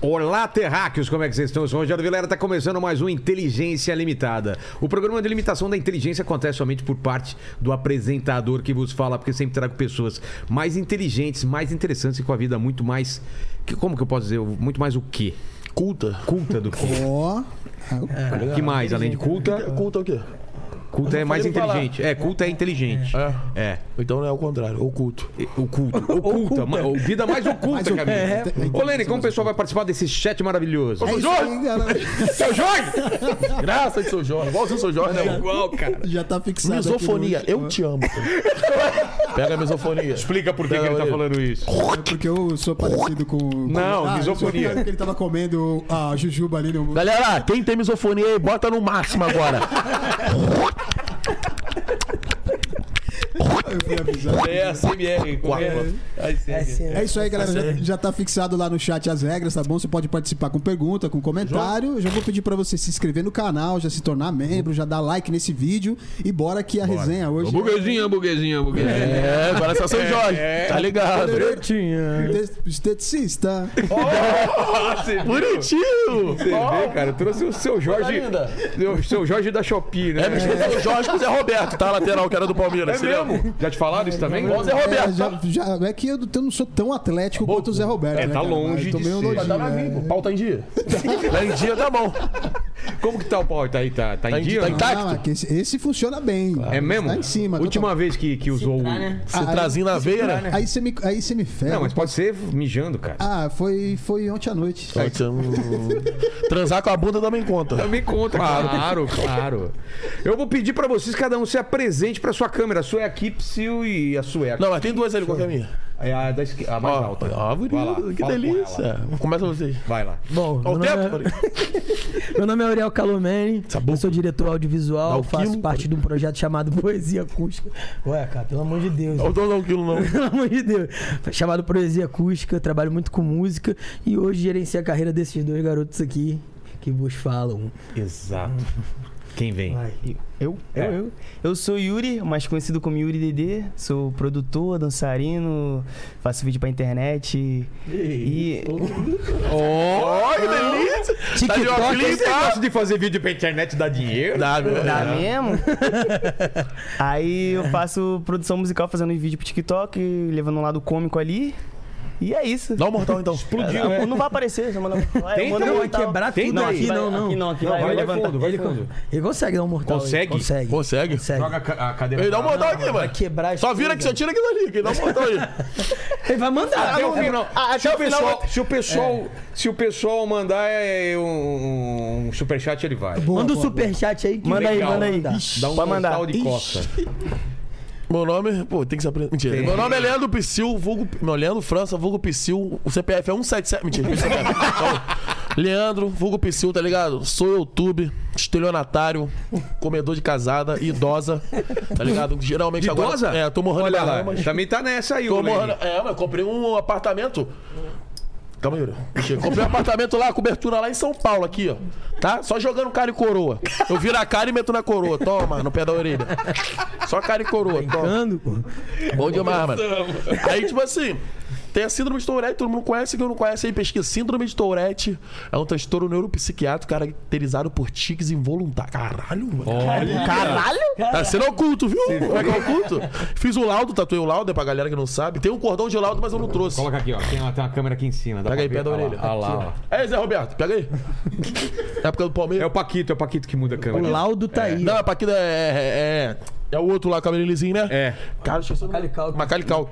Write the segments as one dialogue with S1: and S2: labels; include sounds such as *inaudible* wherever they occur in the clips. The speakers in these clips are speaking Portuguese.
S1: Olá, terráqueos, como é que vocês estão? Eu sou o Rogério Vilera, está começando mais um Inteligência Limitada. O programa de limitação da inteligência acontece somente por parte do apresentador que vos fala, porque sempre trago pessoas mais inteligentes, mais interessantes e com a vida muito mais... que- Como que eu posso dizer? Muito mais o quê?
S2: Culta.
S1: Culta do que...
S3: Ó.
S1: que mais, além de culta?
S2: Culta é o quê?
S1: Culta é mais
S2: falei pra
S1: inteligente. É, culta é inteligente.
S2: É.
S1: É.
S2: Então não é o contrário, *laughs* oculto.
S1: O culto. O culto. ma- o Vida mais oculta, Camila.
S3: é.
S1: Ô, Lene, como o pessoal vai participar desse chat maravilhoso?
S3: É isso aí, galera.
S2: Seu Jorge! Graças de seu Jorge. Igualzinho seu Jorge, né?
S1: É Igual, cara.
S3: Já tá fixado. aqui no
S2: Misofonia,
S3: último,
S2: eu te amo. *laughs* Pega a misofonia.
S1: Explica por que, que ele tá falando isso.
S3: né? Porque eu sou parecido com. com-
S1: Não,
S3: Ah,
S1: misofonia.
S3: eu sou- Porque ele tava comendo a jujuba ali no.
S2: Galera, quem tem misofonia aí, bota no máximo agora.
S3: Eu fui avisado.
S4: É a CMR. como é? A CMR.
S5: assim,
S3: É isso aí, galera. Já, já tá fixado lá no chat as regras, tá bom? Você pode participar com pergunta, com comentário. Eu já vou pedir pra você se inscrever no canal, já se tornar membro, já dar like nesse vídeo. E bora que a resenha hoje.
S4: Buguezinha, buguezinha, buguezinha.
S2: *laughs* É, agora é só seu Jorge. Tá ligado?
S3: é de- Esteticista.
S2: Bonitinho!
S1: Você vê, cara, eu trouxe o seu Jorge.
S2: linda.
S1: O seu Jorge da Shopee, né?
S2: É, mistura seu Jorge com o Zé Roberto, tá? Lateral, que era do Palmeiras. você lembra?
S1: Já te falaram isso também?
S2: Igual o Zé Roberto. tá?
S3: É, já, já- é que eu não sou tão atlético quanto o Zé Roberto.
S1: É,
S3: né,
S1: tá
S3: cara?
S1: longe
S3: Eu tô
S1: de
S3: meio
S1: ser.
S3: nojinho,
S1: Tá
S3: né?
S2: O pau tá em *laughs* dia. Tá em dia, tá bom.
S1: Como que tá o pau? Tá aí, tá, tá
S2: Tá
S1: em
S2: em-
S1: dia?
S2: tá
S1: ou
S2: em-
S1: não?
S2: Intacto.
S3: Não, é que esse, esse funciona bem.
S1: É mesmo?
S3: Tá em cima.
S1: Última
S3: total. Ah,
S1: vez que, que usou
S5: Tá,
S1: o.
S5: né?
S1: Não,
S2: Ah, Se trazinho na veia, né?
S3: Aí você me, aí você me ferra.
S1: mas pode ser mijando, cara.
S3: Ah, foi, foi ontem à noite.
S2: Então, tchau. Transar com a bunda também Ah, conta.
S1: Me conta, claro, claro, claro. Eu vou pedir pra vocês, cada um se apresente pra sua câmera. A sua é a Kipsil e a sua é a...
S2: Não, mas tem duas ali, qual que é a minha?
S1: É a, da esquerda, a mais
S2: Ó,
S1: alta. Vai lá,
S2: ó, bonito, que
S1: fala com
S2: delícia. Começa vocês.
S1: Vai lá.
S2: Ó,
S6: Bom, meu
S2: Tá o
S6: nome,
S2: tempo?
S6: é, meu nome é Aurel Calomeni, eu sou diretor
S2: Dá
S6: audiovisual,
S2: o
S6: faço
S2: quilo.
S6: parte de um projeto chamado Poesia Acústica. Ué, cara, pelo amor de Deus.
S2: Não dou não um quilo, não.
S6: *laughs* Pelo amor de Deus. Chamado Poesia Acústica, eu trabalho muito com música e hoje gerencio a carreira desses dois garotos aqui que vos falam.
S1: Exato. Quem vem?
S6: Vai.
S5: Eu?
S1: É.
S5: Eu, eu. Eu sou Yuri, mais conhecido como Yuri Dedê. Sou produtor, dançarino, faço vídeo pra internet. E.
S2: Ó, que delícia. Tá de
S5: é
S2: óculos,
S1: Esse
S2: tá?
S1: negócio de fazer vídeo pra internet dá dinheiro?
S2: Dá, meu.
S5: Dá
S2: é.
S5: Tá mesmo? Aí eu faço produção musical fazendo vídeo pro TikTok, levando um lado cômico ali. E é isso.
S2: Dá um mortal, então.
S1: Explodiu,
S5: Ah,
S1: né?
S5: Não vai aparecer, já manda vai,
S1: Tenta,
S5: manda um
S1: vai
S5: mortal.
S6: quebrar
S1: Tem
S6: tudo
S1: daí.
S6: aqui,
S5: Vai,
S6: não, não.
S5: Aqui não, aqui
S1: Não,
S5: vai,
S1: vai, vai
S5: levantar.
S1: fundo, vai fundo.
S6: Ele consegue dar um mortal. aí,
S1: Consegue?
S6: Consegue.
S2: Consegue?
S6: Consegue.
S1: Joga a ca- a cadeira.
S2: Ei, dá um mortal
S6: Não,
S2: aqui,
S6: vai
S2: mano.
S6: quebrar as
S2: Só vira que
S6: coisas.
S2: você tira aquilo ali, que dá um mortal aí.
S6: Ele vai mandar.
S2: Ah,
S1: Até o final. um se, o
S2: final é.
S1: pessoal, se o pessoal, se o pessoal mandar é, um, um superchat, ele vai.
S3: Boa,
S6: Manda o
S3: boa,
S6: superchat aí que
S5: Manda aí,
S6: legal.
S5: manda aí.
S6: Mandar.
S1: Dá um
S5: Pode mandar.
S1: mortal de costa.
S2: Meu nome, pô, tem que se aprender. Mentira. Meu nome é Leandro Psyll, vulgo. Meu, Leandro França, vulgo Psyll. O CPF é 177. Mentira, meu CPF. Então, Leandro, vulgo Psyll, tá ligado? Sou YouTube, estelionatário, comedor de casada, idosa, tá ligado? Geralmente agora.
S1: Idosa?
S2: É, tô morrendo
S1: Olha
S2: de
S1: lá,
S2: barriga, mas-
S1: também tá nessa aí,
S2: Tô
S1: o Lene.
S2: morando. É, mas eu comprei um apartamento. Calma aí, Yuri. Mentira. Comprei um apartamento lá, cobertura lá em São Paulo, aqui, ó. Tá? Só jogando cara e coroa. Eu viro a cara e meto na coroa. Toma, no pé da orelha. Só cara e coroa. Toma.
S6: Ando, pô.
S2: Bom demais, mano. Aí, tipo assim, tem a síndrome de Tourette, todo mundo conhece, quem não conhece aí, pesquisa. Síndrome de Tourette é um transtorno neuropsiquiátrico caracterizado por tiques involuntários. Caralho, mano.
S5: Caralho!
S2: Tá sendo oculto, viu? Como é que é oculto? Fiz o laudo, tatuei o laudo, é pra galera que não sabe. Tem um cordão de laudo, mas eu não trouxe.
S1: Coloca aqui, ó. Tem uma, tem uma câmera aqui em cima. dá um-
S2: Pega
S1: pra
S2: aí,
S1: ver.
S2: pé da
S1: Olha lá,
S2: orelha.
S1: olha lá, olha lá.
S2: É, Zé Roberto, pega
S6: *laughs*
S2: aí. Época do
S1: É
S2: Palmeiras.
S1: o Paquito, é o Paquito que muda a
S6: O
S1: câmera.
S6: laudo tá aí.
S2: Não, é pra aqui da- é, é, é. É o outro lá, cabelinhozinho, né?
S1: É.
S2: Cara, esqueci o nome.
S6: Macalical.
S2: Macalical.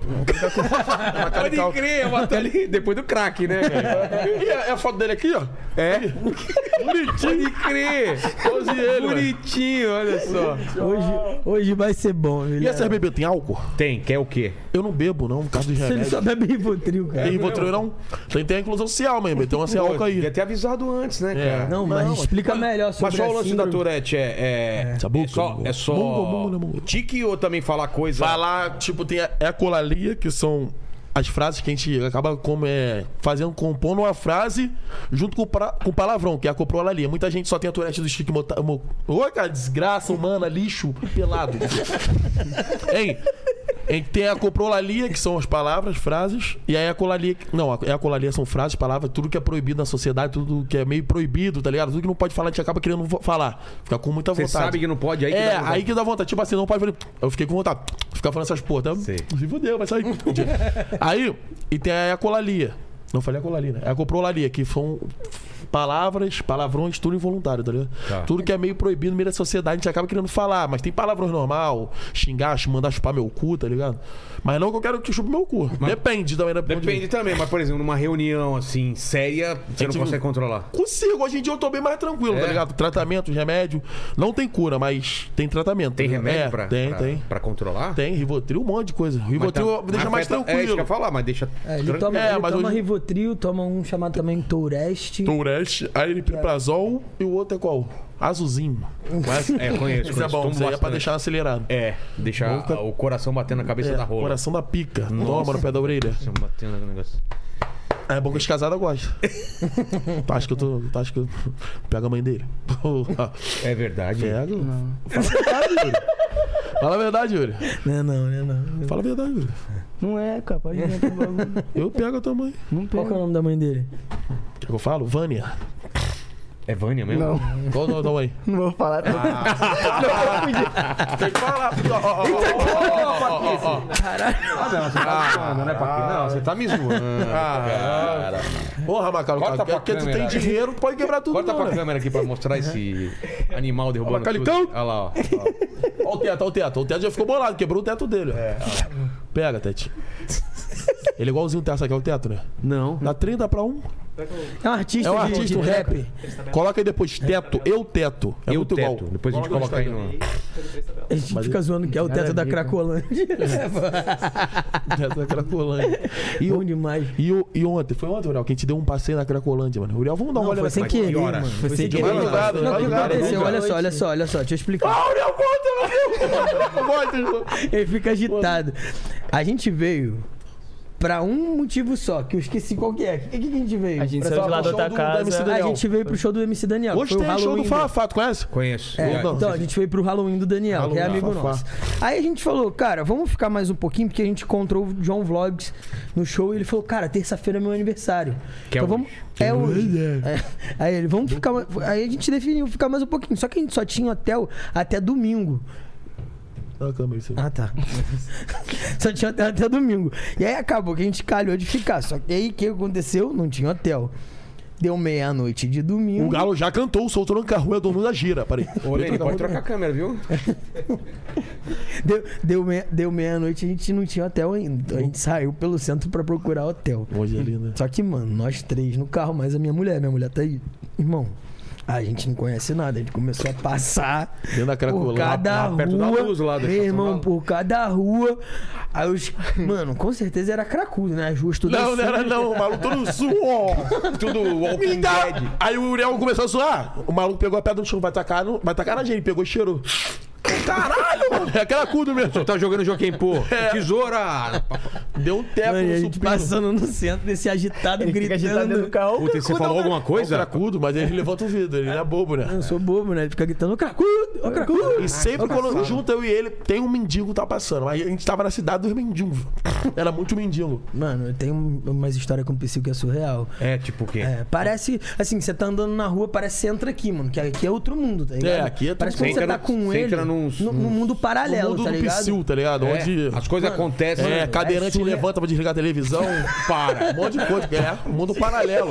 S2: Macalical.
S1: crer, eu mato ali *laughs* depois do crack, né, velho?
S2: E a, a foto dele aqui, ó.
S1: É?
S2: Bonitinho.
S1: Pode crer.
S2: Pose ele, mano.
S1: Bonitinho, olha só.
S6: Hoje, hoje vai ser bom,
S2: E
S6: Guilherme.
S2: essas bebidas tem álcool?
S1: Tem, quer o quê?
S2: Eu não bebo, não, por causa dos
S6: é. Se ele
S2: remédios.
S6: só bebe Rivotril, cara.
S2: Tem Rivotril, não? Tem, tem a inclusão social, mesmo. Tem uma sem álcool
S1: Devia
S2: aí. né?
S1: ter avisado antes, né,
S2: É.
S1: cara?
S6: Não, mas
S2: Não,
S6: explica melhor sobre
S1: Mas só o
S6: a
S1: lance da
S6: síndrome.
S1: Tourette é. É,
S2: Sabuca,
S1: é só.
S2: mongo.
S1: É só
S2: Mongo, mongo, né, mongo?
S1: tique ou também falar coisa.
S2: Falar, tipo, tem a ecolalia, que são as frases que a gente acaba como é, fazendo, compondo uma frase junto com o pra- com o palavrão, que é a coprolalia. Muita gente só tem a Tourette do Chique Mota- Mo- Ô, cara, desgraça humana, lixo, pelado. hein? Em que tem a coprolalia, que são as palavras, frases, e aí a colalia. Não, a a colalia são frases, palavras, tudo que é proibido na sociedade, tudo que é meio proibido, tá ligado? Tudo que não pode falar, a gente acaba querendo vo- falar. Fica com muita
S1: Você
S2: vontade.
S1: sabe que não pode, aí que
S2: é,
S1: dá vontade.
S2: aí que dá vontade. Tipo assim, não pode falar. Eu fiquei com vontade. Ficar falando essas porra. Tá?
S1: Sei.
S2: Se fudeu, vai sair. aí, e tem a ecolalia. Não falei ecolalia, né? É a coprolalia, que são palavras, palavrões, tudo involuntário, tá ligado?
S1: Tá.
S2: Tudo que é meio proibido, meio da sociedade, a gente acaba querendo falar. Mas tem palavrões normal, xingar, mandar chupar meu cu, tá ligado? Mas não que eu quero que chupe meu cu. Depende também né? da
S1: Depende também, mas por exemplo, numa reunião assim, séria, você não
S2: Gente,
S1: consegue controlar.
S2: Consigo, hoje em dia eu tô bem mais tranquilo,
S1: É?
S2: tá ligado? Tratamento, remédio. Não tem cura, mas tem tratamento.
S1: Tem
S2: tá ligado?
S1: remédio
S2: é,
S1: pra,
S2: Tem,
S1: pra,
S2: tem.
S1: pra controlar?
S2: Tem, Rivotril, um monte de coisa.
S1: Mas tá-
S2: Rivotril deixa
S1: mas
S2: mais
S1: afeta- É isso que eu
S2: tranquilo.
S1: ia falar, mas deixa.
S6: É, ele
S1: tranquilo.
S6: toma,
S2: É,
S6: ele
S2: mas
S6: toma
S2: hoje-
S6: Rivotril, toma um chamado também Toureste.
S2: Tourette, Aripiprazol É. e o outro é qual? Azulzinho.
S6: um-
S2: Conhece?
S1: É, conheço.
S2: Esse
S1: conheço,
S2: é bom,
S1: tomo
S2: isso aí é pra
S1: bastante.
S2: deixar acelerado.
S1: É, deixar
S2: Boca-
S1: o coração batendo na cabeça
S2: É,
S1: da tá rola.
S2: coração da pica. Toma no pé da orelha.
S1: Coração batendo no negócio.
S2: É bom que os casados
S1: *laughs*
S2: gostam. tu acha que eu tô. Tu acha que eu. Pega a mãe dele. Porra.
S1: É verdade.
S2: Pega. Fala a verdade, Yuri. Fala a verdade, Yuri.
S6: Não, é não, não, não.
S2: Fala a verdade, Yuri.
S5: Não é, cara, pode inventar um bagulho.
S2: Eu pego a tua mãe.
S5: Não
S6: Qual que é
S5: pega.
S6: o nome da mãe dele?
S2: Quer que eu falo? Vânia.
S1: É Vânia mesmo?
S5: Não,
S2: Qual o nome da mãe?
S5: não vou falar.
S2: Tem que falar. Ó, ó, ó, ó.
S1: Ah, não, você tá me zoando, né, Paquinho? Não, você tá me *laughs* zoando. cara.
S2: Porra, Macaro,
S1: Corta pra
S2: cara, porque tu
S1: câmera.
S2: tem dinheiro, tu pode quebrar tudo.
S1: Corta
S2: não,
S1: pra
S2: né?
S1: câmera aqui pra mostrar esse animal derrubando
S2: Olha lá,
S1: tudo.
S2: Calicão.
S1: Olha lá, ó. Ó.
S2: Ó o teto, ó o teto. O teto já ficou bolado, quebrou o teto dele. ó. Pega, Tete. Ele é igualzinho o teto, sabe que é o teto, né?
S1: Não.
S2: Dá 30 pra um.
S6: É um artista,
S2: É um
S6: de-
S2: artista,
S6: de
S2: um
S6: rap.
S2: Coloca aí depois teto, eu teto. É
S1: eu
S2: muito
S1: teto. tá
S2: igual.
S1: Depois a gente coloca aí no.
S6: A gente
S2: Mas
S6: fica zoando que é o teto da Cracolândia.
S2: Teto da Cracolândia.
S6: E Bom demais.
S2: E, o- e ontem, foi ontem, Uriel, que a gente deu um passeio na Cracolândia, mano. Uriel, vamos dar uma
S6: Não,
S2: olhada
S6: foi sem
S1: que
S6: querer,
S1: hora?
S6: mano.
S1: Foi sem
S6: Foi sem
S1: querer.
S6: querer.
S2: Madrugada,
S6: Não, o que
S2: madrugada,
S6: aconteceu?
S2: madrugada.
S6: Olha só, olha só, olha só. Deixa eu explicar.
S2: Ah, Uriel, conta, meu Deus!
S6: Ele fica agitado. A gente veio pra um motivo só, que eu esqueci qual que é. O que, que a gente veio?
S5: A gente
S6: Pra
S5: saiu de
S6: só-
S5: lá da
S2: show
S5: outra
S2: do- da MC
S5: casa.
S6: A
S2: Daniel.
S6: gente veio pro show do MC Daniel. que
S2: Hoje
S6: *laughs* foi o
S2: tem show do
S6: Halloween né? dele.
S2: Fafá, tu conhece?
S1: Conheço.
S6: É,
S2: Não,
S6: então,
S2: você-
S6: a gente veio pro Halloween do Daniel, que é
S2: Halloween,
S6: amigo
S2: Fafá.
S6: nosso. Aí a gente falou, cara, vamos ficar mais um pouquinho, porque a gente encontrou o John Vlogs no show e ele falou, cara, terça-feira é meu aniversário.
S1: Que é
S6: então vamos. É hoje. É. Aí ele, vamos ficar. mais- Aí a gente definiu ficar mais um pouquinho. Só que a gente só tinha hotel até domingo.
S2: Olha a câmera, isso aí.
S6: Ah, tá. *laughs* Só tinha hotel até domingo. E aí acabou que a gente calhou de ficar. Só que aí o que aconteceu? Não tinha hotel. Deu meia-noite de domingo.
S2: O Galo já cantou, soltou no carro, é dono da gira. Peraí.
S1: Ô, Lene, pode trocar a câmera, viu?
S6: Deu, deu, meia- deu meia-noite a gente não tinha hotel ainda. Então a gente saiu pelo centro pra procurar hotel.
S2: Hoje é linda.
S6: Só que, mano, nós três no carro, mais a minha mulher. Minha mulher tá aí. Irmão, a gente não conhece nada. A gente começou a passar
S2: Dentro da
S6: por
S2: Cracolândia.
S6: cada
S1: lá
S6: rua.
S1: perto da luz lá da
S6: meu
S1: estação
S6: irmão,
S1: lá.
S6: por cada rua. Aí os. Mano, com certeza era cracudo, né? As ruas todas
S2: Não, não era não, o maluco todo no sul, ó.
S1: Tudo
S2: Me
S1: Walking
S2: dá.
S1: Dead.
S2: Aí o Uriel começou a zoar. O maluco pegou a pedra no chão, vai tacar, no, vai tacar na gente, pegou e cheirou. Caralho, mano. É cracudo mesmo.
S1: Tá jogando Joaquim Pô. Tesoura!
S2: Deu um teco
S6: Mano, e a
S2: no
S6: gente
S2: supino.
S6: passando no centro desse agitado,
S5: Ele fica agitado dentro do
S6: gritando.
S5: carro.
S1: Puta, e você falou alguma
S2: É um
S1: coisa?
S2: cracudo, mas ele levanta o vidro, ele não é bobo, né?
S6: Eu sou bobo, né? Ele fica gritando, ô cracudo, ô cracudo.
S2: E sempre quando junta eu e ele, tem um mendigo que tá passando. Mas a gente tava na cidade dos mendigos. Era muito mendigo.
S6: Mano, eu tenho umas histórias com o Psyu que é surreal.
S1: É, tipo o quê?
S6: É, parece, assim, você tá andando na rua, parece que você entra aqui, mano. Que aqui é outro mundo, tá ligado?
S2: É, aqui é
S6: Parece que
S1: outro mundo.
S6: quando
S1: Você
S6: você tá
S1: entra
S6: com
S1: num- você
S6: ele
S1: entra num-
S6: no, no mundo
S2: O
S6: paralelo,
S2: mundo
S6: tá
S2: do
S6: ligado?
S2: psil, tá ligado?
S1: É,
S2: Onde.
S1: As coisas acontecem.
S2: É, cadeirante
S6: surreal.
S2: levanta pra desligar a televisão. Para. Um monte de coisa. É, mundo paralelo.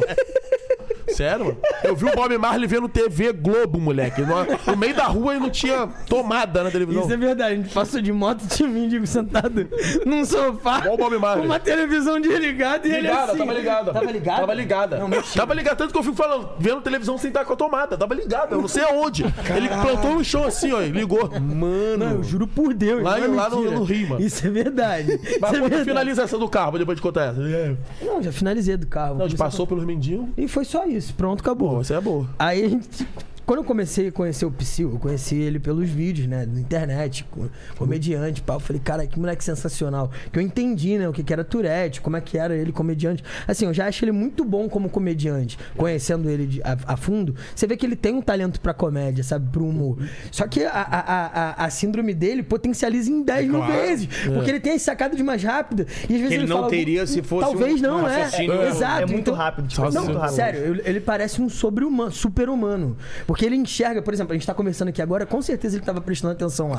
S2: Sério, mano? Eu vi o Bob Marley vendo TV Globo, moleque. No, no meio da rua e não tinha tomada na televisão.
S6: Isso é verdade, a gente passou de moto de mendigo sentado *laughs* num sofá,
S2: Igual o Bob Marley.
S6: com uma televisão desligada e ele
S2: Ligada,
S6: assim.
S2: tava ligada.
S6: Tava ligada?
S2: Tava ligada.
S6: Não, mentira.
S2: tava ligada, tanto que eu fico falando, vendo televisão sem estar com a tomada. Tava ligada, eu não sei aonde. Ele plantou no chão assim, ó, e ligou.
S6: Mano, eu juro por Deus.
S2: Lá-
S6: não é
S2: lá no-
S6: mentira.
S2: no Rio, mano.
S6: Isso é verdade. Isso
S2: Mas
S6: é
S2: quando
S6: verdade.
S2: finaliza essa do carro, depois de contar essa. É.
S6: Não, já finalizei do carro.
S2: Não, a gente passou pelos mendigos.
S6: E foi só isso, pronto, acabou.
S2: Pô, essa é boa.
S6: Aí a gente Quando eu comecei a conhecer o Psyll, eu conheci ele pelos vídeos, né? Na internet, com- comediante, pá. Eu falei, cara, que moleque sensacional. Que eu entendi, né? O que, que era Tourette, como é que era ele comediante. Assim, eu já acho ele muito bom como comediante. Conhecendo ele de- a, a fundo, você vê que ele tem um talento pra comédia, sabe? Pro humor. Só que a, a, a, a síndrome dele potencializa em 10 mil
S1: É Claro.
S6: vezes. Porque ele tem as sacadas de mais rápido. E às vezes
S1: Que ele não
S6: fala,
S1: teria se fosse
S6: Talvez
S1: um-
S6: não,
S1: um
S6: é.
S1: raciocínio-
S6: Exato.
S5: É muito
S6: então-
S5: rápido, tipo, é
S6: não,
S5: muito rápido.
S6: sério, ele- ele parece um sobre-humano, super-humano. Porque ele enxerga, por exemplo, a gente tá conversando aqui agora, com certeza ele tava prestando atenção lá.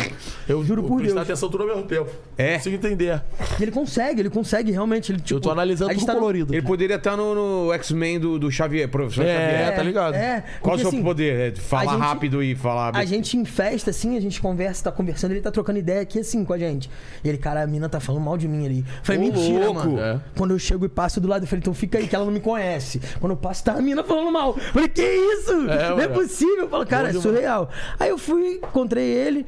S2: Eu
S6: Juro
S2: eu
S6: por
S2: prestar
S6: Deus.
S2: atenção tudo ao mesmo tempo.
S1: É.
S2: Consigo entender.
S6: E ele consegue, ele consegue realmente. Ele, tipo,
S2: eu tô analisando
S6: a gente
S2: tudo
S6: tá no-
S2: colorido.
S1: Ele poderia estar no, no X-Men do, do Xavier, professor Xavier.
S2: É, tá ligado?
S6: É,
S1: Qual o
S6: porque,
S1: seu
S6: assim,
S1: poder? É falar
S6: a gente-
S1: rápido e falar.
S6: A gente em festa, assim, a gente conversa, tá conversando, ele tá trocando ideia aqui, assim, com a gente. E ele, cara, a mina tá falando mal de mim ali. Eu Falei,
S1: Ô,
S6: mentira,
S1: louco.
S6: mano.
S2: É.
S6: Quando eu chego e passo do lado, eu falei, então fica aí, que ela não me conhece. Quando eu passo, tá a mina falando mal. Eu falei, que isso?
S2: É,
S6: não é
S2: mano.
S6: possível. Eu falo, cara, é
S2: demais.
S6: surreal. Aí eu fui, encontrei ele.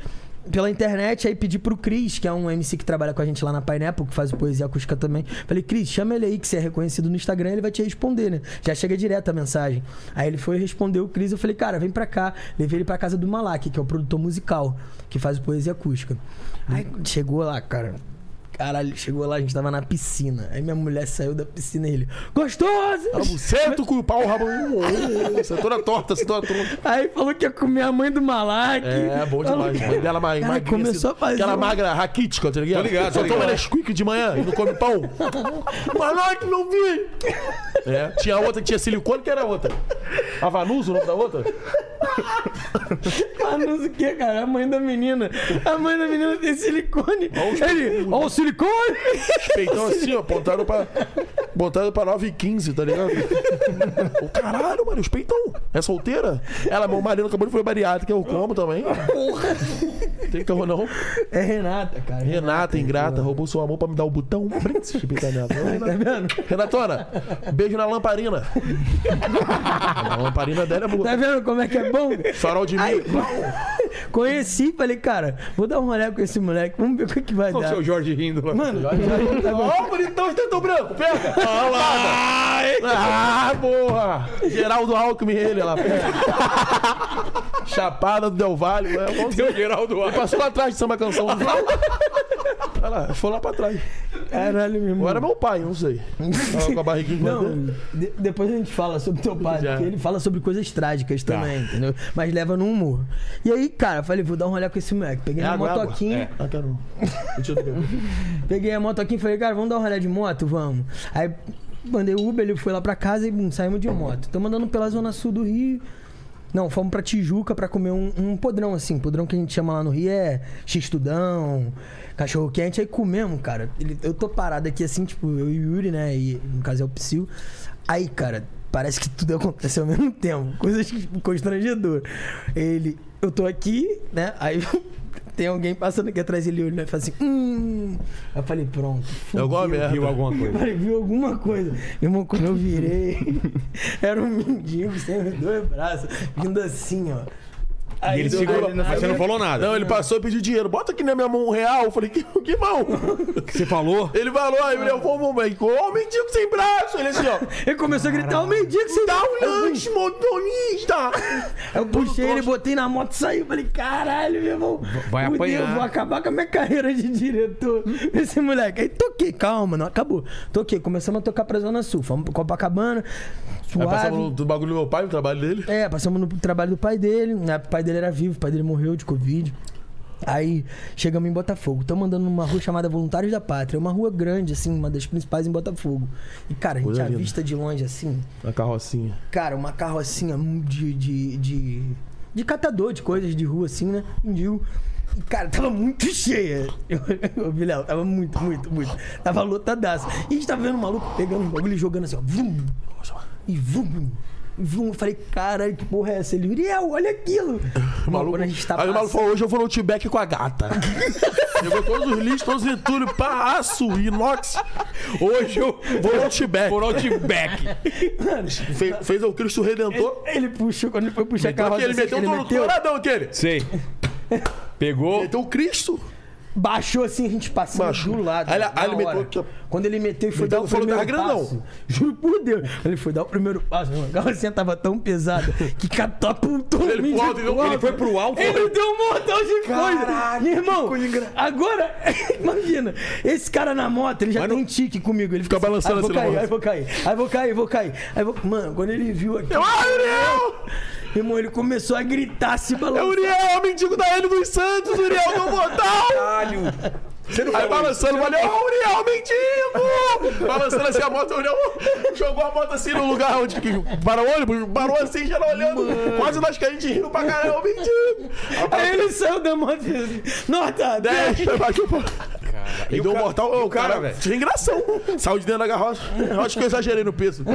S6: Pela internet, aí pedi pro Cris, que é um MC que trabalha com a gente lá na Pineapple, que faz o poesia acústica também. Falei, Cris, chama ele aí, que você é reconhecido no Instagram, ele vai te responder, né? Já chega direto a mensagem. Aí ele foi responder o Cris, eu falei, cara, vem pra cá. Levei ele pra casa do Malak, que é o produtor musical, que faz o poesia acústica. Aí chegou lá, cara. Caralho, chegou lá, a gente tava na piscina. Aí minha mulher saiu da piscina e ele, gostoso!
S2: A buceta, com o pau, o *laughs* rabo. Você é toda torta, você é toda torta.
S6: Aí falou que ia comer a mãe do Malak.
S2: É, bom demais.
S6: Falou-
S2: Mãe dela ma-
S6: Cara,
S2: magrinha,
S6: começou a fazer
S2: assim, Aquela
S6: um-
S2: magra raquítica, tá ligado?
S1: Tô ligado, tô
S2: Só toma
S1: ligado.
S2: Nesquik de manhã e não come pão. Manoque, meu filho! É, tinha outra que tinha silicone, que era outra. A Vanusa, o nome da outra?
S6: Ah, não sei o que, cara. A mãe da menina. A mãe da menina tem silicone.
S2: os-
S6: Ele, ó o silicone!
S2: Peitão assim, ó, botaram pra. Botaram pra 9 e 15, tá ligado? Ô, caralho, mano, os peitão. É solteira? Ela, meu marido acabou de foi bariátrica, eu como também. Tem carro não.
S6: É Renata, cara.
S2: Renata, ingrata, roubou seu amor pra me dar o botão. Príncipe, tá ligado?
S6: Tá vendo?
S2: Renatona, beijo na lamparina. a lamparina dela é
S6: Tá
S2: boa.
S6: vendo como é que é bom?
S2: Farol de
S6: Aí, *laughs*
S2: milho.
S6: conheci, falei, cara, vou dar um rolê com esse moleque, vamos ver o que, que vai
S1: Olha o
S6: dar.
S1: seu Jorge rindo lá.
S6: Mano, já tá com-
S2: Ó, bonitão de tentão branco, pega! Olha lá! Ah, porra! Geraldo Alckmin, ele lá, pega. Chapada do Del Valle, é bom.
S1: Seu Geraldo Alckmin.
S2: Passou lá atrás de samba canção. Olha lá, foi lá pra trás.
S6: Caralho, meu irmão.
S2: Agora é meu pai, não sei. Tava com a barriguinha de
S6: Não, de- depois a gente fala sobre teu pai,
S2: Já. Tá.
S6: porque ele fala sobre coisas trágicas também, entendeu? Mas leva no humor. E aí, cara, eu falei, vou dar um rolê com esse moleque. Peguei
S2: É
S6: a
S2: água, água.
S6: motoquinha,
S2: Ah, quero não. Deixa eu ver.
S6: peguei a motoquinha e falei, cara, vamos dar um rolê de moto? Vamos. Aí mandei o Uber, ele foi lá pra casa e bum, saímos de moto. Estamos andando pela zona sul do Rio. Não, fomos pra Tijuca pra comer um, um podrão, assim. Podrão que a gente chama lá no Rio é X-Tudão, cachorro quente. Aí comemos, cara. Ele- eu tô parado aqui, assim, tipo, eu e o Yuri, né? E no caso é o Psyll. Aí, cara, parece que tudo *laughs* aconteceu ao mesmo tempo. Coisas constrangedoras. Ele, eu tô aqui, né? Aí *laughs* tem alguém passando aqui atrás, ele olhou e fala assim, hum. Aí eu falei, pronto.
S2: Eu gosto merda.
S1: Viu alguma coisa.
S6: Cara, viu alguma coisa. Meu irmão, quando
S1: *laughs*
S6: eu virei, era um mendigo sem os dois braços, vindo assim, ó.
S1: E ele
S6: deu-
S1: segurou.
S6: aí-
S1: Mas você não falou nada.
S2: Não, ele passou e pediu dinheiro. Bota aqui na minha mão um real. Eu falei, que, que mão?
S1: *laughs* Você falou?
S2: Ele falou, aí eu falei, vou, vou, vou. Ô, mendigo sem braço. Ele assim, ó.
S6: Ele começou a gritar, o mendigo sem
S2: Dá
S6: braço.
S2: um lanche, motorista.
S6: Eu puxei ele, botei na moto e saí. Falei, caralho, meu irmão.
S1: Vai
S6: fudeu,
S1: apanhar. Hum.
S6: Vou acabar com a minha carreira de diretor. Esse moleque. Aí toquei, calma, não acabou. Toquei, começamos a tocar pra Zona Sul. Fomos pro Copacabana,
S2: Aí
S6: suave.
S2: passava no- do bagulho do meu pai, no trabalho dele.
S6: É, passamos no trabalho do pai dele. né? O pai dele era vivo, o pai dele morreu de Covid. Aí chegamos em Botafogo. Estamos andando numa rua chamada Voluntários da Pátria. É uma rua grande, assim, uma das principais em Botafogo. E, cara, a gente
S2: Coisa
S6: a
S2: linda.
S6: vista de longe, assim,
S2: Na carrocinha.
S6: cara, um uma carrocinha um de. de, de, de catador de coisas de rua, assim, né? Mendigo. E, Cara, tava muito *laughs* cheia. Eu, eu vi, Léo, tava muito, muito, muito. Tava lotadaço. E a gente tava vendo um maluco pegando um bagulho e jogando assim, ó. Vum, e vum, e vum. Eu falei, caralho, que porra é essa? Ele, Uriel, olha aquilo.
S2: O maluco.
S6: Quando a gente tá
S2: aí o maluco
S6: passando-
S2: falou, hoje eu vou no Outback com a *laughs* gata. Levou todos os lixos, todos os entulhos, pá, aço, inox. Hoje eu vou no Outback.
S1: Por Outback.
S2: Fe- Fez, o Cristo Redentor.
S6: *laughs*
S2: Então
S6: Ele puxou, quando ele foi puxar a
S2: É Meteu
S6: carroça,
S2: aquele,
S6: assim,
S2: meteu
S6: ele
S2: todo o
S6: meteu,
S2: doutoradão aquele.
S1: Sei. Pegou.
S2: Meteu o Cristo.
S6: Baixou assim, a gente passando
S2: Baixou.
S6: do lado.
S2: Aí ele-
S6: na
S2: aí ele meteu
S6: hora.
S2: aqui, ó.
S6: Quando ele meteu e foi
S2: Meteu,
S6: dar o
S2: falou,
S6: primeiro
S2: "Tá grandão."
S6: passo. *laughs* Juro por Deus. Ele foi dar o primeiro passo. Mano. A carrocinha tava tão pesada que catapultou
S2: Ele
S6: mim
S2: pro
S6: de
S2: alto, ele deu-
S6: volta.
S2: ele foi pro alto.
S6: Ele deu um montão de coisa. Meu irmão, agora, *laughs* imagina, esse cara na moto, ele já tem um tique comigo. Ele fica,
S2: Fica
S6: assim,
S2: balançando
S6: aí vou
S2: assim na
S6: cair,
S2: moto.
S6: aí vou cair, aí vou cair, vou cair. Aí vou... Mano, quando ele viu aqui...
S2: Eu, ah, Uriel!
S6: Irmão, ele começou a gritar, se
S2: É o
S6: balançar.
S2: Uriel, é o mendigo da Hélio dos Santos, Uriel do Motal!
S1: Caralho! Você não falou
S2: Aí
S1: isso.
S2: balançando, valeu, ô Uriel, mendigo! balançando assim a moto, o Uriel jogou a moto assim no lugar onde que parou o ônibus, parou assim, já olhando, quase nós caindo de rindo pra caralho, ô mendigo!
S6: Aí ele saiu da moto e disse, Nota 10!
S2: É, bateu pra... E, deu um
S1: cara-
S2: mortal, ô,
S1: e o cara,
S2: cara,
S1: velho?
S2: sem gração. Saiu de dentro da garrocha. Eu acho que eu exagerei no peso.
S1: *laughs*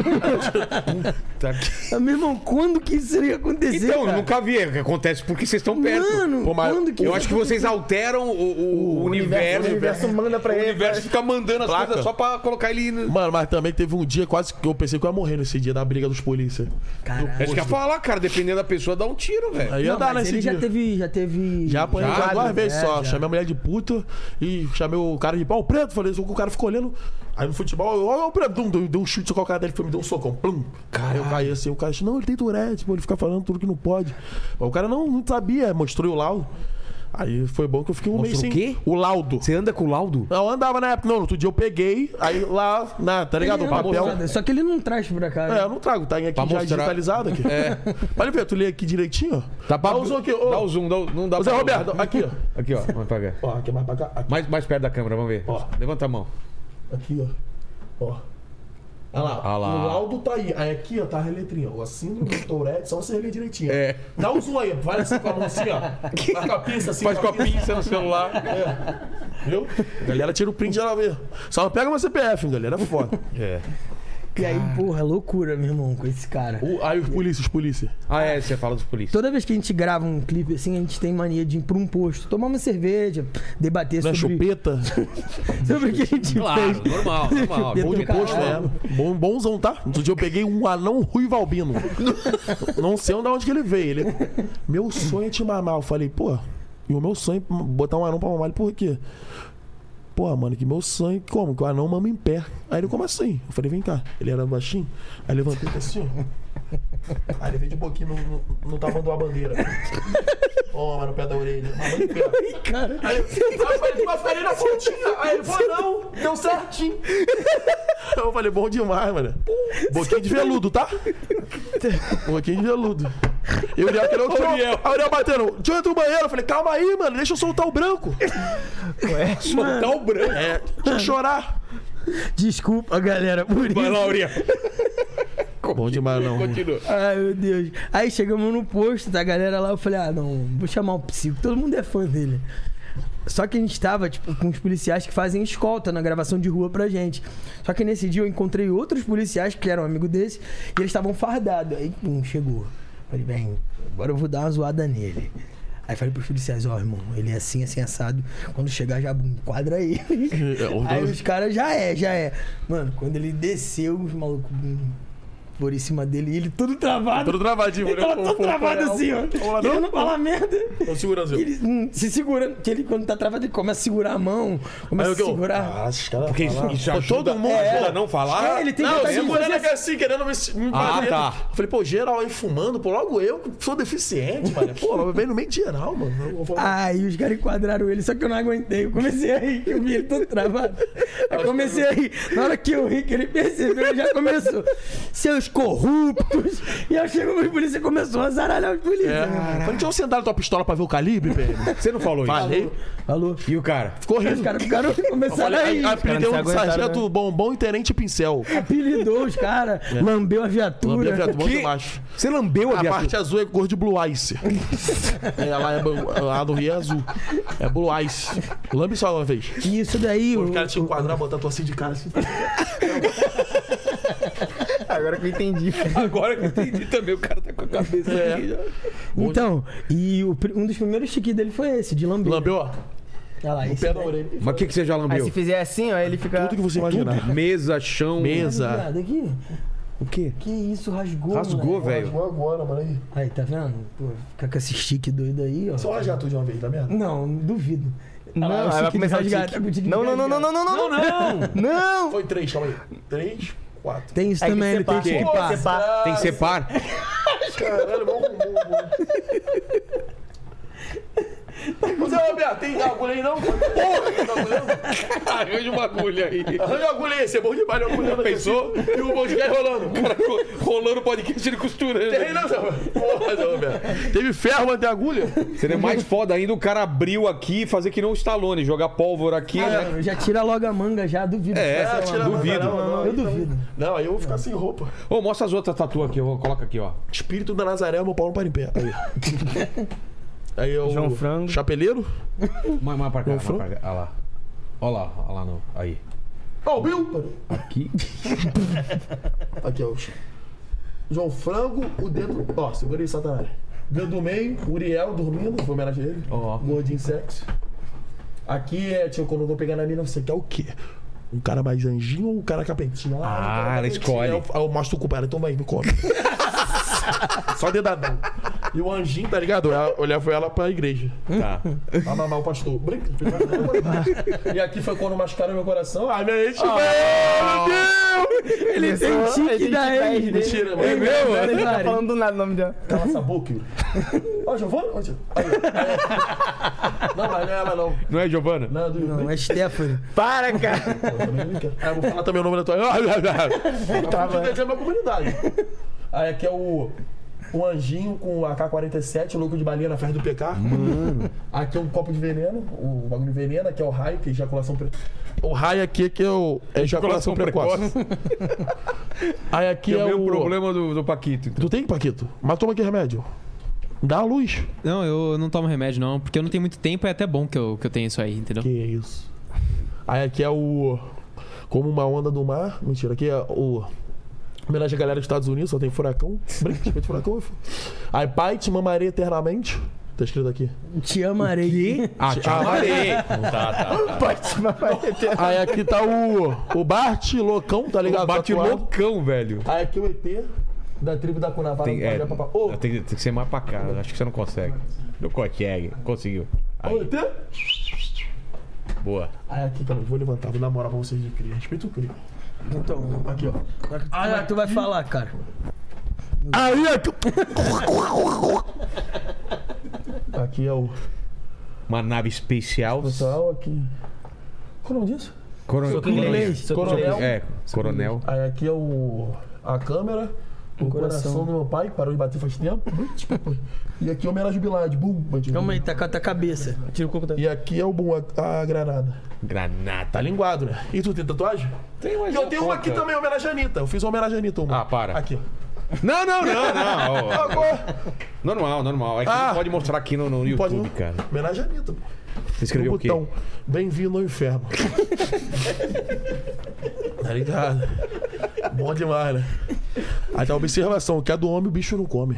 S6: Ah, Meu irmão, quando que isso ia acontecer?
S1: Tá Então, eu
S6: cara?
S1: nunca vi. é que Acontece porque vocês estão perto.
S6: Mano,
S2: Pô, mas
S6: quando que
S1: Eu
S6: isso
S1: acho que vocês alteram o, o- o universo.
S5: O universo manda pra
S1: O
S5: ele.
S1: universo fica mandando as
S2: Placa. É
S1: coisas só pra colocar ele. No...
S2: Mano, mas também teve um dia quase que eu pensei que eu ia morrer nesse dia da briga dos polícia.
S6: Caralho.
S2: é
S1: Acho que ia falar, cara. Dependendo da pessoa, dá um tiro, velho.
S2: Aí ia
S6: Não,
S2: dar
S6: mas
S2: nesse
S6: ele
S2: dia.
S6: já teve. Já teve.
S2: Já apanhei
S1: Já?
S2: já, duas vezes
S6: É,
S2: só.
S6: já.
S2: Chamei a mulher de puta e chamei o cara de pau preto. Falei, o cara ficou olhando. Aí no futebol, eu, olha o preto, dum, deu, deu um chute com o cara dele, foi, me deu um socão. Plum. Cara, eu caí assim, o cara disse, não, ele tem Tourette, pô, ele fica falando tudo que não pode. Mas o cara não, não sabia, mostrou o laudo. Aí foi bom que eu fiquei um mês
S1: Mostrou
S2: sem.
S1: o quê?
S2: O laudo.
S1: Você anda com o laudo?
S2: Não, eu andava na época, não, no outro dia eu peguei, aí lá, na, tá ligado? O
S6: Ele anda
S2: papel.
S6: com nada, Só que ele não traz pra cá. né?
S2: É, eu não trago, tá aqui
S1: Pra
S2: já
S1: mostrar.
S2: digitalizado aqui.
S1: É.
S2: Olha, Pedro, tu lê aqui direitinho, ó.
S1: Dá, Tá pra...
S2: Dá o zoom aqui, ô.
S1: Dá o zoom, dá o- não dá
S2: Ô, Zé
S1: pra-
S2: Roberto, aqui, ó.
S1: Aqui, ó. Vamos pagar.
S2: Ó, aqui é mais pra cá. Aqui,
S1: Mais, mais perto da câmera, vamos ver.
S2: Ó.
S1: Levanta a mão.
S2: aqui, ó. Ó. Olha lá.
S1: Olha lá.
S2: O laudo tá aí. Aí aqui, ó, tá a letrinha. ó. A síndrome do Tourette, só você ler direitinho.
S1: É.
S2: Dá um zoom aí. Vai assim com a mão assim, *laughs* ó. Vai com a pinça assim.
S1: Faz com a pinça no celular.
S2: Viu? Galera, tira o print e ela vê. Só não pega meu CPF, hein, galera. *laughs* É foda.
S6: E aí, porra, loucura, meu irmão, com esse cara.
S2: O- aí os polícias, os polícias.
S1: Ah, é, você fala dos polícias.
S6: Toda vez que a gente grava um clipe assim, a gente tem mania de ir pra um posto, tomar uma cerveja, debater
S2: Na
S6: sobre,
S2: é chupeta.
S6: sobre o que a gente fez.
S1: normal, normal.
S6: Bom
S2: Bom de
S6: do caralho.
S2: posto, né? Bom, bonzão, tá? Outro dia eu peguei um anão ruivo albino. *laughs* Não sei de onde que ele veio. Ele... Meu sonho é te mamar. Eu falei, pô, e o meu sonho é botar um anão pra mamar ele por quê? Pô, mano, que meu sonho, como? Que o anão mama em pé. Aí ele, como assim? Eu falei, vem cá. Ele era baixinho. Aí levantei e falei assim. ó. Aí ele veio de pouquinho, não, não, não tava andando a bandeira. Toma, no pé da orelha. Mamãe em pé.
S6: Cara,
S2: Aí eu falei, mas falei na pontinha. Aí ele falou, não, deu certinho. Eu falei, bom demais, mano. Boquinha de veludo, tá? Boquinha de veludo. E o Uriel querendo tirar. Aí o Uriel batendo, deixa eu entrar no banheiro. Eu falei, calma aí, mano, deixa eu soltar o branco.
S1: Soltar o branco.
S2: É, deixa eu chorar.
S6: desculpa, galera, por
S1: Vai
S6: isso.
S1: lá, Uriel.
S2: Bom demais, não.
S1: Continua.
S6: Ai, meu Deus. Aí chegamos no posto da galera lá, eu falei, ah, não, vou chamar o psico, todo mundo é fã dele. Só que a gente tava, tipo, com os policiais que fazem escolta na gravação de rua pra gente. Só que nesse dia eu encontrei outros policiais que eram amigo desse e eles estavam fardados. Aí, pum, chegou. Falei, bem, agora eu vou dar uma zoada nele. Aí falei pros policiais, ó, irmão, ele é assim, assim, assado. Quando chegar, já um bum, enquadra *laughs* ele.
S2: É,
S6: Aí os caras já é, já é. Mano, quando ele desceu, os malucos bum, foram em cima dele e ele todo travado.
S2: Todo Tá travadinho,
S6: Ele tava todo travado assim, ó. Ele não fala merda.
S2: Tô segurando,
S6: E Ele hum, se segura, que ele quando tá travado, ele começa a segurar a mão, começa
S2: Aí
S6: a
S2: o que eu-
S6: segurar.
S2: Ah, esses caras
S1: Porque isso,
S2: falaram.
S1: isso
S2: Pô,
S1: ajuda,
S2: Todo mundo
S1: ajuda a não falar.
S6: É, ele tem
S2: Não,
S6: vontade de
S2: segurando
S6: fazer
S2: aqui assim, querendo me, me
S1: Ah,
S2: bater.
S1: tá.
S2: Falei, pô, geral aí fumando, pô, logo eu que sou *laughs* deficiente, mano. Pô, vem no meio de geral, mano. Eu vou falar-
S6: Aí os caras enquadraram ele, só que eu não aguentei. Eu comecei a rir, que eu vi ele todo travado. Aí comecei a rir. Na hora que eu ri, que ele percebeu, ele já começou. Seus corruptos. E aí chegou os polícia e começou a zaralhar os polícias.
S2: É. Falei, deixa eu sentar na tua pistola pra ver o calibre, PM.
S1: Você não falou isso.
S2: Falei,
S6: Alô?
S1: E o cara?
S2: ficou
S6: Os
S2: rindo.
S6: caras ficaram, *laughs* começaram a
S2: Falei,
S6: rir.
S2: a- apelidei
S5: Cara,
S2: um
S5: não
S2: de
S5: se aguentaram,
S2: sargento
S1: né?
S2: bombom e tenente pincel.
S6: Apelidou os caras, lambeu a viatura.
S2: Lambei a viatura, bom
S1: Que-
S2: demais.
S1: Você lambeu a
S2: A
S1: viatura?
S2: parte azul é cor de Blue Ice. *laughs* é, lá, é, bu- lá do Rio é azul. É Blue Ice. Lambe só uma vez.
S6: E isso daí.
S2: Os
S6: o-
S2: caras te enquadrar, botar tua assim de cara assim.
S5: Agora que eu entendi.
S1: Agora que eu entendi também, o cara tá com a cabeça aqui.
S2: É.
S6: Então, e o pri- um dos primeiros chiques dele foi esse, de lamber.
S2: Lambeu, ó.
S6: Olha lá, esse
S2: Pé na
S6: daí.
S2: orelha.
S1: Mas o que, que você já
S5: Aí
S1: lambeu?
S5: se fizer assim, ó, ele fica.
S2: Tudo que você imaginar.
S1: Mesa, chão.
S2: Mesa.
S6: Viado, aqui.
S1: O quê?
S6: Que isso, rasgou.
S1: Rasgou,
S6: moleque.
S1: velho.
S2: agora, mano. Aí.
S6: Aí, tá vendo? Pô, fica com esse chique doido aí, ó.
S2: Só já tu de uma vez, tá merda?
S6: Não, duvido.
S5: Não,
S6: lá, eu sei
S5: aí vai
S6: que
S5: começar o
S6: desgasga,
S5: tique.
S6: o tique
S5: Não, não, não,
S6: desgasga.
S5: não, não, não, não, não. Não!
S2: Foi três, calma aí. Três, quatro. tá-
S6: Tem isso
S5: Aí
S6: também, ele tem
S5: separa.
S6: É que um
S5: Tem que
S6: equipar.
S5: separar.
S1: Tem que ser par.
S2: Caralho, bom, bom, bom. Você vai ah, tem agulha aí não? Porra!
S4: Arranja uma agulha aí.
S2: Arranja agulha aí, você é bom demais, não agulha. Pensou? E o podcast rolando.
S4: Cara, ro- rolando o podcast ele costurando.
S2: Tem não, seu Porra, seu Roberto. Teve ferro até agulha?
S1: Seria mais foda ainda o cara abriu aqui e fazer que não o Stallone, jogar pólvora aqui, né?
S6: Já tira logo a manga, já, duvido.
S1: É,
S6: que vai ser
S1: tira a
S6: uma
S1: manga, duvido.
S2: Não, não, não,
S6: Eu
S2: então-
S6: duvido.
S2: Não, aí eu vou ficar sem roupa.
S1: Ô, mostra as outras tatu aqui, ó. coloca aqui, ó.
S2: Espírito da Nazaré, meu pau não para em pé. Aí. Aí é o.
S5: João Frango.
S2: Chapeleiro?
S1: Mais, mais pra cá, mais
S2: Fran?
S1: pra cá. Olha lá. Olha lá, olha lá não. Aí.
S2: Ó, o Bill!
S1: Aqui.
S2: *laughs* Aqui, ó. o Ch- João Frango, o dedo. Ó, segura aí, Satanás. Dedo do meio, Uriel dormindo, foi homenagem a ele.
S1: Ó.
S2: Gordinho sexo. Aqui é, tio, quando eu vou pegar na mina, você quer o quê? Um cara mais anjinho ou um cara capetinho?
S1: Ah,
S2: um cara
S1: ela
S2: capetinho.
S1: escolhe.
S2: Aí Eu, aí eu mostro o cara, então vai, me come. *laughs* Só dedadão. E o anjinho, tá ligado? Eu, eu levo ela pra igreja.
S1: *laughs* Tá.
S2: Pra mamar o pastor.
S1: *laughs*
S2: Brinca. e aqui foi quando machucaram meu coração. Ai, minha
S1: Ah,
S2: tipo, gente, meu Deus!
S6: Ele tem tique da ex.
S5: dele.
S2: Mentira, mano. É
S5: Ele tá
S6: Lari.
S5: falando do nada o nome dela.
S2: Cala essa boca, Yuri. Ó, Giovana? Onde? Aí, ó. *laughs* Não, mas não é ela, não.
S1: Não é, Giovana?
S2: Não, é do Yuri.
S6: Não, é Stephanie.
S5: Para,
S1: *laughs*
S5: cara.
S2: Eu também não quero. Aí eu vou falar também o nome da tua. Tá, mas... da minha comunidade. Aí aqui é o. O anjinho com a K-47, o louco de balinha na festa do PK. Aqui é um copo de veneno, o bagulho de veneno, aqui é o raio, que é ejaculação precoce. O raio aqui que é o. É ejaculação precoce. *laughs* Aí aqui
S1: Que é
S2: é,
S1: o
S2: o.
S1: mesmo problema do, do Paquito. então.
S2: Tu tem, Paquito? Mas toma aqui remédio. Dá a luz.
S7: Não, eu não tomo remédio, não, porque eu não tenho muito tempo, é até bom que eu, que eu tenho isso aí, entendeu?
S2: Que é isso. Aí aqui é o. Como uma onda do mar. Mentira, aqui é o. Homenagem à galera dos Estados Unidos, só tem furacão. Brinca, *laughs* respeito furacão. fio. Aí, pai, te mamarei eternamente. Tá escrito aqui.
S6: Te amarei.
S1: Ah, te amarei. tá, tá.
S2: Aí aqui tá o. O Bart Loucão, tá ligado?
S1: O bate
S2: Tatuado.
S1: loucão, velho.
S2: Aí aqui o ET da tribo da Cunavara.
S1: Tem,
S2: do
S1: é,
S2: Pajé, papá. Ô,
S1: tem, tem que ser mais pra cá. Acho que você não consegue. Não consegue. Conseguiu.
S2: ô,
S1: Aí,
S2: ET?
S1: boa.
S2: Aí aqui, calma, eu vou levantar, vou dar moral pra vocês de cria. Respeito o cria.
S6: Então,
S2: Aqui, ó.
S6: como é que tu vai falar, cara?
S2: Aí aqui. aqui é o.
S1: Uma nave especial.
S2: Pessoal, aqui. Qual o nome disso?
S1: Coronel.
S6: Inglês.
S2: Coronel.
S1: É, coronel.
S2: Aí aqui é o a câmera, o coração. do meu pai, que parou de bater faz tempo. e aqui é o homenagem ao Bin Laden, bum, bandido.
S6: Calma aí, tá com a tua cabeça. Tipo,
S5: Tira o coco da.
S2: E aqui é o bum, a, a granada.
S1: Granata.
S2: Tá linguado, né? E tu tem tatuagem?
S1: Tem mais
S2: E eu tenho uma aqui também, homenagem à Anitta. Eu fiz uma homenagem à Anitta, uma.
S1: é Ah, para.
S2: Aqui, ó.
S1: Não, não, não, não. Ó,
S2: Agora,
S1: Normal, normal. É que
S2: Ah.
S1: não pode um mostrar aqui no, no
S2: pode
S1: YouTube,
S2: não?
S1: cara.
S2: Homenagem à Anitta. pô.
S1: Você
S2: No
S1: escreveu o quê?
S2: botão. Bem-vindo
S1: *laughs*
S2: ao inferno. tá ligado? Bom demais, né? Aí tá uma observação, que é do homem o bicho não come.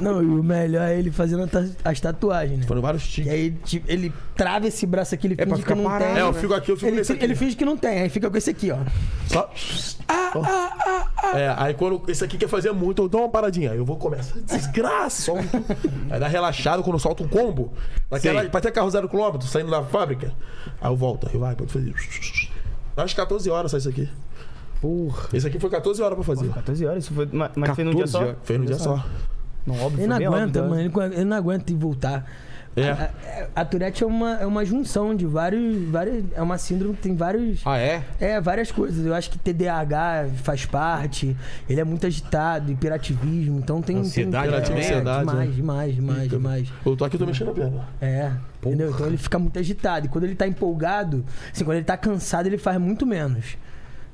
S6: Não, e o melhor é ele fazendo a ta- as tatuagens, né?
S2: Foram vários
S6: E
S2: tiques.
S6: aí tipo, ele trava esse braço aqui, ele
S1: pra
S6: finge
S1: ficar
S6: que não
S1: parado,
S6: tem.
S2: É, eu fico aqui, eu fico
S6: Ele,
S2: nesse
S6: fi-
S2: aqui.
S6: ele finge que não tem, aí fica com esse aqui, ó.
S2: Só. É, aí quando esse aqui quer fazer muito, eu dou uma paradinha. Aí eu vou começar. Desgraça! solto. Aí dá relaxado quando eu solto um combo. Daquela,
S1: Sim.
S2: pra ter carro zero quilômetro, saindo da fábrica. Aí eu volto, aí vai, pode fazer. Acho que 14 horas sai isso aqui.
S1: Porra.
S2: Esse aqui foi 14 horas pra fazer.
S5: 14 horas, isso foi. ma- Mas foi num dia
S1: 14
S5: só?
S1: horas.
S2: Fez num dia só.
S5: Não, óbvio,
S6: Ele
S5: foi
S6: não
S5: bem óbvio,
S6: aguenta,
S5: né?
S6: mano. Ele, ele não aguenta e voltar. Ah,
S2: É.
S6: A, a Tourette é uma, é uma junção de vários, vários. É uma síndrome que tem vários.
S1: Ah, é?
S6: É, várias coisas. Eu acho que TDAH faz parte. Ele é muito agitado, hiperativismo. Então tem.
S1: Ansiedade
S6: tem,
S2: também?
S6: é,
S2: Ansiedade,
S6: Demais,
S2: né?
S6: demais, demais, demais.
S2: Eu tô aqui, eu tô mexendo a perna.
S6: É. Entendeu? Então ele fica muito agitado. E quando ele tá empolgado, assim, quando ele tá cansado, ele faz muito menos.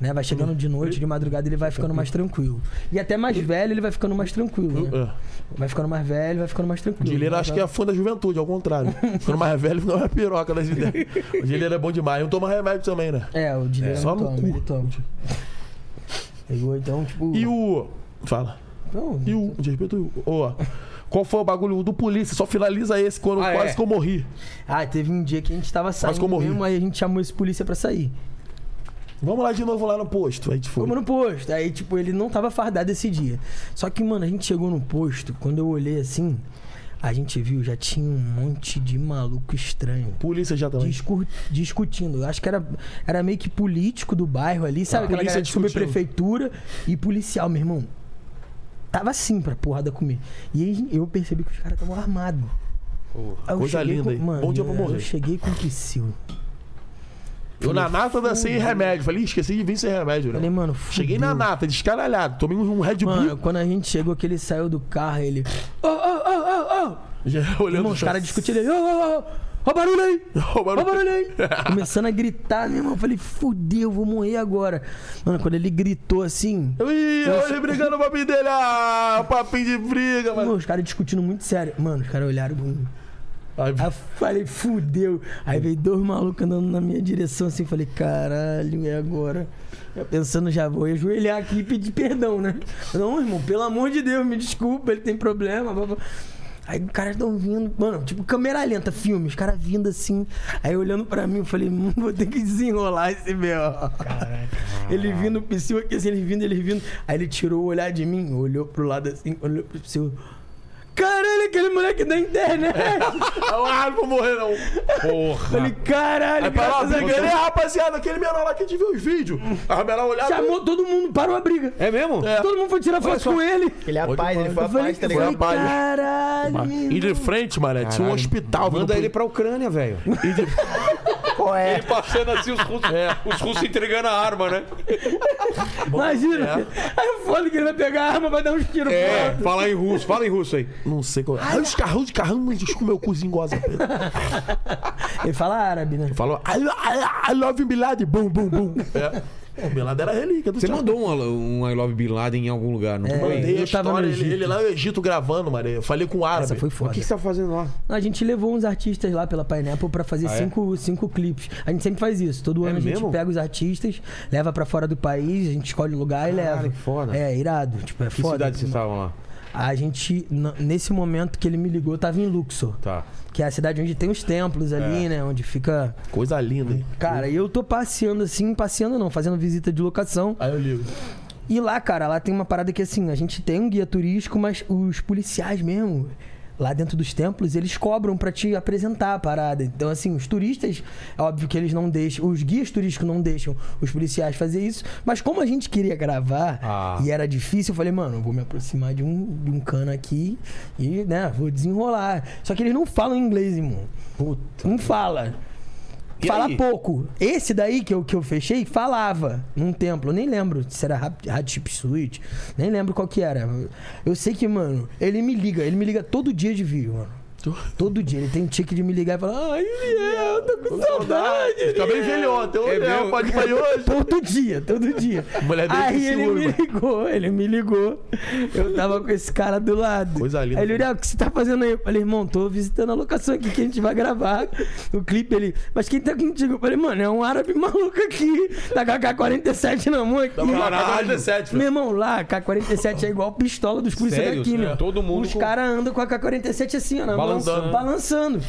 S6: Né? Vai chegando de noite, de madrugada, ele vai ficando mais tranquilo. E até mais velho, ele vai ficando mais tranquilo. Né?
S2: É.
S6: Vai ficando mais velho, vai ficando mais tranquilo.
S2: Gileiro acho que é fã da juventude, ao contrário. Quando mais velho, não é piroca das ideias. O Gileiro é bom demais. Eu tomo remédio também, né?
S6: É, o Dileira
S2: Só
S6: não
S2: no
S6: toma,
S2: cu.
S6: ele toma. Pegou, então, tipo.
S2: E o. Fala.
S6: Não,
S2: E o. De repente, o. ó, qual foi o bagulho do polícia? Só finaliza esse quando
S1: Ah,
S2: quase
S1: é.
S2: que eu morri.
S6: Ah, teve um dia que a gente tava saindo
S2: que eu morri.
S6: mesmo, aí a gente chamou esse polícia pra sair.
S2: Vamos lá de novo lá no posto. Aí a gente foi.
S6: Fomos no posto. Aí, tipo, ele não tava fardado esse dia. Só que, mano, a gente chegou no posto, quando eu olhei assim, A gente viu, já tinha um monte de maluco estranho.
S2: Polícia já tá também.
S6: discu- discutindo. Eu acho que era, era meio que político do bairro ali, sabe? Aquela
S2: polícia
S6: galera de
S2: discutindo.
S6: subprefeitura e policial, meu irmão. Tava assim pra porrada comigo. E aí eu percebi que os caras estavam armados. Aí eu
S2: coisa
S6: cheguei
S2: linda,
S6: com-
S2: hein?
S6: Mano,
S2: Bom dia pra
S6: eu-
S2: morrer.
S6: Eu cheguei com o Psyll.
S2: Eu na nata da sem remédio. Falei, esqueci de vir sem remédio,
S6: Falei,
S2: né?
S6: mano,
S2: Cheguei na
S6: fudeu.
S2: nata, descaralhado. Tomei um Red
S6: um. Mano,
S2: Bull.
S6: quando a gente chegou, que ele saiu do carro, ele. Ô, ô, ô, ô, ô!
S2: *laughs* Já olhando
S6: Irmão, os caras
S2: *laughs*
S6: discutindo ele. Ô, ô, ô! Ó o barulho aí! Ó o barulho aí! Começando a gritar, meu irmão. Eu falei, fudeu, vou morrer agora. Mano, quando ele gritou assim.
S2: Ih, olha ele brigando o papinho dele. Ah, papinho de briga,
S6: Mano,
S2: mano.
S6: os caras discutindo muito sério. Mano, os caras olharam. Mano.
S2: Aí,
S6: Aí eu falei, fudeu. Aí veio dois malucos andando na minha direção assim. Falei, caralho, é agora. Eu pensando, já vou ajoelhar aqui e pedir perdão, né? Não, irmão, pelo amor de Deus, me desculpa, ele tem problema. blá, blá. Aí os caras estão vindo, mano, tipo câmera lenta, filme, os caras vindo assim, aí olhando pra mim, eu falei, hum, vou ter que desenrolar esse B.O. Ele vindo, o Psyu aqui assim, ele vindo, ele vindo. Aí ele tirou o olhar de mim, olhou pro lado assim, olhou pro Psyu. Caralho, aquele moleque da internet!
S2: *laughs* ah, não vou morrer, não. É
S6: Falei, caralho,
S2: Aí parou a
S6: graças a
S2: briga. Ele,
S6: Deus.
S2: rapaziada, aquele menor lá que a gente viu os vídeos.
S1: Ah,
S2: A menor olhada.
S6: Chamou todo mundo, parou a briga.
S1: É mesmo?
S2: É.
S6: Todo mundo foi tirar foto com ele.
S5: Ele é a paz, ele foi a
S6: Eu falei,
S5: paz, tá
S6: eu
S5: ligado?
S6: falei
S2: Rapaz.
S6: caralho.
S2: E Ah, de frente, mané, tinha um hospital.
S1: Manda
S2: vindo
S1: ele pra Ucrânia, velho.
S5: Qual é?
S4: Ele passando assim, os russos,
S1: É.
S4: os russos entregando a arma, né?
S6: Imagina. Aí foda que ele vai pegar a arma, vai dar uns tiros.
S1: É,
S6: pro outro.
S1: fala em russo, fala em russo aí.
S2: *laughs* Não sei qual. Ai, os carros de carrão, mas desculpa, meu cozinho goza. Pedro.
S6: Ele fala árabe, né?
S2: *laughs* Falou, I, I, I love Bin Laden, bum, bum, bum. É. O Bin Laden era relíquia do
S1: Você
S2: Tchad.
S1: mandou um, um I Love Bin Laden em algum lugar, não foi?
S2: Mandei a
S6: Eu tava
S2: história,
S6: no
S2: ele,
S6: Egito.
S2: ele lá no Egito gravando, mano. Eu falei com o árabe.
S6: Essa foi
S1: O
S6: foda.
S1: que que você tá fazendo lá?
S6: A gente levou uns artistas lá pela Pineapple pra fazer
S1: Ah, é?
S6: cinco, cinco clipes. A gente sempre faz isso. Todo
S1: É
S6: ano a gente
S1: mesmo?
S6: pega os artistas, leva pra fora do país, a gente escolhe o lugar e
S1: Caralho,
S6: leva.
S1: que foda.
S6: É, irado. Tipo, é
S1: Que
S6: foda.
S1: cidade vocês
S2: tá?
S1: estavam lá?
S6: A gente, n- nesse momento que ele me ligou, tava em Luxor.
S1: Tá.
S6: Que é a cidade onde tem os templos ali, né? Onde fica.
S2: Coisa linda, hein?
S6: Cara, e eu tô passeando assim, passeando não, fazendo visita de locação.
S2: Aí eu ligo.
S6: E lá, cara, lá tem uma parada que assim, a gente tem um guia turístico, mas os policiais mesmo, lá dentro dos templos, eles cobram pra te apresentar a parada. Então, assim, os turistas, é óbvio que eles não deixam, os guias turísticos não deixam os policiais fazer isso, mas como a gente queria gravar
S1: Ah.
S6: e era difícil, eu falei, mano, eu vou me aproximar de um, de um cano aqui e, né, vou desenrolar. Só que eles não falam inglês, irmão. Puta. Não fala.
S1: E
S6: Fala
S1: aí?
S6: pouco. Esse daí que eu, que eu fechei falava num templo. Eu nem lembro se era Rap- Hatship Suite. Nem lembro qual que era. Eu sei que, mano, ele me liga. Ele me liga todo dia de vídeo, mano. Todo dia. Ele tem um tique de me ligar e falar: Ai, Eliel, eu tô com saudade. tá
S2: Fica Tá bem velhote. Eu,
S1: É
S2: é,
S1: meu?
S2: pode ir pra aí
S6: *laughs*
S2: hoje.
S6: Todo dia, todo dia.
S2: Mulher dele
S6: Aí
S2: tem
S6: ele
S2: ciúme,
S6: me
S2: mano.
S6: ligou, ele me ligou. Eu tava com esse cara do lado.
S2: Coisa linda.
S6: Aí ele, olha, o que você tá fazendo aí? Eu falei, irmão, tô visitando a locação aqui que a gente vai gravar o clipe. Ele, mas quem tá contigo? Eu falei, mano, é um árabe maluco aqui. Tá com a K-47 na mão aqui.
S2: Tava lá, 47,
S6: Meu irmão, lá, K-47 é igual pistola dos policiais
S1: Sério?
S6: daqui, meu.
S1: Todo mundo
S6: Os
S1: com-
S6: caras andam com a K-47 assim, ó,
S1: Balançando.
S6: na mão. Balançando.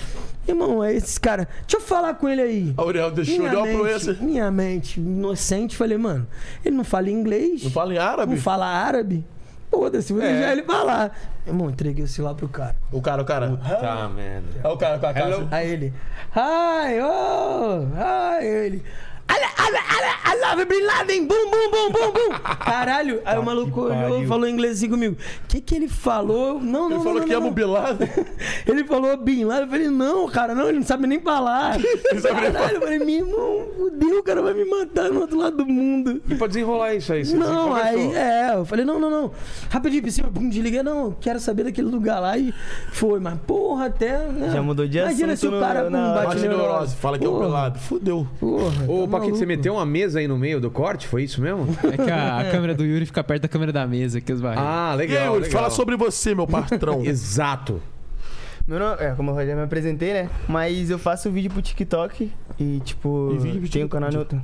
S6: Irmão, é esse cara. Deixa eu falar com ele aí.
S2: Aurel, deixa eu
S6: Minha
S2: olhar pra
S6: mente,
S2: esse.
S6: minha mente inocente, falei, mano, ele não fala inglês,
S2: Não
S6: não fala,
S2: fala em árabe? É.
S6: árabe. Foda-se, vou deixar ele falar. Irmão, entreguei o celular pro cara.
S2: O cara, o cara.
S1: Tá, merda.
S2: É o cara com a cara.
S6: Aí ele, ai, oh, ai, ele. Ala, ala, ala, I love Bin Laden, bum, bum, bum, bum, bum. Caralho, aí o maluco olhou e falou em inglês assim comigo. O que que ele falou? Não, não,
S2: Ele
S6: não,
S2: falou
S6: não,
S2: que
S6: não,
S2: ama o
S6: não.
S2: Bin Laden.
S6: *laughs* Ele falou Bin Laden. Eu falei, não, cara, não, ele não sabe nem
S1: *laughs*
S6: falar. Caralho, eu falei, meu irmão, fudeu, o cara vai me matar no outro lado do mundo.
S1: E pra desenrolar isso aí? Você
S6: Não,
S1: você
S6: aí,
S1: tipo conversou?
S6: é, eu falei, não, não, não. Rapidinho, piscina, pum, desliguei, não, eu quero saber daquele lugar lá e foi, mas porra, até. né?
S5: Já mudou de
S6: Imagina
S5: assunto
S6: se o
S5: no-
S6: cara
S5: na
S6: não
S5: hora.
S6: bate
S2: Bate neurose.
S6: neurose.
S2: Fala que é o
S6: Porra.
S2: Bin Laden. Fudeu.
S6: Porra.
S1: Ô,
S6: tá
S1: Paquito, você
S6: maluco.
S1: meteu uma mesa aí no meio do corte? Foi isso mesmo?
S7: É que a, a câmera do Yuri fica perto da câmera da mesa, aqui os barris.
S1: ah,
S2: E aí,
S1: legal.
S2: Yuri,
S1: legal.
S2: fala sobre você, meu patrão.
S5: *laughs*
S1: Exato.
S5: Meu nome, é, como eu já me apresentei, né? Mas eu faço vídeo pro TikTok e, tipo,
S2: E vídeo pro
S5: tem um canal no *laughs* YouTube.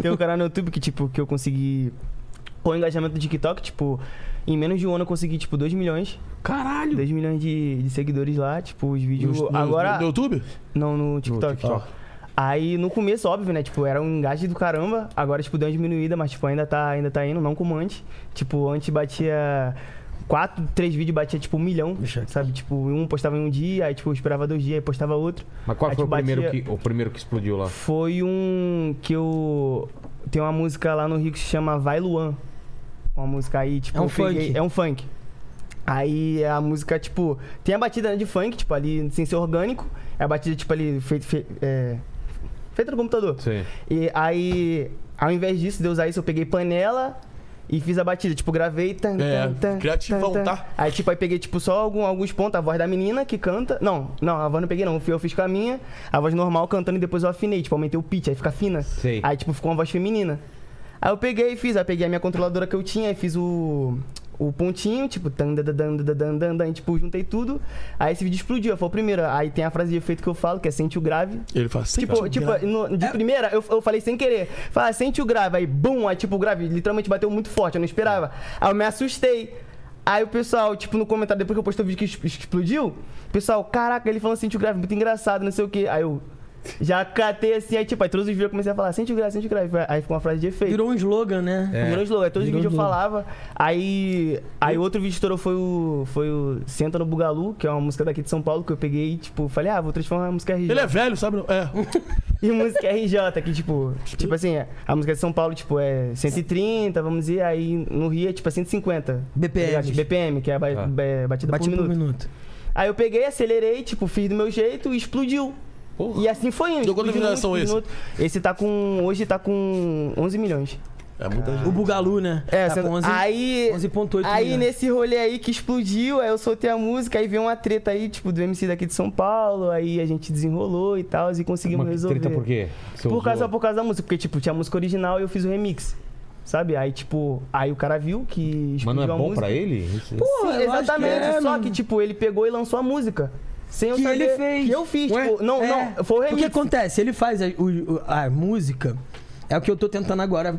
S5: tem um canal no YouTube que, tipo, que eu consegui. Com o engajamento do TikTok, tipo, em menos de um ano eu consegui, tipo, 2 milhões. Caralho! 2 milhões de, de seguidores lá, tipo, os vídeos.
S2: No- no-
S5: agora.
S2: No YouTube?
S5: Não, no TikTok.
S2: TikTok.
S5: Aí no começo, óbvio, né? Tipo, era um engaje do caramba. Agora, tipo, deu uma diminuída, mas tipo, ainda tá, ainda tá indo, não como antes. Tipo, antes batia quatro, três vídeos batia tipo um milhão,
S6: Deixa aqui.
S5: sabe? Tipo, um postava em um dia, aí tipo, eu esperava dois dias, aí postava outro.
S1: Mas qual
S5: Aí,
S1: foi o
S5: tipo,
S1: primeiro,
S5: batia-
S1: que, o primeiro que explodiu lá?
S5: Foi um que eu. Tem uma música lá no Rio que se chama Vai Luan. Uma música aí, tipo.
S6: É um
S5: eu peguei-
S6: funk.
S5: É um funk. Aí a música, tipo. Tem a batida de funk, tipo, ali sem ser orgânico. É a batida, tipo, ali. Feita, fe- é, feita no computador.
S1: Sim.
S5: E aí, ao invés disso, de eu usar isso, eu peguei panela e fiz a batida. Tipo, gravei. Tan,
S2: É,
S5: tan, tan,
S2: criativão,
S5: tan, tan.
S2: tá?
S5: Aí, tipo, aí peguei, tipo, só algum- alguns pontos, a voz da menina que canta. Não, não, a voz não peguei, não. Eu fiz com a minha, a voz normal cantando e depois eu afinei. Tipo, aumentei o pitch, aí fica fina.
S1: Sei.
S5: Aí, tipo, ficou uma voz feminina. Aí eu peguei e fiz, aí peguei a minha controladora que eu tinha e fiz o. O pontinho, tipo, tan, dan, dan, dan, dan, dan, dan, dan, tipo, juntei tudo. Aí esse vídeo explodiu, foi o primeiro. Aí tem a frase de efeito que eu falo, que é sente o grave.
S2: Ele fala assim,
S5: Tipo, tipo no- de primeira, eu, eu falei sem querer. Fala, sente o grave. Aí, bum, aí, tipo, o grave literalmente bateu muito forte, eu não esperava. Aí eu me assustei. Aí o pessoal, tipo, no comentário, depois que eu postei o vídeo que es- explodiu, o pessoal, caraca, ele falando sente o grave, muito engraçado, não sei o quê. Aí eu já catei assim, aí, tipo, aí todos os vídeos eu comecei a falar, sente o grave, sente o grave. Aí ficou uma frase de efeito.
S6: Virou um slogan, né?
S1: É.
S5: Virou Virou slogan, aí todos os
S6: Virou
S5: vídeos eu
S6: slogan.
S5: falava. Aí, aí outro vídeo que estourou foi o, foi o Senta no Bugalu, que é uma música daqui de São Paulo que eu peguei e, tipo, falei, ah, vou transformar a música RJ
S2: Ele é velho, sabe? não? É.
S5: e música RJ, que tipo, tipo assim, a música de São Paulo, tipo, é 130, vamos dizer, aí no Rio é tipo é 150.
S6: BPM.
S5: Tá ligado? BPM, que é a ba- ba- batida por um
S6: Bate
S5: minuto.
S6: por um minuto.
S5: Aí eu peguei, acelerei, tipo, fiz do meu jeito e explodiu. E assim foi indo.
S2: Deu quantas
S5: explodiu
S2: visualizações
S5: muito, explodiu muito. Esse tá com. Hoje tá com 11 milhões.
S2: É muita
S6: O
S2: gente.
S6: Bugalu, né?
S5: Ah, É,
S6: tá
S5: cê-
S6: com 11,
S5: aí.
S6: 11.8
S5: Aí
S6: milhões.
S5: nesse rolê aí que explodiu, aí eu soltei a música, aí veio uma treta aí, tipo, do MC daqui de São Paulo, aí a gente desenrolou e tal, e conseguimos
S1: Uma
S5: resolver.
S1: treta por quê? Você
S5: Por
S1: usou-
S5: causa, por causa da música, porque, tipo, tinha a música original e eu fiz o remix. Sabe? Aí, tipo, aí o cara viu que.
S1: Mas não é
S5: explodiu a
S1: bom
S5: Tipo, música.
S1: pra ele? Isso-
S5: Sim,
S6: Pô, eu acho
S5: exatamente.
S6: que é,
S5: só
S6: mano.
S5: que, tipo, ele pegou e lançou a música. Sem eu
S6: Que
S5: saber
S6: ele fez.
S5: que eu fiz.
S1: Ué?
S5: Tipo, não,
S6: É.
S5: não, foi o
S6: O que
S5: remix.
S6: acontece? Ele faz a, o- o- a música. É o que eu tô tentando agora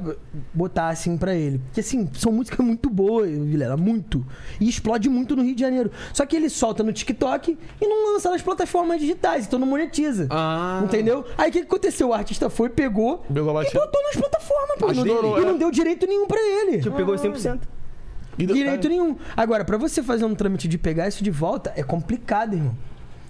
S6: botar assim pra ele. Porque assim, são músicas muito boas, Vilela, muito. E explode muito no Rio de Janeiro. Só que ele solta no TikTok e não lança nas plataformas digitais, então não monetiza.
S1: Ah.
S6: Entendeu? Aí o que que aconteceu? O artista foi, pegou,
S2: Pegou a
S6: e
S2: batida.
S6: botou nas plataformas, pô.
S2: Mas
S6: Não-
S2: estourou,
S6: e
S2: é.
S6: não deu direito nenhum pra ele.
S5: Tipo, pegou 100%. Tipo,
S2: E deu-
S6: Direito nenhum. Agora, pra você fazer um trâmite de pegar isso de volta, é complicado, irmão.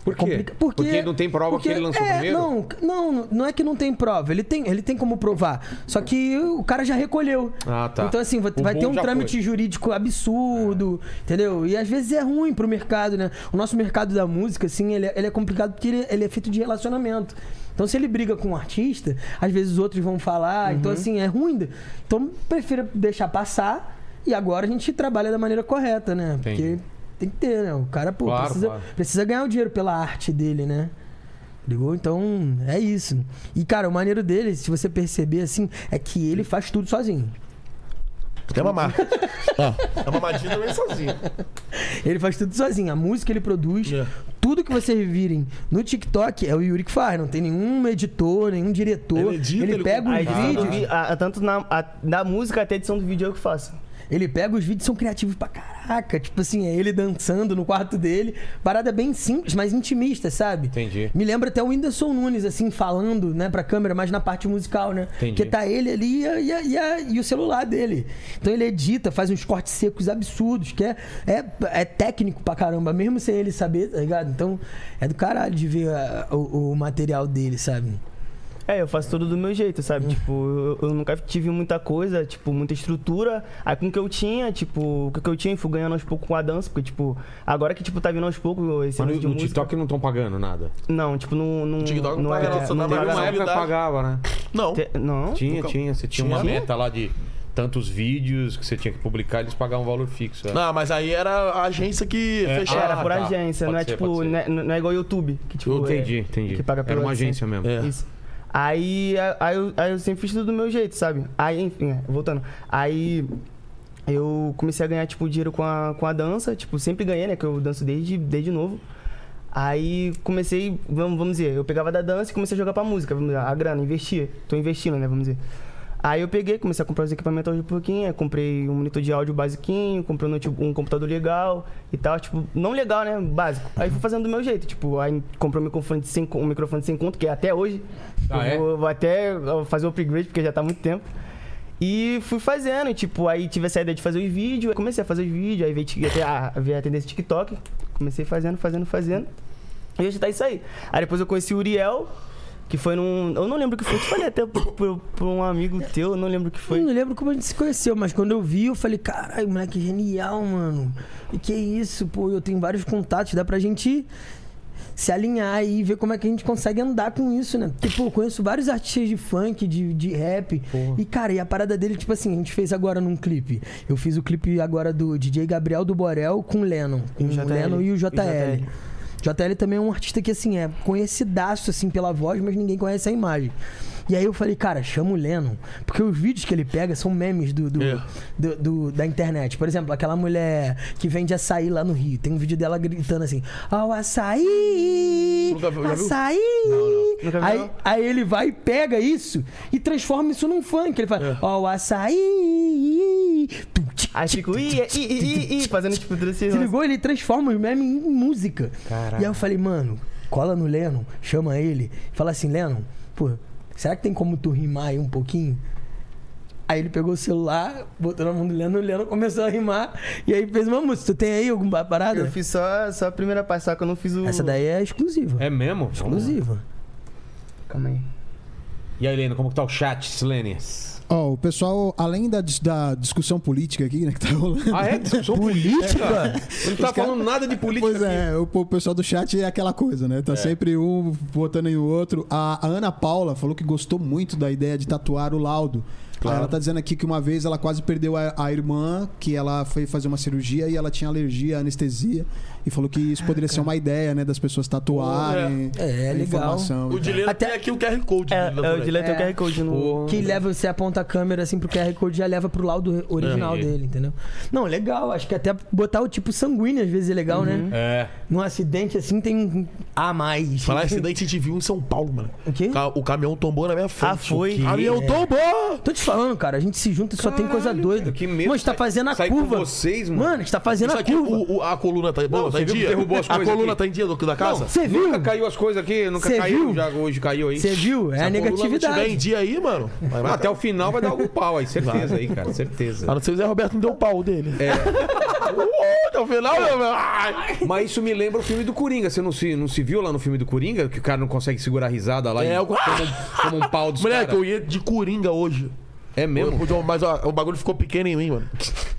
S1: Por
S6: É
S1: quê?
S6: complica- Porque,
S1: Porque não tem prova que ele lançou
S6: é,
S1: primeiro?
S6: Não, não, não é que não tem prova. Ele tem, ele tem como provar. Só que o cara já recolheu.
S1: Ah, tá.
S6: Então, assim, vai,
S1: O
S6: vai
S1: bom
S6: ter um
S1: já
S6: trâmite
S1: foi.
S6: jurídico absurdo, entendeu? E às vezes é ruim pro mercado, né? O nosso mercado da música, assim, ele, é- ele é complicado porque ele, ele é feito de relacionamento. Então, se ele briga com um artista, às vezes outros vão falar.
S1: Uhum.
S6: Então, assim, é ruim. de- Então, prefiro deixar passar e agora a gente trabalha da maneira correta, né? Porque
S1: Entendi.
S6: tem que ter, né? O cara, pô,
S1: Claro,
S6: precisa,
S1: claro.
S6: precisa ganhar o dinheiro pela arte dele, né? Ligou? Então, é isso. E, cara, o maneiro dele, se você perceber, assim, é que ele faz tudo sozinho.
S2: É mamar.
S5: *laughs*
S2: É mamadinha também sozinho.
S6: Ele faz tudo sozinho. A música ele produz.
S2: É.
S6: Tudo que vocês virem no TikTok é o Yuri que faz. Não tem nenhum editor, nenhum diretor.
S2: Ele edita, ele Ah, tá.
S6: pega
S2: compra.
S6: os
S5: A edição do
S6: vídeos.
S5: tipo, vi- a- a- tanto na, a- da música até a edição do vídeo eu que faço.
S6: Ele pega os vídeos são criativos pra caraca. Tipo assim, é ele dançando no quarto dele. Parada bem simples, mas intimista, sabe?
S1: Entendi.
S6: Me lembra até o Whindersson Nunes, assim, falando, né, pra câmera, mas na parte musical, né?
S1: Entendi.
S6: Porque tá ele ali e, a- e a- e a- e o celular dele. Então ele edita, faz uns cortes secos absurdos, que é, é, é técnico pra caramba, mesmo sem ele saber, tá ligado? Então é do caralho de ver a- o, o material dele, sabe?
S5: É, eu faço tudo do meu jeito,
S6: Hum.
S5: sabe? Tipo, eu, eu nunca tive muita coisa, tipo, muita estrutura. Aí com o que eu tinha, tipo, o que eu tinha, eu fui ganhando aos poucos com a dança, porque, tipo, agora que, tipo, tá vindo aos poucos
S1: Mas
S5: esse ano
S1: no,
S5: de
S1: no
S5: música.
S1: TikTok não estão pagando nada.
S5: Não, tipo, não. não é,
S2: TikTok
S1: tá
S2: não paga, não, só dá pra
S5: tem
S1: Teve
S2: Paga
S1: uma
S5: nada.
S1: época que
S2: novidade.
S1: pagava, né?
S2: Não.
S5: Te- Não?
S1: Tinha, tinha. Você tinha uma
S2: Tinha?
S1: meta lá de tantos vídeos que você tinha que publicar, eles pagavam um valor fixo. é.
S2: Não, Ah, mas aí era a agência que
S1: É,
S2: fechava.
S5: Era
S1: Ah,
S5: por
S1: tá.
S5: agência,
S1: Pode
S5: não é
S1: ser,
S5: tipo,
S1: pode ser.
S5: né, não não é igual YouTube, que tipo.
S1: Eu entendi,
S5: é-
S1: entendi.
S5: Que paga
S1: Era
S5: pela
S1: uma agência mesmo.
S2: É.
S5: Isso. Aí, a- aí, eu, aí eu sempre fiz tudo do meu jeito, sabe? Aí, enfim, é, voltando. Aí eu comecei a ganhar, tipo, dinheiro com a, com a dança. Tipo, sempre ganhei, né? Que eu danço desde, desde novo. Aí comecei, vamos, vamos dizer, eu pegava da dança e comecei a jogar pra música, vamos dizer, a grana, investia. Tô investindo, né? Vamos dizer. Aí eu peguei, comecei a comprar os equipamentos aos pouquinho, aí comprei um monitor de áudio basiquinho, comprei um, note- um computador legal e tal, tipo, não legal, né? Básico. Aí fui fazendo do meu jeito, tipo, aí comprei um microfone de sem, con- um microfone sem conto, que é até hoje.
S1: Ah,
S5: eu
S1: é?
S5: vou, vou até fazer o upgrade, porque já tá há muito tempo. E fui fazendo, tipo, aí tive essa ideia de fazer os vídeos, aí comecei a fazer os vídeos, aí veio ti- até a, veio a tendência TikTok, comecei fazendo, fazendo, fazendo. E hoje tá isso aí. Aí depois eu conheci o Uriel, que foi num. Eu não lembro o que foi, eu te falei até por, por- por um amigo teu, eu não lembro o que
S6: Eu
S5: foi.
S6: não lembro como a gente se conheceu, mas quando eu vi, eu falei, caralho, moleque genial, mano. E que isso, pô, eu tenho vários contatos, dá pra gente se alinhar e ver como é que a gente consegue andar com isso, né? Porque, pô, eu conheço vários artistas de funk, de, de rap. E, cara, e a parada dele, tipo assim, a gente fez agora num clipe. Eu fiz o clipe agora do DJ Gabriel do Borel com o Lennon. Com
S5: E o
S6: o
S5: JL.
S6: Lennon e o
S5: E o
S6: JL.
S5: JL.
S6: JL também é um artista que, assim, é conhecidaço, assim, pela voz, mas ninguém conhece a imagem. E aí eu falei, cara, chama o Lennon. Porque os vídeos que ele pega são memes do, do-
S2: É.
S6: do- do- da internet. Por exemplo, aquela mulher que vende açaí lá no Rio. Tem um vídeo dela gritando assim, ó o açaí,
S2: Nunca viu- já viu?
S6: açaí.
S5: Nunca viu,
S6: Aí,
S5: não?
S6: aí ele vai e pega isso e transforma isso num funk. Ele fala, ó o açaí. Tum, tchic,
S5: Aí fico, ih, ih, ih, ih, ih, fazendo tipo tudo esse
S6: se
S5: lance.
S6: ligou? Ele transforma os memes em música. E aí eu falei, mano, cola no Lennon, chama ele, fala assim, Lennon, pô, será que tem como tu rimar aí um pouquinho? Aí ele pegou o celular, botou na mão do Lennon, o Lennon começou a rimar, e aí fez uma música. Tu tem aí alguma parada?
S5: Eu fiz um só, só a primeira parte, só que eu não fiz o.
S6: Essa daí é exclusiva.
S4: É mesmo?
S6: exclusiva.
S5: Calma aí.
S4: E aí, Lene, como que tá o chat, Silene?
S3: Ó, o pessoal, além da, dis- da discussão política aqui, né, que tá rolando.
S4: Ah, é? Discussão
S1: *laughs*
S4: política? Não tá falando nada de política.
S3: Pois é, o, o pessoal do chat é aquela coisa, né? Tá sempre um votando em outro. A, a Ana Paula falou que gostou muito da ideia de tatuar o laudo. Aí Ela tá dizendo aqui que uma vez ela quase perdeu a, a irmã, que ela foi fazer uma cirurgia e ela tinha alergia à anestesia. E falou que isso poderia ser uma ideia, né? Das pessoas tatuarem.
S6: Ah, É, é
S3: a
S6: legal.
S3: informação e
S2: O
S3: tal.
S2: Dileno
S6: Até-
S2: tem aqui o QR Code. né?
S5: É,
S2: dele lá
S5: é, o
S2: também.
S5: Dileto é. o QR Code no.
S6: Que leva, você aponta a câmera assim pro QR Code e já leva pro laudo original dele, entendeu? Não, legal, acho que até botar o tipo sanguíneo às vezes é legal,
S1: Uhum.
S6: né?
S4: É.
S6: Num acidente assim tem um a mais.
S2: Falar esse daí que a gente viu em São Paulo, mano.
S6: O quê?
S2: Ca- O caminhão tombou na minha frente.
S5: Ah, foi?
S2: O Caminhão
S6: É.
S2: tombou!
S6: Tô te falando, cara, a gente se junta e só tem coisa doida.
S4: cara, que medo
S6: Mano, a gente tá
S4: sair-
S6: fazendo a
S4: sair com
S6: curva.
S4: vocês, mano.
S6: Mano, a gente tá fazendo
S2: Isso
S6: a
S2: aqui, é
S6: curva.
S2: o, o- a coluna tá,
S4: você
S2: bom, tá em
S4: viu que
S2: dia?
S4: derrubou as
S2: a
S4: coisas
S2: coluna
S4: aqui?
S2: tá em dia do, da casa?
S6: Você viu?
S4: Nunca caiu as coisas aqui, nunca
S6: Cê
S4: caiu.
S6: viu?
S4: Já hoje caiu aí.
S6: Você viu? É a
S2: Se coluna não tiver em
S6: negatividade.
S2: dia aí, mano. Vai
S4: Não,
S2: matar.
S4: até o final vai dar algum pau aí, certeza aí, cara, certeza.
S2: A não ser o Zé Roberto não deu o pau dele. É. uh, até o final, meu. meu. Ai.
S4: Mas isso me lembra o filme do Coringa. Você não se, não se viu lá no filme do Coringa? Que o cara não consegue segurar a risada lá e
S2: É, eu-
S4: toma, um- toma um pau dos
S2: Moleque,
S4: caras.
S2: eu ia de coringa hoje.
S4: É mesmo?
S2: Eu- eu- mas ó, o bagulho ficou pequeno em mim, mano.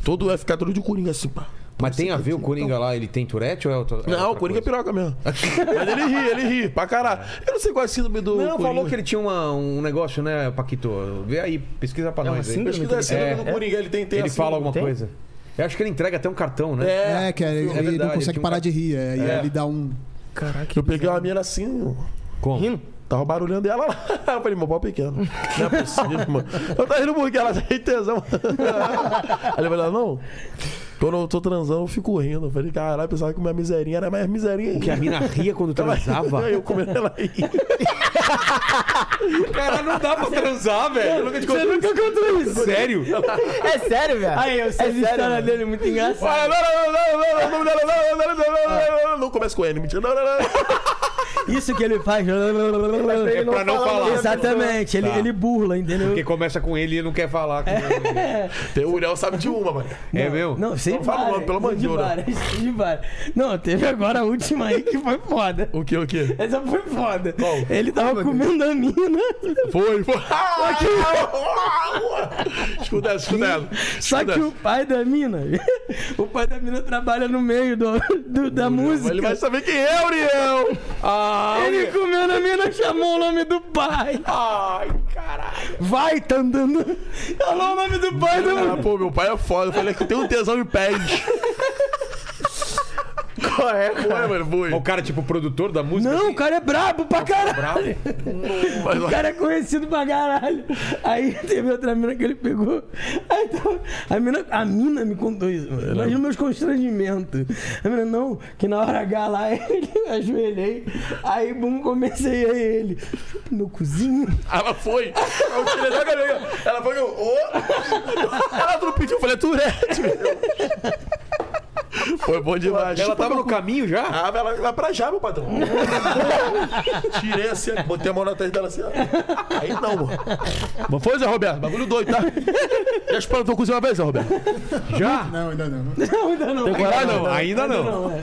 S2: Todo ia ficar todo de coringa assim, pá.
S4: Mas tem a ver o Coringa lá, ele tem Tourette ou é outra, é
S2: Não, o
S4: outra
S2: Coringa é
S4: coisa?
S2: piroca mesmo. *laughs*
S4: *laughs*
S2: Mas ele ri, ele ri, pra caralho. Eu não sei qual é a síndrome do.
S4: Não, falou que
S2: Coringa.
S4: ele tinha uma- um negócio, né, Paquito? Vê aí, pesquisa pra nós aí. É,
S5: síndrome?
S2: Pesquisa a É síndrome do Coringa, É. ele tem. tem
S4: Ele fala
S2: a síndrome.
S4: alguma
S5: tem?
S4: coisa. Eu acho que ele entrega até um cartão, né?
S2: É.
S3: É, que aí ele
S4: verdade,
S3: não
S4: tinha
S3: consegue
S4: um
S3: parar
S4: cara-
S3: de rir. É, E
S4: É.
S3: aí ele dá um.
S5: Caraca.
S2: Eu peguei uma mina assim, ó.
S4: Como?
S2: Tava barulhando ela lá. Eu falei, meu pau é pequeno. Não é possível, mano. Eu tava rindo porque ela tem tesão. Aí ele falou, não. Quando eu tô transando, eu fico rindo. Eu falei, caralho, pensava que minha miserinha era mais miserinha. ainda."
S4: Que a mina ria quando transava.
S2: Aí eu comendo ela aí.
S4: Cara, não dá pra transar, velho. Nunca te contei.
S6: nunca contou isso. *laughs*
S4: Sério?
S5: É sério, velho?
S6: Aí, eu sei
S5: é
S6: a história
S5: sério, velho.
S6: dele é muito
S2: Vai,
S6: engraçada.
S2: não, não, não, não, não, não, não, não, não, não, não, não, não, Não começa com N, mentira. Não, não, não.
S6: *laughs* Isso que ele faz.
S4: É pra não falar.
S6: Exatamente, ele,
S4: Tá.
S6: ele burla, entendeu?
S4: Porque começa com ele e ele não quer falar. com ele.
S2: Tem- O Uriel sabe de uma, mano.
S4: É meu?
S6: Não, sei
S2: É, Não fala
S6: várias,
S2: logo, pelo amor
S6: sei
S2: de Deus, né?
S6: *laughs* várias, sei de várias. Não, teve agora a última aí que foi foda.
S2: O que, o que?
S6: Essa foi foda. Ele tava comendo a mina.
S2: Foi, foi. Escuta essa, escuta ela.
S6: Só que o pai da mina, *laughs* o pai da mina trabalha no meio do, do- da música.
S2: Ele vai saber quem é, Uriel. Ah,
S6: Ele comeu na mina, chamou o nome do pai.
S2: Ai, caralho.
S6: Vai, tá andando. Falou o nome do pai do.
S2: Ah, pô, meu pai é foda. Eu falei que tem um tesão em pés. Qual é, Foi, mano, foi.
S4: O cara, tipo, produtor da música.
S6: Não, o cara é brabo pra caralho.
S2: Mas,
S6: O cara é conhecido pra caralho. Aí teve outra mina que ele pegou. Aí tava- a, mina, a mina me contou isso, mano. Imagina meus constrangimentos. A mina, não, que na hora H lá *laughs* ele eu ajoelhei. Aí, bum, comecei a ele. Chupa o meu cozinho.
S2: ela foi. Eu tirei da galera. Ela foi. ô. Ela não pediu, eu falei, é Turete. meu. né?" Foi bom demais.
S1: Ela
S2: Chupa
S1: tava
S2: meu
S1: no
S2: cu.
S1: caminho já?
S2: Ah, ela vai pra já, meu patrão. Tirei assim, botei a mão na testa dela assim, ó. Aí não, mano. Mas foi, Zé Roberto? Bagulho doido, tá? Já espantou com você uma vez, Zé Roberto?
S1: Já?
S3: Não, ainda não.
S6: ainda não.
S2: Tem coragem?
S1: Não,
S2: Não.
S1: ainda não.
S6: é.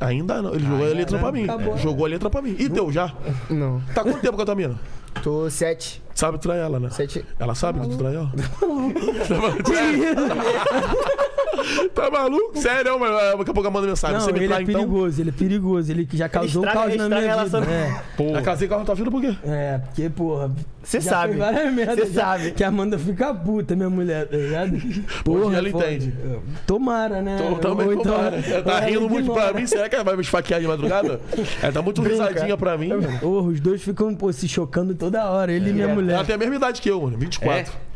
S2: Ainda não. Ele jogou a letra pra mim.
S6: Acabou.
S2: Jogou a letra pra mim. E deu já.
S5: Não.
S2: Tá quanto tempo com a tua mina?
S5: Tô sete.
S2: Sabe tu trai ela, né?
S5: Sete.
S2: Ela sabe que tu trai ela? tá maluco? Sério, mas ah, daqui a pouco eu mando mensagem.
S6: Não,
S2: você me
S6: ele
S2: trai
S6: é
S2: então?
S6: perigoso, ele é perigoso. Ele que já causou um
S5: estraga-
S6: caos
S5: ele
S6: na minha vida.
S5: estraga a
S6: né?
S2: Já Tá casei com a tua filha por quê?
S6: É, porque, porra.
S5: Você
S6: já
S5: sabe.
S6: fez várias merdas,
S5: Você
S6: já-
S5: sabe.
S6: Que a Amanda fica puta, minha mulher,
S2: *laughs*
S6: tá ligado?
S2: Hoje ela
S6: é foda.
S2: entende.
S6: Tomara, né?
S2: Tô, também
S6: Ou
S2: tô
S6: então-
S2: tomara.
S6: *laughs*
S2: Ela
S6: ou
S2: tá
S6: ela
S2: rindo muito pra
S6: ignora.
S2: mim. Será que ela vai me esfaquear de
S6: *laughs*
S2: madrugada? Ela tá muito risadinha pra mim. mano.
S6: Porra, os dois ficam pô, se chocando toda hora, ele e minha
S2: Ela
S6: mulher.
S2: tem a mesma idade que eu, mano.
S1: É.
S2: 24.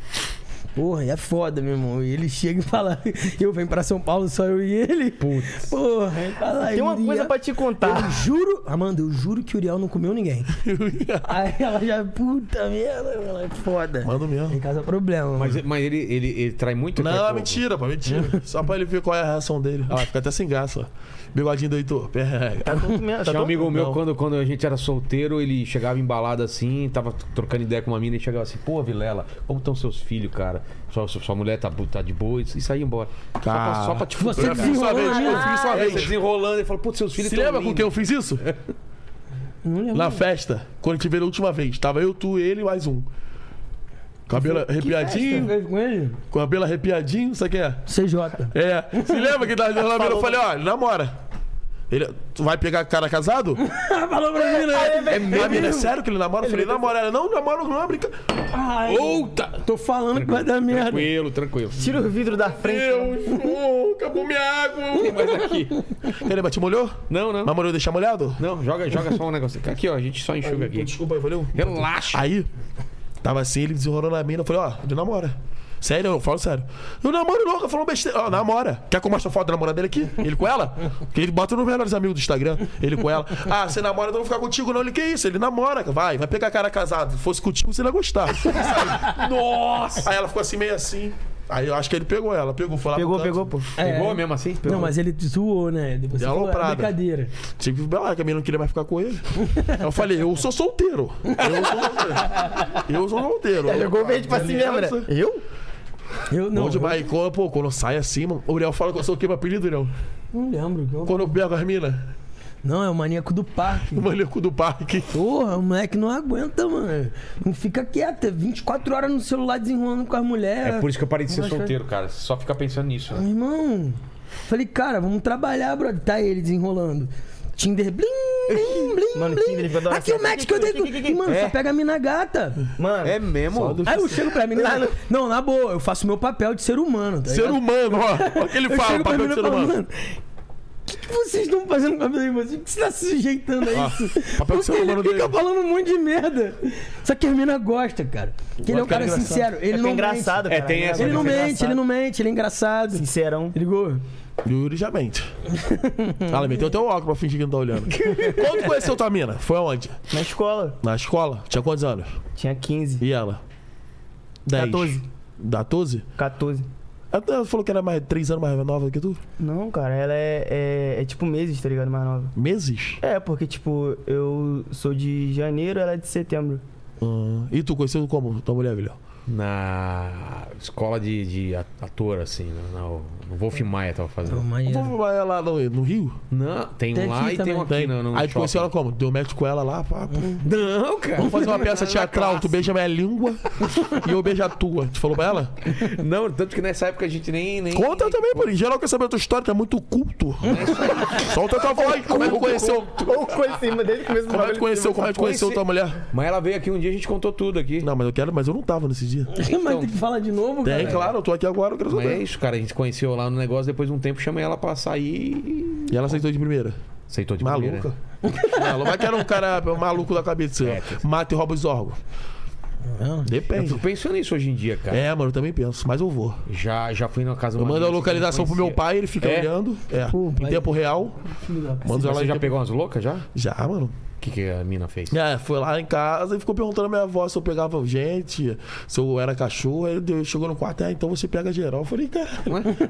S6: Porra, é foda, meu irmão. E ele chega e fala: *laughs* Eu venho pra São Paulo, só eu e ele. Putz. Porra, ele fala
S5: Tem uma
S6: e
S5: coisa
S6: a-
S5: pra te
S6: Eu
S5: contar.
S6: juro, Amanda, eu juro que o Uriel não
S2: *laughs*
S6: comeu ninguém. Aí ela já, puta merda, ela é foda.
S2: Mando mesmo.
S6: Em casa é problema.
S1: Mas, mas ele, ele, ele trai muito?
S6: tá
S2: Não,
S1: Trai
S2: é
S1: pouco?
S2: mentira, pô, mentira. Só pra ele ver qual é a reação dele. Ah, fica até sem graça. ó. Bigodinho do Heitor. É.
S5: Tá tonto mesmo. Tá
S1: Tinha um
S5: tonto?
S1: amigo meu,
S2: Não.
S1: quando, quando a gente era solteiro, ele chegava embalado assim, tava t- trocando ideia com uma mina e chegava assim, pô, Vilela, como estão seus filhos, cara? Sua, sua sua mulher tá, bu- tá de boa e saía embora. Só pra, só pra te
S6: Você
S1: fuder,
S2: Eu fiz só uma vez,
S6: desenrolou, Ah, é.
S2: eu fiz só uma
S1: cara. Você
S2: vez.
S1: desenrolando e falou, putz, seus filhos
S2: é Se
S1: tão
S2: lembra com
S1: lindos.
S2: quem eu fiz isso?
S6: Não lembro.
S2: Na festa, quando te veio a última vez. Tava eu, tu, ele e mais um. Cabelo
S6: Você
S2: arrepiadinho,
S6: fez com ele?
S2: cabelo arrepiadinho, não sei quem é.
S6: CJ.
S2: É. Se lembra que tava de cabelo? Eu falei, ó, ele namora. Ele, tu vai pegar cara casado?
S6: Ah, Falou pra mim, né?
S2: É mesmo? é sério que ele namora? Eu falei, namora. Ela, não, namora, não, é brinca.
S6: Ai,
S2: Outa!
S6: Tô falando que vai dar merda.
S1: Tranquilo, tranquilo.
S5: Tira o vidro da frente.
S2: Deus, oh, acabou minha água. Tem mais *laughs* aqui. Ele te molhou?
S1: Não, não.
S2: Mas molhou deixar molhado?
S1: Não, joga, joga só um negócio. Aqui, ó, a gente só enxuga aqui.
S2: Desculpa aí, valeu.
S1: Relaxa.
S2: Aí, tava assim, ele desenrolou na mina. Eu falei, ó, ele namora. Sério, eu falo sério. Eu namoro não, eu falo besteira. Ó, namora. Quer que eu mostre a foto da namorada dele aqui? Ele com ela? Porque ele bota nos melhores amigos do Instagram. Ele com ela. Ah, você namora, eu não vou ficar contigo, não. Ele, que isso? Ele namora. Vai, vai pegar cara casado. Se fosse contigo, você não ia gostar. Sabe? Nossa! Aí ela ficou assim, meio assim. Aí eu acho que ele pegou ela. Pegou, foi lá
S5: Pegou,
S2: pro canto.
S5: pegou, pô.
S6: É.
S1: Pegou mesmo assim?
S6: Não, mas ele zoou, né? Você
S2: Deu
S6: falou, é
S2: aloprada.
S6: brincadeira.
S2: Tive que belar, que a menina não queria mais ficar com ele. Aí eu falei, eu sou solteiro. Eu sou solteiro. Eu sou solteiro. é
S5: Pegou o verde pra si mesmo, né?
S2: Aliança.
S5: Eu?
S6: Eu não.
S2: Bom demais. E quando, pô, quando sai assim, mano, o Uriel fala que eu sou o que, meu apelido, Uriel?
S6: eu Não lembro. que eu-
S2: Quando eu pego as minas,
S6: Não, é o maníaco do parque.
S2: o maluco do parque.
S6: Porra, o moleque não aguenta, mano. Não fica quieto. é 24 horas no celular desenrolando com as mulheres.
S1: É por isso que eu parei de ser
S6: Não vai
S1: solteiro, cara. Você só fica pensando nisso, né?
S6: Meu irmão. Falei, cara, vamos trabalhar, brother. Tá ele desenrolando. Tinder, blim, blim, blim,
S5: Mano,
S6: blim.
S5: Tinder, ele adora
S6: Aqui é o
S5: essa-
S6: match que eu dei. com- E, Mano, só pega a mina gata.
S5: Mano,
S1: É mesmo?
S6: Aí eu chego pra mina. Não, na boa, eu faço meu papel de ser humano. Tá
S2: Ser
S6: ligado?
S2: humano, ó. Olha o que ele
S6: Eu
S2: fala,
S6: chego
S2: o
S6: pra
S2: papel de
S6: mina e
S2: ser
S6: falo,
S2: humano.
S6: mano. O que, que vocês estão fazendo com a vida de vocês? Por que você tá se sujeitando a isso?
S2: Ah, papel de ser
S6: Porque ele
S2: humano
S6: fica
S2: dele.
S6: falando um monte de merda. Só que a mina gosta, cara. Porque ele é um cara sincero. Ele
S5: é
S6: não
S5: engraçado,
S1: É,
S5: cara. né?
S1: tem essa
S6: Mente. Ele não
S1: Ele é
S6: mente, ele não mente, ele é engraçado.
S5: Sincerão.
S6: Ligou?
S2: Yuri já mente. Ela meteu até o óculos pra fingir que não tá olhando. Quando tu conheceu tua mina? Foi aonde?
S5: Na escola.
S2: Na escola? Tinha quantos anos?
S5: Tinha 15,
S2: E ela? 10.
S5: 14.
S2: 14?
S5: 14.
S2: Ela falou que era mais 3 anos mais nova do que tu?
S5: Não, cara, ela é, é, é tipo meses, tá ligado? Mais nova.
S2: Meses?
S5: É, porque, tipo, eu sou de janeiro, ela é de setembro.
S2: Ah, e tu conheceu como tua mulher, Vilhão?
S1: Na escola de, de ator, assim, né? na, no Wolf Maia tava fazendo.
S6: Maneiro.
S2: Vamos lá no, no Rio?
S1: Não, tem
S6: Tem
S1: um lá
S6: aqui
S1: e tem um aqui
S2: Tem.
S1: no, no
S2: Aí tu conheceu ela
S1: shopping.
S2: como? Deu match com ela lá, pá, pô.
S1: Não, cara.
S2: Vamos fazer uma peça teatral, tu beija minha língua e eu beijo a tua. Tu falou pra ela?
S1: Não, tanto que nessa época a gente nem. nem...
S2: Conta também, pô. Em geral quer saber a tua história, tu é muito culto. Solta a tua voz. Como é que tu conheceu?
S5: Ou coisa em cima dele, começou
S2: Como é que tu conheceu? Como é que tu conheceu tua mulher?
S1: Mas ela veio aqui um dia e a gente contou tudo aqui.
S2: Não, mas eu quero, mas eu não tava nesse dia.
S6: *laughs* Mas tem que falar de novo,
S2: então.
S6: cara.
S2: Tem, claro, eu tô aqui agora, eu quero
S1: Mas é
S2: saber.
S1: isso, cara. A gente conheceu lá no negócio, depois de um tempo chamei ela pra sair e.
S2: E ela aceitou de primeira.
S1: Aceitou de primeira.
S2: Maluca. Maluca. Mas que era um cara maluco da cabeça. Mata e rouba os órgãos.
S4: Eu
S2: Depende.
S4: fico pensando nisso hoje em dia, cara.
S2: É, mano, eu também penso, mas eu vou.
S4: Já, já fui na casa
S2: Eu mando a localização pro meu pai, ele fica
S4: É?
S2: olhando. É.
S6: Pô,
S2: em
S6: pai.
S2: tempo real. Mando ela
S4: Você
S2: em
S4: já
S2: tempo-
S4: pegou umas loucas já?
S2: Já, mano.
S4: O que, que a mina
S2: *laughs*
S4: fez?
S2: É, foi lá em casa e ficou perguntando à minha avó se eu pegava gente, se eu era cachorro. Aí deu- chegou no quarto, é, então você pega geral. Eu falei, cara,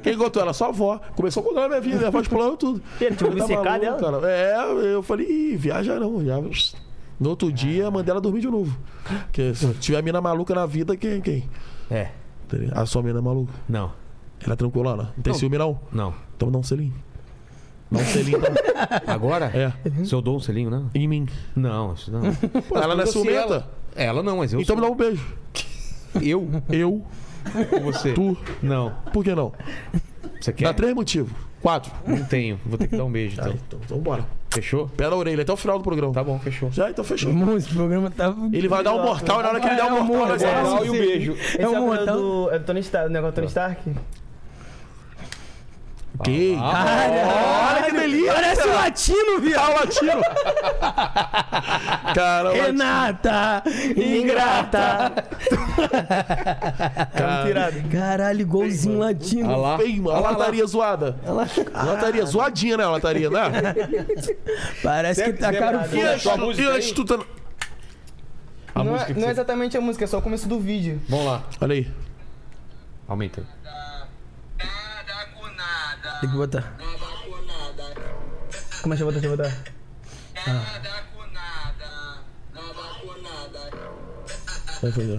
S2: quem contou ela? Sua avó. Começou a contar a minha vida, minha avó explorando tudo.
S5: Ele tinha
S2: Eu tava
S5: obcecado
S2: Tá maluco, cara. É, eu falei, Ih, viaja não, já. No outro dia, mandei ela dormir de novo. Porque se tiver mina maluca na vida, quem? quem?
S4: É.
S2: Tá ligado? A sua mina é maluca.
S4: Não,
S2: Ela é tranquilona. Não tem ciúme, não?
S4: não.
S2: Então dá um selinho. Dá um selinho, então.
S4: Agora?
S2: É.
S4: Se eu dou um selinho, não?
S2: Em mim.
S4: Não, isso não. Pô,
S2: ela não é
S4: eu sou
S2: ciumenta?
S4: Ela. ela não, mas eu
S2: Então me dá
S4: sou.
S2: um beijo.
S4: Eu?
S2: Eu,
S4: Você?
S2: tu,
S4: Não.
S2: por que não?
S4: Você quer?
S2: Dá três motivos. Quatro.
S4: Não tenho. Vou ter que dar um beijo,
S2: Tá,
S4: então.
S2: então, então bora.
S4: Fechou?
S2: Pé na orelha, até o final do programa.
S4: Tá bom, fechou.
S2: Já, então fechou.
S6: Irmão, esse programa tá.
S2: Ele vai dar um mortal, e na hora que ele der
S6: É
S2: um
S6: um
S2: mortal, vai ser
S6: mortal.
S2: assim.
S4: e o beijo.
S5: Esse
S6: É
S5: é,
S6: um
S5: o
S6: montão.
S5: do, é do Tony Stark, o negócio do Tony Stark?
S2: Que? Olha que delícia!
S6: Parece um latino, viado.
S2: Tá latino!
S4: Ah.
S2: Cara, o latino-
S6: *laughs* Renata! Ingrata!
S5: Tá Tirado.
S6: Caralho, igualzinho latino.
S4: Ah. Olha lá.
S2: Feio, mano. A lataria zoada. Lataria zoadinha, né? A
S4: *laughs*
S2: lataria, né?
S6: Parece que tá tacaram
S2: E
S6: fogo.
S2: as-
S4: Sua música
S2: e tá- as
S4: aí?
S2: tuta-
S4: A
S5: Não, é,
S4: música que
S5: não
S4: você-
S5: é exatamente a música, é só o começo do vídeo.
S4: Vamos lá.
S2: Olha aí.
S4: Aumenta. aí.
S6: Tem que botar.
S5: Como é que eu vou deixa eu botar?
S2: Vai fazer.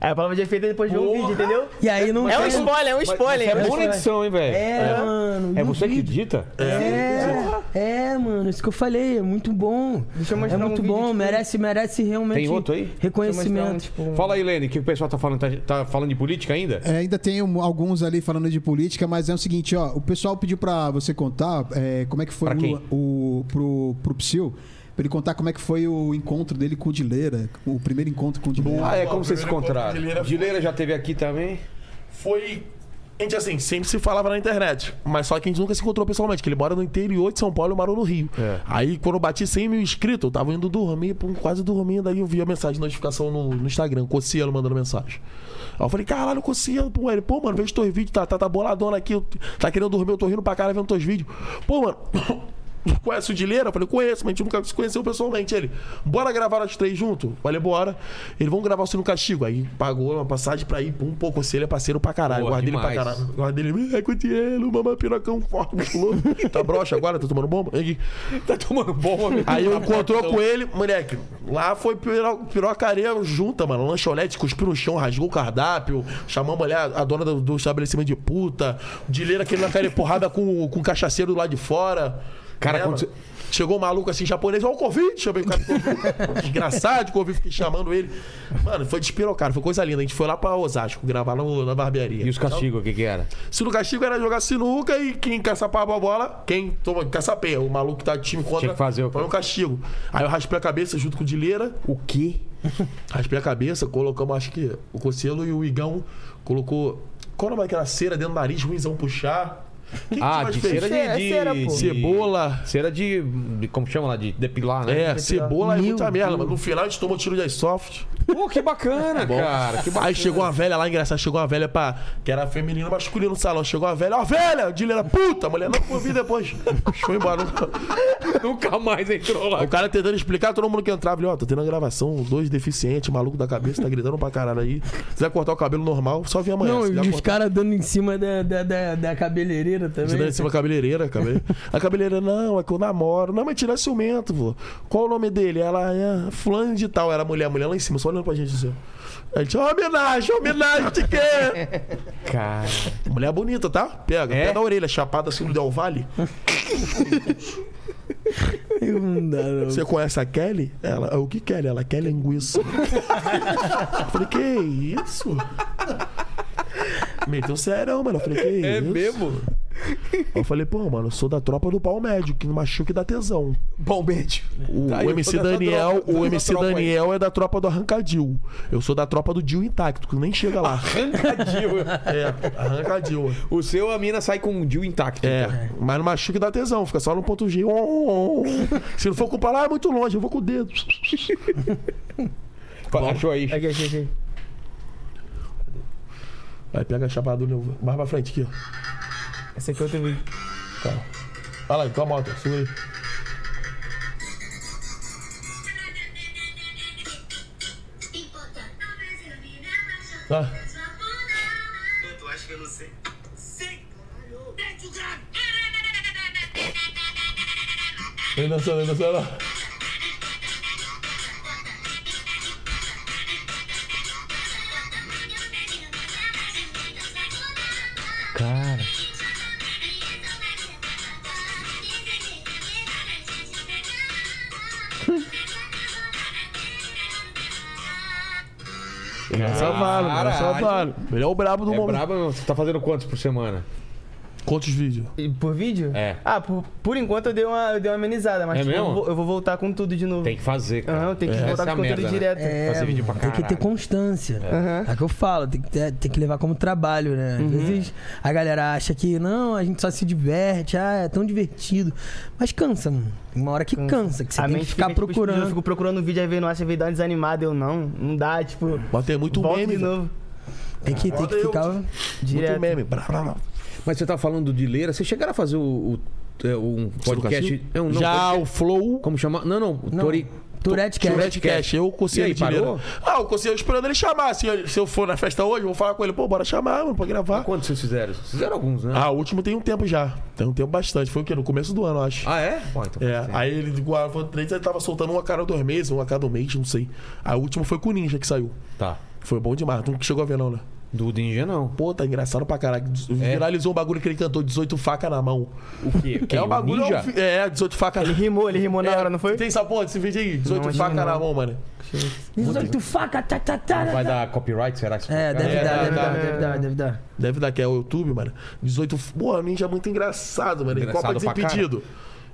S5: É a palavra de efeito é depois de ver o vídeo, entendeu?
S6: E aí não
S5: É um
S6: tem-
S5: spoiler, é um spoiler.
S4: É boa na edição, hein, velho?
S6: É, mano.
S4: É
S6: no
S4: você que
S6: vídeo.
S4: edita?
S6: É, é, mano, isso que eu falei, é muito bom.
S5: Deixa eu mostrar
S6: É muito
S5: um vídeo,
S6: bom,
S5: tipo-
S6: merece, merece realmente
S4: Tem outro aí?
S5: Deixa eu mostrar um,
S6: reconhecimento.
S5: tipo, um-
S4: Fala aí, Lene, o que o pessoal tá falando? Tá, tá falando de política ainda?
S3: É, ainda tem um- alguns ali falando de política, mas é o seguinte, ó. O pessoal pediu pra você contar é, como é que foi
S4: Pra
S3: o,
S4: quem?
S3: o- pro, pro Psyu, pra ele contar como é que foi o encontro dele com o Dileira, o primeiro encontro com o Dileira.
S4: Ah, é
S2: Bom,
S4: como vocês se
S2: primeiro
S4: encontraram.
S2: encontro de Leira foi-
S4: Dileira já teve aqui também.
S2: Foi. A gente, assim, sempre se falava na internet. Mas só que a gente nunca se encontrou pessoalmente, que ele mora no interior de São Paulo e eu moro no Rio.
S4: É.
S2: Aí, quando eu bati 100 mil inscritos, eu tava indo dormir, pum, quase dormindo. Aí eu vi a mensagem de notificação no, no Instagram, Cocielo mandando mensagem. Aí eu falei, caralho, Cocielo, pô, ele, pô, mano, vejo teus vídeos, tá, tá, tá boladona aqui, eu- tá querendo dormir, eu tô rindo pra cara vendo teus vídeos. Pô, mano. *coughs* tu Conhece o Dileira? Eu falei, conheço, mas a gente nunca se conheceu pessoalmente. Ele, bora gravar nós três juntos? Eu Falei, bora. Ele, vamos gravar o Sino Castigo. Aí pagou uma passagem pra ir, pum, pô, Conselho é parceiro pra caralho.
S4: Pô,
S2: Guardei ele pra
S4: demais.
S2: caralho. Agora dele, é Cotielo, mamãe pirocão forte, musculoso. Tá broxa agora, tá tomando bomba? Aí,
S4: Tá *laughs* tomando bomba, meu.
S2: Aí eu encontrou com ele, moleque, lá foi piro- pirocaria junta, mano. Lanchonete, cuspiu no chão, rasgou o cardápio, chamou a mulher, a dona do, do estabelecimento de puta, dileira aquele na cara de porrada com, com o cachaceiro lá de fora.
S4: Cara,
S2: né,
S4: quando
S2: mano?
S4: você-
S2: Chegou um maluco assim, japonês, ó, o Covid, chamei o cara de
S4: *laughs*
S2: Covid. Desgraçado, de Covid, fiquei chamando ele. Mano, foi despirocado, foi coisa linda. A gente foi lá pra Osasco gravar no- na barbearia.
S4: E os castigos, o que que era?
S2: Se no castigo era jogar sinuca e quem caçapava a bola, quem toma caçapeia, o maluco que tá de time contra.
S4: Tinha que fazer o-
S2: Foi um castigo. Aí eu raspei a cabeça junto com o Dileira,
S4: O quê?
S2: *laughs* raspei a cabeça, colocamos, acho que o Cocelo e o Igão colocou. Qual o nome daquela cera dentro do nariz, ruimzão puxar? Quem que
S4: Ah,
S2: mais
S4: de
S2: fez?
S4: cera
S5: Cera-
S4: de, de,
S5: cera, pô.
S4: de-
S2: Cebola.
S4: Cera de, de- Como chama lá? De depilar, né?
S2: É, cebola e
S6: Meu
S2: muita merda, mano. No final a gente tomou tiro de soft.
S4: Pô, que
S1: *laughs*
S4: bacana, cara. Que bacana.
S2: Aí chegou uma velha lá, engraçado, chegou uma velha pra. Que era feminino masculino no salão. Chegou uma velha, ó, velha! Dileira, puta! A mulher, não, eu vi depois. *laughs* Foi embora.
S4: Nunca mais entrou *laughs* lá.
S2: O cara tentando explicar, todo mundo que entrava, ele, ó, tô tendo a gravação, dois deficientes, maluco da cabeça, tá gritando pra caralho aí. Se quiser cortar o cabelo normal, só vem amanhã.
S6: *laughs* Não,
S2: Se
S6: e
S2: quiser
S6: os
S2: cortar-
S6: caras dando em cima da, da, da, da cabeleireira
S2: Você dando
S6: também. né?
S2: em cima da cabeleireira, cabele- A cabeleireira, não, é que eu namoro. Não, mas tira ciumento, pô. Qual o nome dele? Ela é fulano de tal. Era mulher, mulher lá em cima, só olhando pra gente assim. ó. A gente, ó, homenagem, homenagem de quê?
S4: Cara.
S2: Mulher bonita, tá? Pega,
S4: É?
S2: pega a orelha, chapada assim no Del Valle.
S6: Não dá, não.
S1: Hum.
S2: Você conhece a Kelly? Ela, o que Kelly? Ela quer linguiça. Eu falei, que
S1: É
S2: isso? Meteu serão, mano. Eu falei, que isso?
S4: É mesmo?
S2: Eu falei, pô, mano, eu sou da tropa do pau médio, que não machuca e dá tesão.
S1: Bom, beijo.
S2: O,
S1: Tá, eu
S2: o
S1: sou
S2: MC
S1: dessa
S2: Daniel,
S1: tropa,
S2: o
S1: dessa
S2: MC
S1: tropa aí.
S2: Daniel é da tropa do Arrancadil. Eu sou da tropa do Dil intacto, que nem
S1: *laughs*
S2: chega lá. é, Arrancadil.
S1: O seu, a mina sai com o Dil intacto.
S2: É, mas não machuca e dá tesão, fica só no ponto G. Oh, oh, oh. Se não for culpa lá, é muito longe, eu vou com o dedo.
S1: Então. Achou aí.
S5: Aqui, aqui, aqui.
S2: Aí pega a chapada do Leovan. Mais pra frente aqui, ó.
S5: Esse aqui é outro vídeo.
S2: Calma. Olha lá, tua moto, segura aí. Ah.
S8: Tu acha que eu não sei? Sei, caralho. Mete o grave.
S2: Vem dançando, vem dançando. olha lá.
S5: Cara.
S2: Essa vale, mano, essa
S1: Caralho.
S2: vale. Ele é o brabo do
S1: É
S2: momento.
S1: brabo, você tá fazendo quantos por semana?
S2: Quantos vídeos?
S5: E por vídeo?
S1: É.
S5: Ah, por, por enquanto eu dei uma, eu dei uma amenizada, mas
S1: É
S5: tipo, eu
S1: mesmo?
S5: vou- eu vou voltar com tudo de novo.
S1: Tem que fazer, cara.
S5: Aham, tem que
S1: Essa
S5: voltar
S1: é a
S5: com conteúdo
S1: merda, né?
S5: direto.
S6: É,
S1: Fazer vídeo pra
S6: mano, tem que ter
S1: caralho.
S6: constância.
S5: Aham. Uhum.
S6: É o que eu falo, tem que, ter- tem que levar como trabalho, né? Às vezes a galera acha que não, a gente só se diverte, ah, é tão divertido. Mas cansa, mano. Tem uma hora que cansa, que você tem que ficar
S5: fica, tipo, Eu
S6: procurando.
S5: fico procurando vídeo, aí vem, não acha, veio dar uma desanimada, eu não. Não dá, tipo.
S2: Mas tem muito
S5: volto
S2: meme,
S5: de
S2: velho.
S5: novo.
S6: Tem que, tem que
S2: Olha, eu-
S5: tipo,
S6: ficar.
S2: Muito
S5: Direto.
S2: meme. Brá, brá, brá.
S1: Mas você tá falando de leira. Vocês chegaram a fazer o, o- é, um podcast...
S2: Castilho?
S1: É um, não,
S2: Já
S1: podcast-
S2: o Flow.
S1: Como chama? Não, não.
S6: Não,
S1: Tori...
S6: Tourette Cast.
S2: Tourette Cash, eu
S1: E aí,
S2: consegui
S1: parou?
S2: dinheiro. Ah, eu consegui esperando ele chamar. Se eu, se eu for na festa hoje, eu vou falar com ele, pô, bora chamar, mano, pra gravar.
S1: Ah, Quantos vocês fizeram? Vocês Fizeram alguns, né?
S2: Ah, o último tem um tempo já. Tem um tempo bastante. Foi o quê? No começo do ano, eu acho.
S1: Ah, é? Bom, então
S2: É,
S1: faz tempo.
S2: aí ele guardou três, ele tava soltando uma a cada dois meses, uma a cada um mês, não sei. Aí o último foi com o Ninja que saiu.
S1: Tá.
S2: Foi bom demais. Tu não chegou a ver, não, né?
S1: Do Ninja, não.
S2: Pô, tá engraçado pra caralho.
S1: É.
S2: Viralizou um bagulho que ele cantou 18 facas na mão.
S1: O quê? *laughs* Quem?
S2: é um bagulho.
S1: Ninja?
S2: É, 18 facas
S5: Ele
S2: na *laughs*
S5: rimou, ele rimou na
S1: É.
S5: hora, não foi?
S2: Tem essa porra desse vídeo aí?
S5: Não,
S2: 18
S5: acho
S2: facas
S5: que não.
S2: na mão, mano.
S6: 18 faca, tá, tá, tá.
S1: Vai dar copyright, será? que isso-
S6: É, deve
S2: É,
S6: dar,
S2: dá,
S6: deve
S2: dá.
S6: dar, deve dar, deve dar.
S2: Deve dar que é o YouTube, mano. 18. f- Pô, o Ninja é muito engraçado, mano. é
S1: Engraçado
S2: Copa
S1: pra
S2: Desimpedido.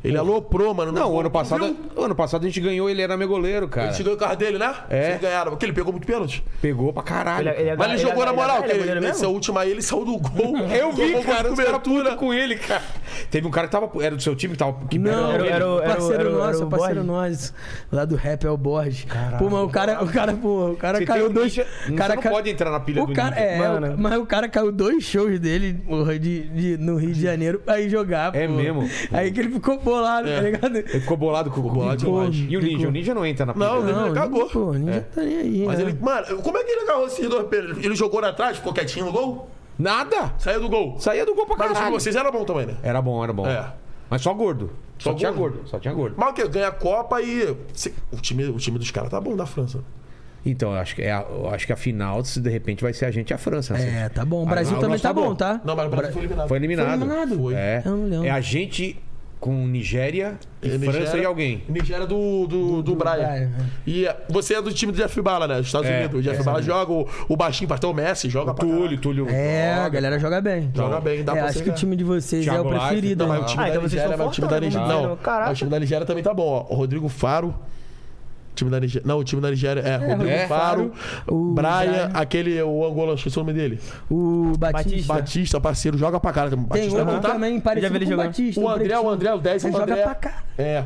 S2: Ele aloprou, mano.
S1: Não, o ano
S2: Tu
S1: passado,
S2: viu?
S1: o ano passado a gente ganhou, ele era meu goleiro, cara.
S2: Ele chegou o carro dele, né?
S1: É.
S2: Vocês ganharam. Porque ele pegou muito pênalti.
S1: Pegou pra caralho.
S5: Ele- é ele
S2: Mas
S5: agora-
S2: Ah, ele, jogou na
S5: agora-
S2: moral,
S5: ele
S2: que
S5: é goleiro
S2: ele,
S5: mesmo?
S2: nesse último aí ele saiu do gol. *laughs*
S1: Eu vi,
S2: Tomou gol de
S1: cara, os caras
S2: cobertura.
S1: puto com ele, cara. Teve um cara que tava. Era do seu time que tava. Que
S6: Não,
S5: era o- era o- era o-
S6: parceiro
S5: era o-
S6: nosso,
S5: era o
S6: parceiro
S5: Borges?
S6: nosso. Lá do rap é o Borges. Pô, mas o cara, o cara, pô, o cara
S1: Você
S6: caiu
S5: um
S1: tem o
S6: dois.
S1: Ninja-
S6: o
S1: você não pode entrar na pilha
S6: o
S1: do
S6: cara,
S1: Ninja.
S6: É, o-
S5: Mano.
S6: mas o cara caiu dois shows dele porra, de, de- no Rio de Janeiro pra ir jogar.
S1: É
S6: pô.
S1: mesmo?
S6: Aí que ele ficou bolado,
S2: É.
S6: tá ligado?
S1: Ele ficou bolado com o
S2: bolado demais.
S1: E o Ninja? O Ninja não entra na pilha.
S6: né?
S2: Não, ele acabou. É.
S6: Pô, ninja tá nem aí.
S2: Mas
S6: né?
S2: ele, mano, como é que ele agarrou esses dois pênaltis? Ele jogou lá atrás, ficou quietinho no gol?
S1: Nada!
S2: Saiu do gol.
S1: Saía do gol pra
S2: Mas o time de
S1: caralho.
S2: vocês era bom também, né?
S1: Era bom, era bom.
S2: É.
S1: Mas só gordo. Só,
S2: Só
S1: tinha
S2: gordo?
S1: gordo. Só tinha gordo.
S2: Mal que ganha a Copa e. se- O time, o time dos caras tá bom da França.
S1: Então, eu acho que, é a, eu acho que a final, se de repente, vai ser a gente e a França. assim.
S6: É, tá bom. O
S1: Ah,
S6: Brasil
S1: não,
S6: também
S1: nosso
S6: tá
S1: tá
S6: bom,
S1: bom.
S6: tá?
S2: Não, mas o Brasil foi eliminado.
S1: Foi eliminado.
S6: Foi eliminado?
S2: Foi.
S1: É.
S6: Eu não lembro.
S1: É a gente com Nigéria e
S2: Nigéria-
S1: França e alguém.
S2: Nigéria do, do, do, Brian.
S6: Brian,
S2: E é, você é do time do Jeff Bala, né? Dos Estados
S1: É,
S2: Unidos. O Jeff
S1: é.
S2: Bala joga o, o baixinho, até o Messi, joga pra
S1: Túlio,
S2: caralho.
S1: Túlio.
S6: É, a
S1: Joga.
S6: galera joga bem.
S2: Joga bem, dá
S6: é,
S2: pra
S6: acho
S2: você
S6: que o
S2: ganhar.
S6: time de vocês é
S1: Thiago
S6: o
S1: Leifert,
S6: preferido.
S2: Não,
S6: né?
S2: mas o time
S5: Ah,
S2: da
S5: então vocês
S2: Nigéria,
S5: são
S2: mas o time da
S5: fortão, né?
S2: Nigéria. Não,
S5: Caraca.
S2: o time da Nigéria também tá bom, ó. O Rodrigo Faro. O time da Nigéria. Não, o time da Nigéria é, Rodrigo
S1: é.
S2: Faro,
S6: o
S2: Brian,
S6: Brian.
S2: aquele, o Angola, esqueci o nome dele.
S6: O Batista.
S5: Batista.
S2: Batista, parceiro, joga pra caralho.
S6: Tem
S2: Batista é
S6: outro
S2: bom, tá?
S6: também parecido
S5: Já vi ele
S6: com o
S5: jogando.
S6: Batista.
S2: O
S6: um
S2: André, é o
S6: pretinho.
S2: André, o 10,
S6: Ele
S2: o André.
S6: Joga pra cá.
S2: É.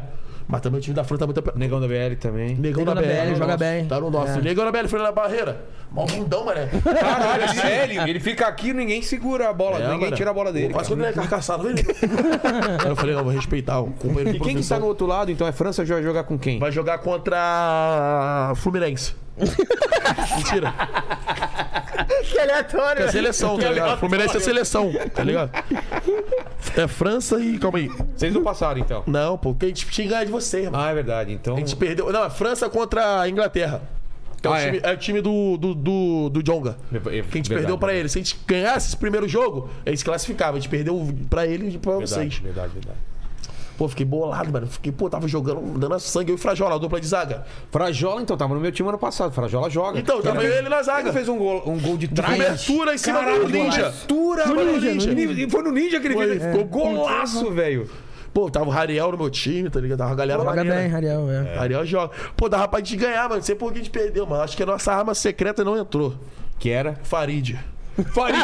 S2: Mas também o time da França tá muito.
S1: Negão da BL também.
S2: Negão,
S6: Negão
S2: da
S6: da
S2: BL,
S6: BL, joga
S2: nosso.
S6: bem.
S2: Tá no nosso. Negão da BL foi lá na barreira. Mó bundão, mané. *laughs*
S1: Caralho, é sério? Ele fica aqui e ninguém segura a bola,
S2: É,
S1: ninguém
S2: mané.
S1: tira a bola dele. cara.
S2: Mas quando ele é carcaçado, ele. Aí eu falei, não, vou respeitar o companheiro
S1: E
S2: de
S1: quem que
S2: profissão.
S1: tá no outro lado, então? É França vai jogar com quem?
S2: Vai jogar contra.
S5: *laughs*
S2: Fluminense. Mentira.
S5: Que aleatório.
S2: É seleção, tá ligado? Fluminense é seleção, tá ligado? É França e. Calma aí.
S1: Vocês não passaram, então.
S2: Não, pô, porque a gente tinha que ganhar de você, irmão.
S1: Ah, é verdade. Então.
S2: A gente perdeu. Não, é França contra a Inglaterra. Que é, o
S1: Ah, é.
S2: time, é o time do, do, do, do Jonga.
S1: É, é
S2: que a gente
S1: verdade,
S2: perdeu pra
S1: verdade.
S2: ele. Se a gente ganhasse esse primeiro jogo, a gente se classificava. A gente perdeu pra ele e pra
S1: Verdade,
S2: vocês.
S1: verdade, verdade.
S2: Pô, fiquei bolado, mano. Fiquei, pô, tava jogando, dando sangue. Eu e o Frajola, a dupla de zaga.
S1: Frajola, então, tava no meu time ano passado. Frajola joga.
S2: Então, tava eu e ele na zaga.
S1: Ele fez um gol, um gol de trás.
S2: Cobertura em cima do Ninja.
S1: loucura,
S6: No
S1: mano.
S6: Ninja, no
S1: Ninja. Foi no Ninja que ele
S2: Foi,
S1: fez. Ficou golaço, velho.
S2: Pô, tava o Rariel no meu time, tá ligado? Tava a galera
S6: Joga
S2: maneira.
S6: bem, Rariel, é.
S2: Ariel joga. Pô, dava pra gente ganhar, mano. Não sei por que a gente perdeu, mano. Acho que a nossa arma secreta não entrou.
S1: Que era.
S2: Farid. *laughs*
S1: Farid.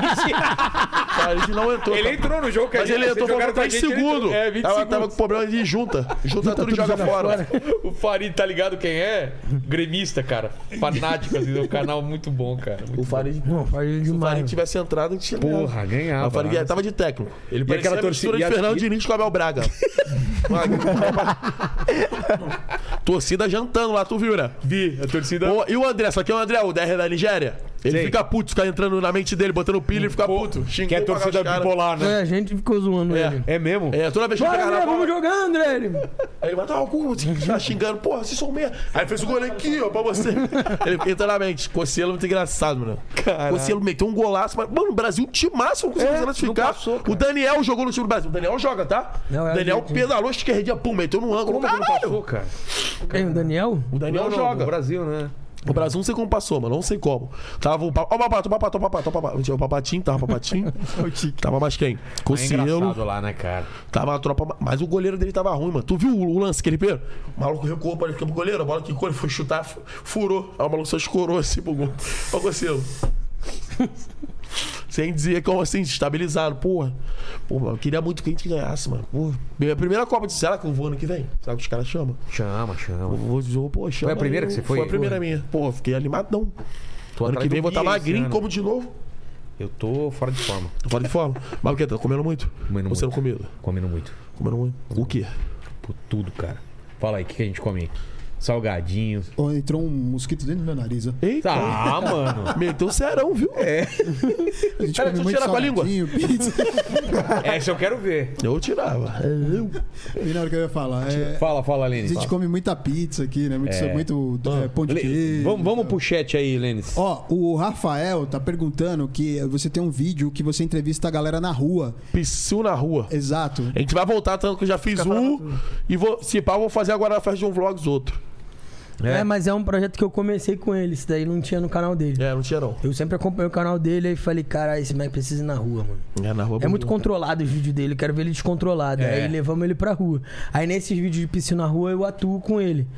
S2: Farid não entrou.
S1: ele
S2: cara.
S1: entrou no jogo, que a
S2: Mas
S1: gente-
S2: ele
S1: vocês
S2: entrou
S1: jogaram
S2: faltando
S1: com a
S2: 10
S1: gente, ele
S2: segundos.
S1: entrou- É, 20
S2: Ela
S1: segundos.
S2: tava com problema de junta. Junta tudo e joga, fora.
S1: O Farid, tá ligado quem
S2: *laughs*
S1: é? Gremista, cara. Fanático, assim, é um canal muito bom, cara. Muito
S2: O Farid.
S6: Não,
S2: Se
S6: faz
S2: o Farid
S6: demais.
S2: tivesse entrado, a gente tinha ganhado.
S1: Porra, ganhava. né?
S2: o Farid ganhava. "É, tava de técnico. Ele parecia
S1: aquela
S2: a mistura
S1: torcida-
S2: de
S1: e a-
S2: Fernando
S1: e-
S2: Diniz com o Abel
S1: *laughs*
S2: Braga. torcida jantando lá, tu viu, né?
S1: Vi, a torcida.
S2: Pô, e o André? Só que é o André, o DR da Nigéria, ele
S1: Sei.
S2: fica puto, fica entrando na mente dele, botando pilha e fica puto.
S1: que é
S2: Xingou pra cá os
S1: torcida
S2: cara.
S1: bipolar,
S6: É,
S1: né?
S6: a gente ficou zoando
S2: É.
S6: ele.
S1: É mesmo?
S2: É, toda vez que
S6: Bora,
S2: chegava na
S6: André,
S2: bola,
S6: né? vamos jogar, André. ele-
S2: Aí ele bateu o cu, tá xingando, porra, vocês são meia. Aí fez o gol aqui, ó, pra você. *laughs* Ele entra na mente. Cocielo é muito engraçado, mano. Cocielo meteu um golaço, mas, mano, o Brasil um timaço, não conseguiu se classificar. o Daniel jogou no time do Brasil. O Daniel joga, tá?
S6: Não, é
S2: o Daniel
S6: argentino.
S2: pedalou, esquerdinha, pum, meteu no
S1: Como
S2: ângulo.
S1: que não
S2: Caralho!
S1: passou, cara?
S6: Quem, o Daniel?
S2: O Daniel joga.
S1: O Brasil, né?
S2: O Brasil não sei como passou, mano. Não sei como. Tava o papato, ó, o papato, o papato, o papato, o papato. Tinha o papatinho, tava o
S1: *laughs*
S2: papatinho. tava mais quem?
S1: É
S2: Cocielo.
S1: engraçado lá, né, cara?
S2: Tava a tropa. Mas o goleiro dele tava ruim, mano. Tu viu o o lance que ele perdeu? O maluco recuou pra ele pro goleiro, a bola que ele foi chutar, fu- furou. Aí o maluco só escorou assim pro gol.
S1: *laughs*
S2: Ó, Cocielo. Sem dizer como assim, estabilizado, porra. Pô, mano, eu queria muito que a gente ganhasse, mano. Porra. Minha primeira Copa de Será que eu vou ano que vem? Será que os caras chamam?
S1: Chama,
S2: Eu
S1: chama.
S2: vou dizer, pô, chama
S1: a primeira
S2: eu.
S1: que você foi?
S2: Foi a primeira minha. Pô, fiquei animadão.
S1: Tô
S2: ano
S1: atrás
S2: que
S1: do
S2: vem vou tá estar
S1: Bia esse
S2: magrinho,
S1: ano.
S2: como de novo.
S1: Eu tô fora de forma.
S2: Tô fora de forma. Mas o que? Tá comendo muito?
S1: Comendo
S2: Você
S1: muito.
S2: não comida?
S1: Comendo muito.
S2: Comendo muito. O quê?
S1: Por tudo, cara. Fala aí, o que, que a gente come? Salgadinho.
S3: Ó, entrou um mosquito dentro do meu nariz, ó.
S2: Eita.
S4: Ah,
S1: Tá, mano.
S2: Meteu serão, viu? É.
S3: A gente
S2: Pera, deixa eu
S3: come muito
S2: tirar com a língua.
S3: salgadinho, pizza. *laughs*
S1: Essa eu quero ver.
S2: Eu tirava.
S3: Bem na hora que eu ia falar. É,
S1: Fala, fala,
S3: a
S1: Lênis.
S3: gente come muita pizza aqui, né? Muito, muito é, pão de queijo.
S1: Vamos, vamos pro chat aí, Lênis.
S3: Ó, o Rafael tá perguntando que você tem um vídeo que você entrevista a galera na rua.
S2: Piscil na rua.
S3: Exato.
S2: A gente vai voltar, tanto que eu já fiz um. E vou, se pá, eu vou fazer agora na festa de um vlogs outro.
S6: É. mas é um projeto que eu comecei com ele. Isso daí não tinha no canal dele.
S2: É, não tinha não.
S6: Eu sempre acompanhei o canal dele e falei, cara, esse moleque precisa ir na rua, mano.
S2: É, na rua.
S6: É muito controlado os vídeos dele, eu quero ver ele descontrolado.
S1: É.
S6: Aí levamos ele pra rua. Aí nesses vídeos de piscina na rua eu atuo com ele.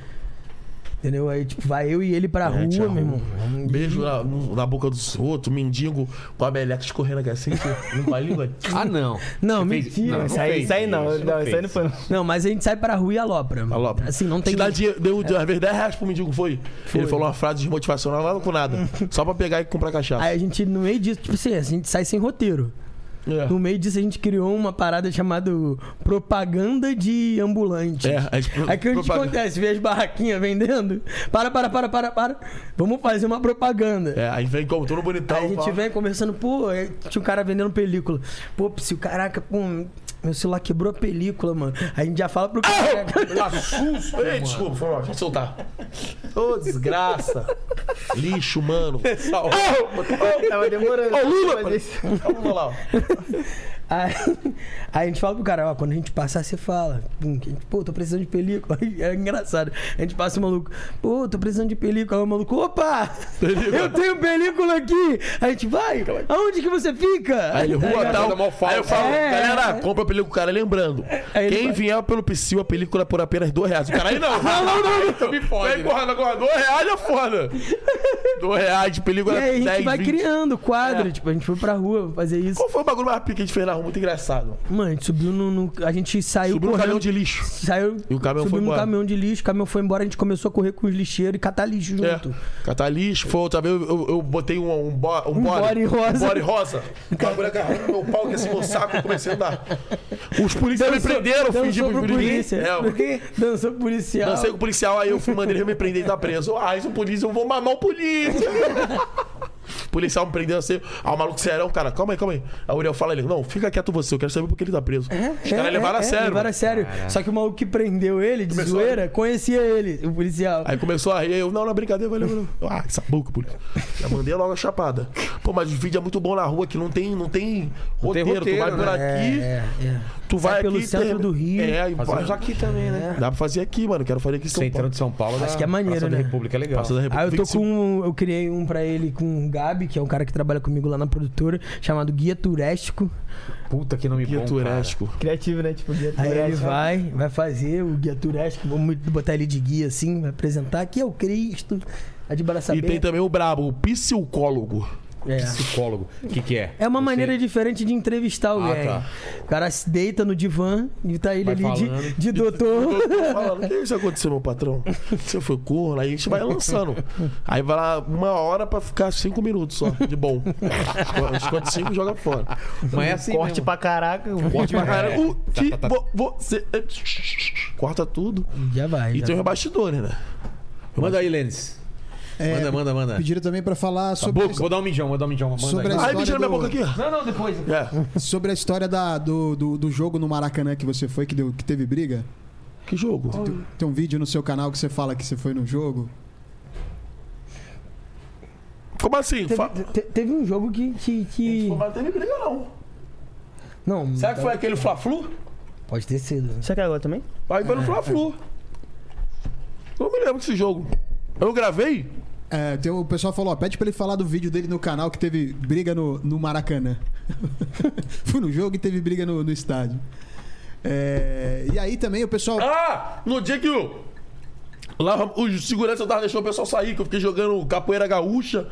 S6: Entendeu? Aí, tipo, vai eu e ele pra
S2: É, tinha
S6: rua, meu irmão.
S2: Beijo na, na boca dos outros, mendigo com a meleca escorrendo aqui assim, que não com a língua.
S1: Ah, não.
S6: Não,
S1: Você fez-
S6: mentira.
S1: não,
S5: Isso aí,
S1: fez
S5: isso aí não,
S1: isso,
S5: não, isso aí
S1: fez.
S5: não foi. não.
S6: Não, mas a gente sai pra rua e alopra. mano.
S2: Alopra.
S6: Assim, não tem.
S2: Te dá dinheiro, deu, deu, às vezes 10 reais pro mendigo, foi? Ele falou uma frase desmotivacional, nada com nada. só pra pegar e comprar cachaça.
S6: Aí a gente, no meio disso, tipo assim, a gente sai sem roteiro.
S2: É.
S6: No meio disso, a gente criou uma parada chamada propaganda de ambulante.
S2: É, a gente-
S6: Aí que a gente
S2: propaganda.
S6: acontece, vê as barraquinhas vendendo. Para, para, para, para, para. Vamos fazer uma propaganda.
S2: É, aí vem como todo bonitão.
S6: Aí a gente
S2: fala,
S6: vem conversando, pô, aí tinha um cara vendendo película. Pô, se caraca, pô, meu celular quebrou a película, mano. Aí a gente já fala pro cara.
S2: Assusta! Ei, desculpa, foi mal. Deixa eu soltar. Ô, desgraça. Lixo, mano.
S5: Tava demorando.
S2: Ô, Lula!
S5: Mas é esse-
S2: Vamos lá. ó.
S6: Aí, aí a gente fala pro cara, ó, quando a gente passar, você fala. Pum, que a gente, Pô, tô precisando de película. *laughs* Aí É engraçado. A gente passa o maluco, pô, tô precisando de película. Aí o maluco, opa! Eu tenho película aqui! A gente vai, aonde que você fica?
S2: Aí ele rua
S6: ligado?
S2: tal.
S1: Mó
S2: Aí eu falo,
S6: É,
S2: galera, compra a película, cara. Lembrando,
S6: Aí ele
S2: quem
S6: vai.
S2: vier pelo Psyu, a película por apenas dois reais. O cara aí não. não, não, não. Tu me fode. Vem porra, agora. Dois reais é foda. né?" Dois reais de película,
S6: E aí a gente
S2: 10,
S6: vai
S2: 20.
S6: criando quadro.
S2: É.
S6: Tipo, a gente foi pra rua fazer isso.
S2: Qual foi o bagulho mais pique que a gente fez na rua? Muito engraçado.
S6: Mano, a gente subiu no. no- a gente saiu
S2: Subiu um
S6: correndo.
S2: caminhão de lixo.
S6: Saiu,
S2: E o caminhão
S6: subimos
S2: foi
S6: no
S2: embora.
S6: caminhão de lixo, o caminhão foi embora, a gente começou a correr com os lixeiros e catar lixo
S2: É.
S6: junto.
S2: Catar lixo, foi outra vez, eu, eu, eu botei um, um, bo, um, body,
S6: body rosa.
S2: Um body rosa. O bagulho agarrou no meu pau, que assim, meu saco, eu comecei a andar. Os policiais me prenderam, eu fingi
S6: Dançou
S2: pros
S6: pro polícia.
S2: policiais. É,
S6: *laughs*
S2: eu
S6: Dançou pro policial.
S2: dancei com o policial, aí eu fui, mandei ele me prender e tá preso. Ah, isso é um polícia, eu vou mamar o polícia. *laughs* O policial me prendeu assim. Ah, o maluco serão, cara, calma aí, calma aí. Aí o Uriel fala ele, não, fica quieto você, eu quero saber por que ele tá
S6: É?
S2: preso. Os caras levaram a sério.
S6: levaram a
S2: mano.
S6: sério. Só que o maluco que prendeu ele, de
S2: Começou a-
S6: zoeira, conhecia ele, o policial.
S2: Aí começou a rir, eu, não, não, brincadeira, valeu, valeu. Ah, que sabuco, polícia. Já mandei logo a chapada. Pô, mas o vídeo é muito bom na rua, que não tem, não tem roteiro. Tu vai
S1: roteiro, né? É,
S2: por
S6: É,
S2: aqui, tu vai
S6: Sai
S2: aqui...
S6: pelo centro
S2: termina-
S6: do Rio.
S2: É, aí
S1: Fazemos
S2: vai.
S1: aqui também, né?
S2: Dá pra fazer aqui, mano, quero fazer aqui em São
S1: Centrão
S2: Paulo.
S1: de São Paulo.
S6: Acho
S1: da
S6: que é maneiro,
S1: Praça da
S6: né?
S1: República é legal.
S2: Praça da República,
S6: Aí eu tô
S2: 25.
S6: com. um- Eu criei um pra ele com o Gabi, Gabi, que é um cara que trabalha comigo lá na produtora, chamado Guia Turístico.
S4: Puta que nome
S2: Guia
S4: bom,
S2: turístico.
S5: Criativo, né? Tipo, guia
S6: Aí ele
S5: turístico.
S6: vai, vai fazer o Guia Turístico, vamos botar ele de guia assim, vai apresentar que é o Cristo, é de braçar
S2: E tem também o brabo, o psicólogo.
S6: É. Ah,
S4: cara. Psicólogo. O que que é?
S6: É uma maneira diferente de entrevistar alguém.
S4: tá.
S6: O cara se deita no divã e tá ele
S4: Vai
S6: ali de,
S4: falando.
S6: de doutor.
S2: Falando, o que isso aconteceu, meu patrão? Você foi corno, aí a gente vai lançando. Aí vai lá uma hora pra ficar cinco minutos só, de bom. Os quatro cinco joga fora.
S4: Mas é assim
S5: Corte
S4: mesmo.
S5: pra caraca.
S2: Corte *laughs* pra cara. O que
S4: Tá, tá, tá.
S2: vo- você. é, Corta tudo.
S6: *laughs* Já vai.
S2: E
S6: já
S2: tem os
S6: vai.
S2: bastidores, né?
S4: Manda aí, Lênis.
S3: É,
S4: Manda, manda, manda.
S3: Pediram também pra falar sobre,
S4: Vou, vou dar um mijão, vou dar um mijão. Manda
S3: Sobre
S4: aí.
S3: a-
S2: Ai, me tira minha
S3: do-
S2: boca aqui.
S4: Não, não, depois.
S2: É.
S3: sobre a história da- do, do, do jogo no Maracanã que você foi, que, deu, que teve briga.
S2: Que jogo?
S3: Tem um vídeo no seu canal que você fala que você foi no jogo.
S2: Como assim?
S6: Teve,
S2: Fa-
S6: te- teve um jogo que. que, que-
S2: Pô, mas não teve briga, não.
S6: Não,
S2: Será que foi aquele Fla-Flu?
S6: pode ter sido.
S5: Será que é agora também?
S2: Aí foi no Fla-Flu.
S4: é.
S2: Não me lembro desse jogo. Eu gravei?
S3: É, tem, o pessoal falou, ó, pede pra ele falar do vídeo dele no canal que teve briga no, no Maracanã. *laughs* Fui no jogo e teve briga no, no estádio. É, e aí também o pessoal.
S2: Ah! No dia que o. Lá, o segurança tava deixando o pessoal sair, que eu fiquei jogando capoeira gaúcha.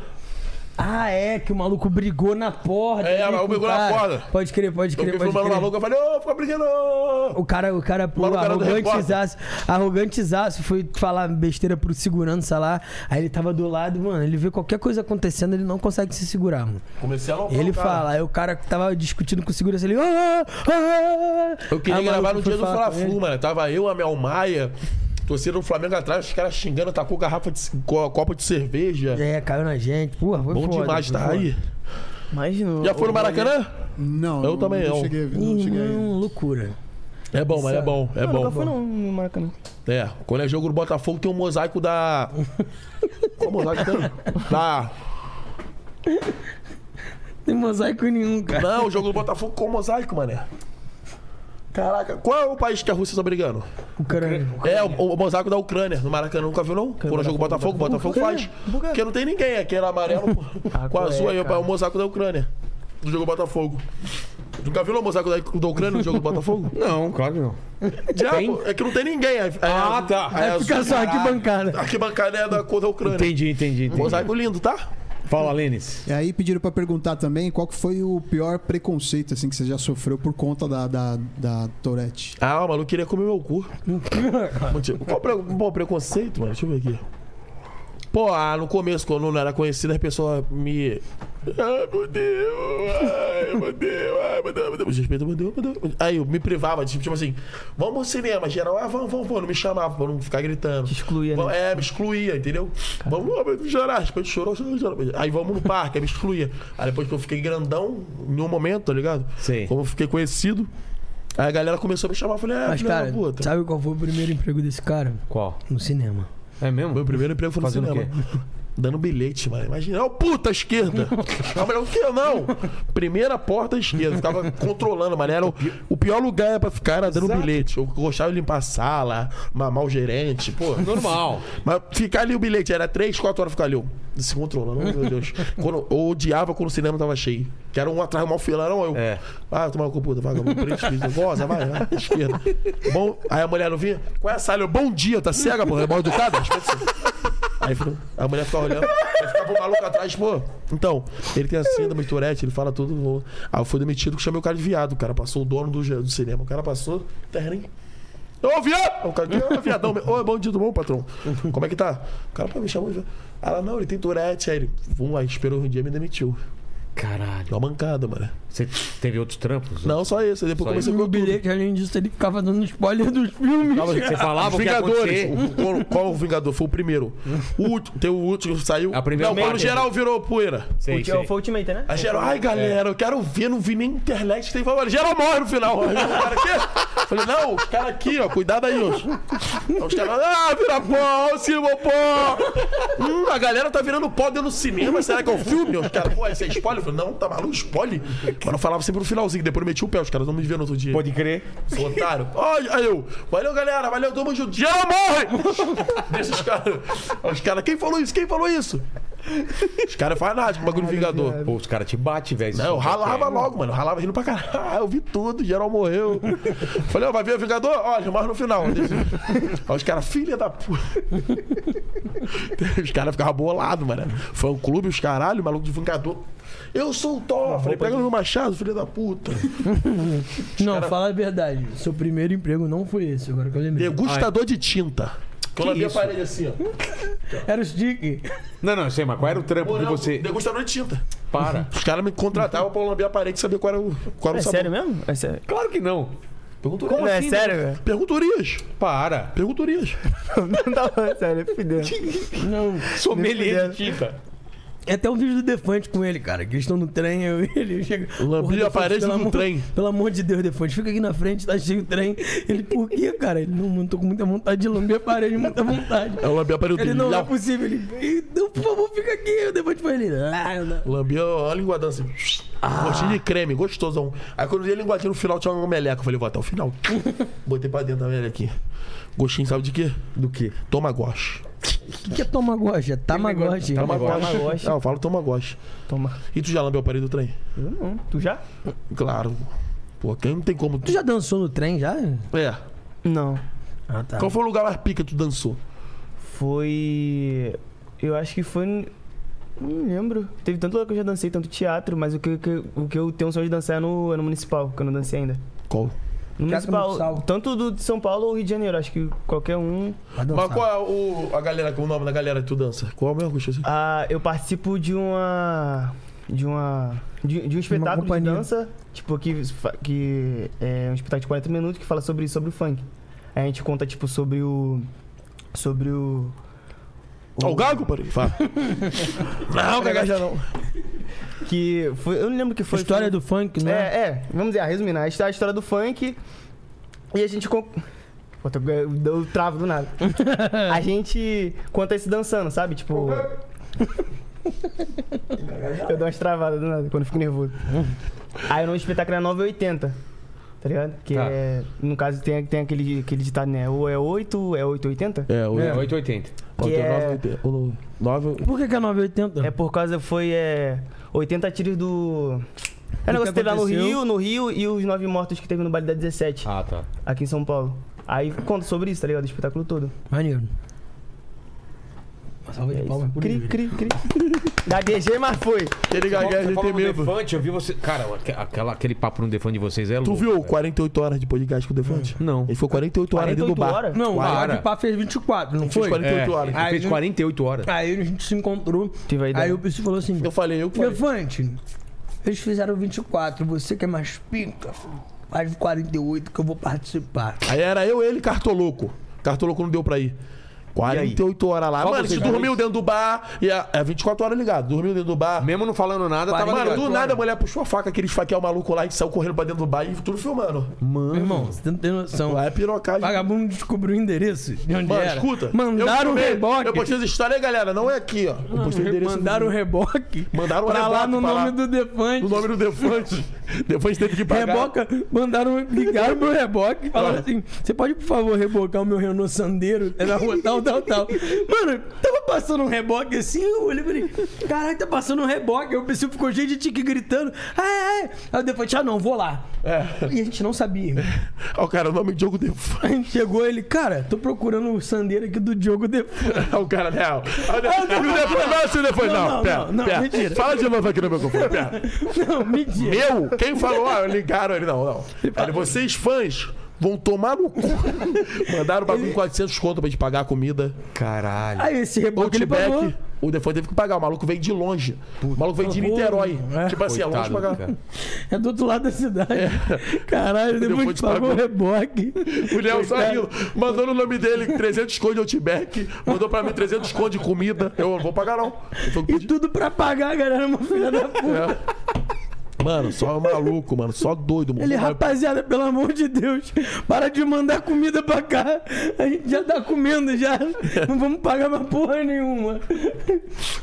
S6: Ah, é, que o maluco brigou na porta.
S2: É,
S6: ali
S2: mas
S6: com
S2: o brigou na
S6: cara.
S2: porta.
S6: Pode crer, pode
S2: Eu
S6: crer,
S2: fiquei
S6: pode
S2: filmando na
S6: crer.
S2: louca, eu falei, ô, fica brigando! ô."
S6: O cara, o cara, pô,
S2: Mas o cara do
S6: arrogantezaço, arrogantezaço, foi falar besteira pro segurança lá. Aí ele tava do lado, mano, ele vê qualquer coisa acontecendo, ele não consegue se segurar, mano.
S2: Comecei a loucar.
S6: Ele
S2: o cara.
S6: fala, aí o cara que tava discutindo com o segurança, ele. "Ah, ah, ah".
S2: Eu queria
S6: Aí o
S2: gravar
S6: maluco
S2: no
S6: foi
S2: dia do
S6: falar com
S2: Fla-Flu,
S6: ele.
S2: mano. Tava eu, a Mel Maia, torcida do Flamengo atrás, os caras xingando, tacou garrafa de co- copa de cerveja.
S6: É, caiu na gente. Porra, foi
S2: Bom
S6: foda,
S2: demais,
S6: foi
S2: tá
S6: foda.
S2: aí.
S5: Mas não.
S2: Já foi no Maracanã?
S3: Não,
S2: Eu
S3: não-
S2: também
S3: não.
S2: não.
S3: Cheguei, não cheguei aí.
S6: Irmão, loucura.
S2: É bom, mas é bom, é
S5: Eu
S2: bom.
S5: nunca fui não, no Maracanã.
S2: É, quando é jogo do Botafogo tem um mosaico
S6: *laughs*
S2: da. Qual mosaico tem? Da.
S6: Tem mosaico nenhum, cara.
S2: Não, o jogo do Botafogo com mosaico, mané. Caraca, qual é o país que a Rússia tá brigando?
S6: O cara.
S2: É, o, o mosaico da Ucrânia, no Maracanã, nunca viu não? Quando joga o Botafogo,
S4: né?
S2: o Botafogo faz. Porque não tem ninguém, aquele amarelo
S4: *laughs*
S2: pô, com azul aí, é o mosaico da Ucrânia, do jogo do Botafogo. Nunca viu não, o mosaico da, da Ucrânia no jogo do
S4: *laughs*
S2: Botafogo?
S4: Não, claro que não.
S2: Diabo, é que não tem ninguém. aí- aí-
S4: Ah, tá.
S2: aí
S6: Aí fica
S2: azul.
S6: só aqui bancada.
S2: Arquibancada é da cor da Ucrânia.
S4: né? Entendi, entendi, entendi.
S2: Mosaico lindo, tá?
S4: Fala, Lênis.
S3: E aí pediram pra perguntar também qual que foi o pior preconceito assim, que você já sofreu por conta da, da, da Tourette.
S2: Ah, o maluco queria comer meu
S5: *laughs*
S2: cu. Mentira. Qual pre... Bom, preconceito, mano? Deixa eu ver aqui. Pô, ah, no começo, quando eu não era conhecido, as pessoas me. Ai, meu Deus! Ai, meu Deus! Ai, meu Deus! Meu Deus. Respeito, meu Deus, meu Deus! Aí eu me privava, tipo, tipo assim, vamos ao cinema, geral, ah, vamos, vamos, vamos, não me chamava pra não ficar gritando.
S5: Te excluía, né?
S2: Vamos- É, me excluía, entendeu? Vamos lá, mas chorar, respeito, chorou, chorou, chorou. Aí vamos no parque, aí me excluía. Aí depois que eu fiquei grandão, em um momento, tá ligado?
S4: Sei.
S2: Como eu fiquei conhecido, aí a galera começou a me chamar, eu falei, é,
S6: Mas,
S2: filha da
S6: cara,
S2: puta.
S6: sabe qual foi o primeiro emprego desse cara?
S4: Qual?
S6: No cinema.
S4: É mesmo?
S2: Meu primeiro emprego foi no
S4: Fazendo
S2: cinema. Dando bilhete, mano. Imagina, ô puta esquerda! Não, mas o que não? Primeira porta à esquerda. Ficava controlando, mano. Era o, o pior lugar pra ficar era dando bilhete. Eu gostava de limpar a sala, mamar o gerente, pô.
S4: Normal.
S2: Mas ficar ali o bilhete, era 3, 4 horas ficar ali. eu, Se controlando, oh, meu Deus. Quando, eu odiava quando o cinema tava cheio. Que era um atrás, mal filarão. Eu,
S4: É.
S2: ah, tomar com puta, vagabundo, preto, espírito, goza, vai, vai, esquerda. Bom, aí a mulher não vinha, qual é a sala? Eu, bom dia, tá cega, porra, é mal educada? assim. Aí ficou- a mulher ficava olhando, aí ficava o maluco atrás, pô. Então, ele tem a síndrome de Tourette, ele fala tudo. Aí eu fui demitido que chamei o cara de viado. O cara passou o dono do, do cinema. O cara passou, terrinho. Ô, viado! O cara, que é, viadão? Ô, bom dia, tudo bom, patrão? Como é que tá? O cara, pô, me chamou. de viado. Ela, não, ele tem Tourette. Aí ele, vamos lá, esperou um dia e me demitiu.
S4: Caralho.
S2: Uma mancada, mano.
S4: Você teve outros trampos?
S2: Não, só isso. Aí depois
S4: Só
S2: comecei
S6: E
S2: com
S6: o
S2: tudo.
S6: bilhete, além disso, ele ficava dando spoiler dos filmes.
S4: Você falava o que ia
S2: Vingadores.
S4: acontecer.
S2: O- qual, qual o Vingador? Foi o primeiro. O último, tem o último que saiu.
S4: A primeira
S2: não, quando
S4: parte. né?
S2: geral virou poeira.
S4: Sei, sei.
S5: Foi o Ultimate, né?
S2: Aí geral, ai galera, eu quero ver, não vi nem internet, tem favor. Geral morre no final. *laughs* Aí o cara, "Quê?" Falei, não, os caras aqui, ó, cuidado aí, ó. Aí os caras, ah, vira pó, ô Silvio pó. Hum, a galera tá virando pó dentro do cinema, será que é o filme? Os caras, pô, esse é spoiler? Eu falei, não, tá maluco, spoiler? Mas eu falava sempre no finalzinho, depois eu meti o pé, os caras não me viram no outro dia.
S4: Pode crer.
S2: Sou otário. Olha, aí eu. Valeu, galera. Valeu, *laughs* tamo junto. Geral morre! Deixa os caras. Os caras, quem falou isso? Quem falou isso? Os caras fanáticos, bagulho vingador.
S1: Pô, os caras te batem, velho.
S2: Não, É, eu ralava logo, mano. Eu ralava rindo pra caralho. Ah, Eu vi tudo,
S1: *laughs*
S2: geral morreu. Falei, ó, vai ver o Vingador? Olha, mas no final. Aí os caras, filha da puta. *laughs* Os caras ficavam bolados, mano. Fã clube, os caralho, maluco do Vingador. Eu sou o Thor. Falei, pega no meu machado, filha
S1: *laughs*
S2: da puta.
S6: Não, fala a verdade. Seu primeiro emprego não foi esse, agora que eu lembrei.
S2: Degustador de tinta. Quando abria a
S1: isso?
S2: parede assim, ó.
S6: Era o Stick.
S1: Não, não, eu sei, mas qual era o trampo
S2: Pô,
S1: de
S2: não,
S1: É você?
S2: Degustador de tinta.
S1: Para.
S2: Os caras me contratavam pra eu lamber a parede e saber qual era o, qual era
S5: É
S2: o sabor. assim, né?
S5: sério mesmo? É sério.
S1: Claro que não. Perguntou
S5: Não, é sério, velho?
S2: Perguntorias.
S1: Para.
S2: Perguntorias.
S5: *laughs* Não tava sério, é fudeu.
S6: Não.
S1: Sommelier de tinta.
S6: É até um vídeo do Defante com ele, cara. Que eles estão no trem, eu e ele chega.
S2: Lambi
S6: Porra,
S2: a
S6: Defante,
S2: parede
S6: pelo
S2: do
S6: amor-
S2: trem.
S6: Pelo amor de Deus, Defante, fica aqui na frente, tá cheio o trem. Ele, por quê, cara? Ele, não, mano, tô com muita vontade de lamber a parede, muita vontade.
S2: Eu lambi a parede
S6: Ele,
S2: do
S6: não, não é possível. Ele, não, por favor, fica aqui. O Defante foi "Ah, ele. Lá, lá.
S2: Lambia a linguadinha assim. Gostinho de creme, gostosão. Aí quando eu dei a linguadinha no final, tinha uma meleca. Eu falei, vou até o final. Botei pra dentro da melequinha. Gostinho, sabe de quê?
S1: Do quê?
S2: Toma gosto.
S6: O que, que é Tamagotchi? É Tamagotchi.
S2: Tá
S5: Tamagotchi.
S2: Ah, eu falo toma gosto.
S5: né? Tá Toma.
S2: E tu já lambeu a parede do trem?
S5: Eu não. Tu já?
S2: Claro. Pô, quem não tem como.
S6: Tu já dançou no trem, já?
S2: É.
S5: Não.
S6: Ah, tá.
S2: Qual foi o lugar mais pica que tu dançou?
S5: Foi. Eu acho que foi. n- Não lembro. Teve tanto lugar que eu já dancei, tanto teatro, mas o que, o que- o que eu tenho sonho de dançar é no, é no municipal, que eu não dancei ainda.
S2: Qual?
S5: No
S6: Teatro
S5: municipal,
S6: Municipal.
S5: tanto do de São Paulo ou Rio de Janeiro, acho que qualquer um.
S6: Vai dançar.
S2: Mas qual é o, a galera, o nome da galera que tu dança? Qual é o mesmo? Deixa eu ver.
S5: Ah, eu participo de uma. De uma. De, de um espetáculo de
S6: companhia.
S5: dança, tipo, que, fa- que é um espetáculo de 40 minutos que fala sobre, sobre o funk. Aí a gente conta, tipo, sobre o. Sobre o.
S2: Ó, o Gago, peraí. Fala.
S5: Ah,
S2: não, Ah, Gaga já não.
S5: *laughs* Que foi. Eu não lembro o que foi.
S6: História
S5: foi-
S6: do funk, né?
S5: É, é, vamos dizer, resumindo, a histó- a história do funk. E a gente. Con... Pô, tô- eu eu travo do nada. A gente conta isso dançando, sabe? Tipo. Eu dou umas travadas do nada quando eu fico nervoso. Aí no espetáculo é 980. Tá ligado? Que
S1: Tá.
S5: é. No caso tem, tem aquele, aquele ditado, né? Ou é 8, é 880?
S2: *laughs* É, o
S1: É, 880.
S2: Ó,
S5: Que
S2: tem
S5: é-
S2: 9, o 9,
S6: Por que, que é 980?
S5: É por causa, foi é, 80 tiros do. É um negócio que teve lá no
S6: aconteceu?
S5: Rio, no Rio e os nove mortos que teve no baile da 17.
S1: Ah, tá.
S5: aqui em São Paulo. Aí conta sobre isso, tá ligado? O espetáculo todo.
S6: Maneiro. Uma salva
S5: É
S6: de palmas
S5: isso.
S6: por
S5: Cri,
S6: ele.
S5: cri, cri. Gaguejei, mas foi.
S2: Ele gagueja,
S1: Você
S2: ele
S1: falou
S2: tem
S1: do
S2: medo.
S1: Defante, eu vi você. Cara, aque- aquela, aquele papo no Defante de vocês é louco.
S2: Tu viu
S1: velho.
S2: 48 horas de podcast com o Defante?
S6: É.
S1: Não.
S2: Ele ficou 48 horas dentro do
S5: 48
S2: bar.
S5: horas?
S6: Não, o
S1: Para.
S6: Rádio de Pá fez 24, não
S2: Fez
S6: foi?
S2: 48
S1: É.
S2: horas.
S1: Ele fez
S6: Aí-
S1: 48 horas.
S2: ah,
S6: Aí a gente se encontrou.
S5: Tive a ideia.
S6: Aí o Psy falou assim:
S2: Eu falei, eu que falei.
S6: Elefante, eles fizeram 24, você que é mais pica, faz 48 que eu vou participar.
S2: Aí era eu, ele e Cartoloco. Cartoloco não deu pra ir. 48 horas lá.
S1: Qual
S2: mano, a gente
S1: vocês
S2: dormiu dentro do bar. E a, é 24 horas ligado. Dormiu dentro do bar.
S1: Mesmo não falando nada, tava
S2: Mano,
S1: ligado.
S2: do nada a mulher puxou a faca, aquele esfaquear o maluco lá e saiu correndo pra dentro do bar e tudo filmando.
S6: Meu irmão, você não tem noção.
S2: Lá é pirocagem.
S6: Vagabundo descobriu o endereço de onde
S2: Mano,
S6: era.
S2: escuta.
S6: Mandaram
S2: eu
S6: o
S2: filmei.
S6: reboque.
S2: Eu postei essa história aí, galera. Não é aqui, ó. Eu postei o endereço.
S6: Mandaram o reboque.
S2: Mandaram o
S6: pra lá
S2: reboque
S6: no
S2: pra
S6: nome
S2: lá.
S6: do Defante.
S2: O nome do Defante. *laughs* Defante teve que pagar.
S6: Reboca, mandaram, ligaram pro reboque e falaram assim: você pode, por favor, rebocar o meu Renault Sandeiro? É na rua tal, tal, tal. Mano, tava passando um reboque assim, eu olhei e falei: caralho, tá passando um reboque. Aí o pessoal ficou cheio de tique gritando: ai, ai. Aí o Defante, ah, não, vou lá.
S2: É.
S6: E a gente não sabia. irmão.
S2: Ó, cara, o nome do Diogo Defante.
S6: A gente chegou ele, cara, tô procurando o Sandeiro aqui do Diogo Defante.
S2: É *laughs* o cara, não. E o Defante, não, se o Defante,
S6: Não,
S2: não.
S6: não,
S2: Pera,
S6: não, não,
S2: pera.
S6: mentira.
S2: Fala de novo aqui no meu microfone, pera.
S6: *laughs* Não, mentira.
S2: Eu? Quem falou? Ah, ligaram ele. Não, não. Olha, vocês fãs vão tomar no cu. *laughs* Mandaram o bagulho com 400 conto pra gente pagar a comida.
S1: Caralho.
S6: Aí esse
S2: O
S6: reboque ele pagou.
S2: Tibeck, o Defante teve que pagar. O maluco veio de longe. O maluco veio de Niterói.
S6: É.
S2: Tipo assim, é longe
S1: Coitado do
S2: pra cá.
S1: cara.
S6: É do outro lado da cidade.
S2: É.
S6: Caralho, depois,
S2: Depois
S6: pagou
S2: pagou.
S6: o reboque.
S2: O Léo saiu, mandou no nome dele 300 conto de Outback, mandou pra mim 300 conto de comida. Eu não vou pagar, não. Eu tô-
S6: E tudo pra pagar, galera, uma filha da puta.
S2: É. Mano, só maluco, mano. Só doido, mano.
S6: Ele,
S2: Vai-
S6: rapaziada, pelo amor de Deus, para de mandar comida pra cá. A gente já tá comendo já. Não vamos pagar mais porra nenhuma.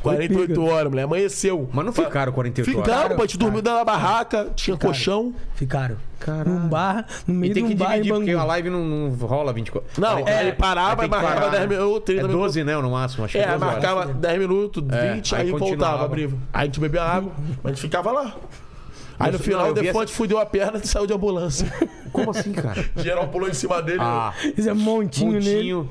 S2: 48 horas, mulher. Amanheceu.
S1: Mas não ficaram 48 horas.
S2: Ficaram, pô. A gente dormiu dentro da barraca, tinha colchão.
S6: Ficaram. Num bar, no meio
S1: E tem
S6: de um
S1: que
S6: bar em
S1: dividir, porque
S6: Bangu.
S1: a live não, não rola 24.
S2: Não,
S1: é,
S2: ele parava
S1: tem
S2: e
S1: que
S2: marcava
S1: parar,
S2: 10
S1: né?
S2: minutos,
S1: É
S2: 30 minutos.
S1: 12, né? No máximo, acho que
S2: É,
S1: 12
S2: aí
S1: horas. É,
S2: marcava 10 minutos, 20,
S1: aí
S2: aí,
S1: continuava.
S2: voltava, abria. Aí a gente bebia água, a gente ficava lá. Aí no
S1: Não,
S2: final
S1: eu
S2: o
S1: vi
S2: Defante fudeu a perna *laughs* e saiu de ambulância.
S1: Como assim, cara?
S2: Geral pulou em cima dele.
S1: *laughs*
S6: *laughs*
S1: Ah,
S6: Isso é montinho, nele.
S1: montinho.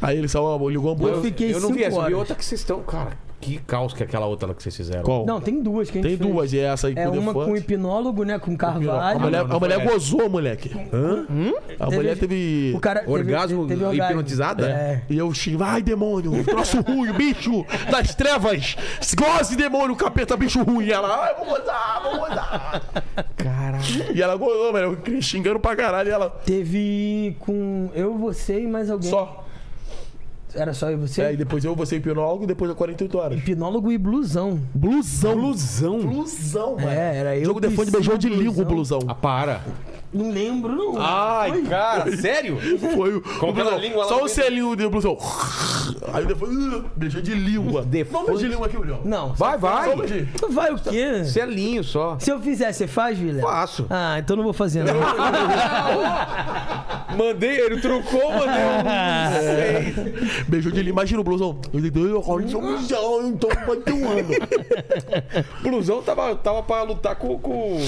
S2: Aí ele saiu, ligou a
S6: Eu
S2: ambulância.
S6: fiquei
S1: Eu não vi
S6: cinco
S1: essa, eu vi
S6: horas.
S1: outra que vocês estão. Cara, que caos que é aquela outra lá que vocês fizeram.
S2: Qual?
S6: Não, tem duas que a gente
S2: Tem
S6: fez.
S2: duas, e essa aí
S6: É
S2: o
S6: uma com
S2: Defante.
S6: hipnólogo, né? Com
S2: A
S6: Carvalho.
S2: mulher,
S1: não
S2: a mulher
S1: foi
S2: gozou, moleque. Hum? A mulher teve.
S6: O cara teve-
S1: Orgasmo
S6: teve orgasmo.
S1: hipnotizada?
S6: É.
S2: E eu xingo, ai demônio, troço ruim, bicho das trevas, goze demônio, capeta, bicho ruim. E ela, ai, vou gozar, vou gozar. Caralho. E ela gozou, mano, eu xingando pra caralho. E ela,
S6: Teve com eu, você e mais alguém.
S2: só.
S6: Era só eu e você?
S2: É, e depois eu, você e o hipnólogo, e depois a 48 horas.
S6: Hipnólogo e blusão.
S2: Blusão. Blusão. Blusão, mano.
S6: É, era eu.
S2: Jogo
S6: que
S2: Defante
S6: sim,
S2: beijou de língua o blusão.
S1: Ah, para.
S6: Não lembro, não.
S1: Ai, cara, sério?
S2: Foi o. o
S1: Colocando
S2: blusão.
S1: a língua lá
S2: Só
S1: no
S2: o
S1: meio.
S2: selinho do blusão. Aí o Defante uh, beijou de língua. Vamos beijar de língua aqui, Julião.
S6: Não.
S1: Vai, vai.
S2: Vamos de.
S6: Vai o quê?
S1: Selinho é só.
S6: Se eu fizer, você faz, Vila?
S1: Faço.
S6: Ah, então não vou fazer, não.
S1: Mandei, ele trocou, mandei
S2: *laughs*
S1: um. Sei.
S2: Beijou de língua. Imagina o blusão. Eu dei dois olhos,
S1: Ah.
S2: eu blusão, então bateu um ano.
S1: Blusão tava, tava pra lutar com, com.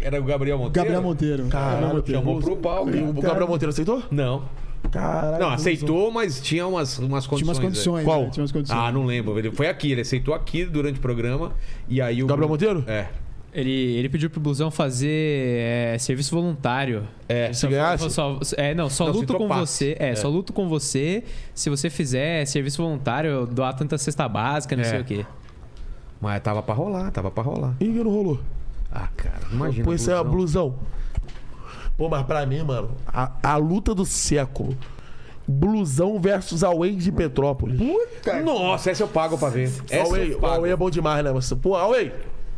S1: Era o Gabriel Monteiro?
S2: é?
S3: Gabriel Monteiro. Gabriel
S1: Caralho,
S3: Monteiro.
S1: Tá, chamou pro Tá. pau.
S2: E o
S1: cara.
S2: Gabriel Monteiro aceitou?
S1: Não.
S2: Caralho.
S1: Não, aceitou, mas tinha umas, umas condições.
S3: Tinha umas
S1: aí.
S3: condições.
S2: Qual?
S3: né? Tinha umas condições.
S1: Ah, não lembro. Ele foi aqui, ele aceitou aqui durante o programa. E aí o.
S2: Gabriel Monteiro?
S1: É.
S7: Ele, ele pediu pro Blusão fazer é, serviço voluntário.
S1: É,
S7: Ele
S1: se
S7: só-
S2: ganhasse?
S7: só- é, não, só
S1: Não, se
S7: luto com
S1: topasse.
S7: você. É, só luto com você se você fizer serviço voluntário, eu doar tanta cesta básica, não
S1: É.
S7: sei o quê.
S1: Mas tava pra rolar, tava pra rolar.
S2: Ih, não rolou.
S1: Ah, cara, imagina.
S2: Pô, isso é
S1: blusão.
S2: blusão. Pô, mas pra mim, mano, a, a luta do século. Blusão versus Away de Petrópolis.
S1: Nossa, essa eu pago pra ver. Essa
S2: Away,
S1: eu
S2: o Away
S1: pago.
S2: é bom demais, né? Mas, pô, Away!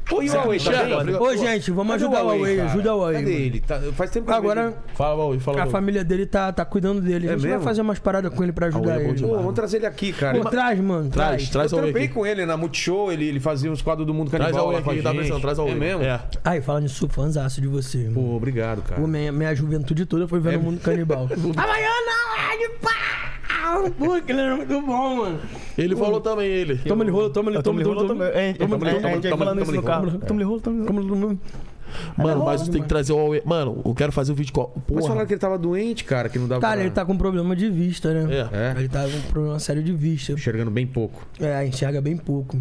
S1: Pô, e o Huawei
S2: Enxerga,
S1: também?
S2: obrigado.
S6: Ô, gente, vamos
S1: Cadê
S6: ajudar o Huawei.
S1: um cara?
S6: Ajuda o Huawei.
S1: Cadê
S6: mano.
S1: ele? Tá- faz tempo que eu vejo
S6: Agora,
S1: ele.
S2: Fala, Away, fala.
S6: a
S2: Huawei.
S6: família dele tá, tá cuidando dele. a gente
S1: mesmo?
S6: vai fazer umas paradas com ele pra ajudar
S2: Huawei é bom
S6: ele.
S1: Pô, vamos trazer ele aqui, cara.
S6: Pô, traz, mano.
S2: Traz,
S1: eu
S2: traz Away
S1: trampei
S2: aqui.
S1: com ele na Multishow, ele, ele fazia uns quadros do mundo
S2: Traz
S1: canibal
S2: Away
S1: lá com a
S2: aqui,
S1: gente.
S2: tá pensando, traz Away.
S1: É mesmo?
S2: É.
S6: Ai, falando nisso, sou fãzaço de você, irmão.
S1: Pô, obrigado, cara.
S6: Pô, minha, minha juventude toda foi vendo o mundo canibal. Amanhã não é de pau! Pô, aquilo era muito bom, mano.
S2: Ele falou também, ele.
S6: Toma-lhe rolo, toma-lhe, toma-lhe rolo, toma-lhe
S5: É, é,
S6: toma-lhe rolo,
S5: é, a gente vai falando isso no carro. Toma-lhe rolo, toma-lhe
S6: toma-lhe,
S5: rolo.
S6: toma-lhe. Tá
S2: Mano, mas tem que trazer o Away. Mano, eu quero fazer o vídeo com.
S1: Mas
S2: Porra.
S1: falaram que ele tava doente, cara, que não dava
S6: Cara,
S1: pra-
S6: ele tá com problema de vista, né?
S2: É.
S1: É,
S6: Ele tá com problema sério de vista.
S1: enxergando bem pouco.
S6: É, enxerga bem pouco.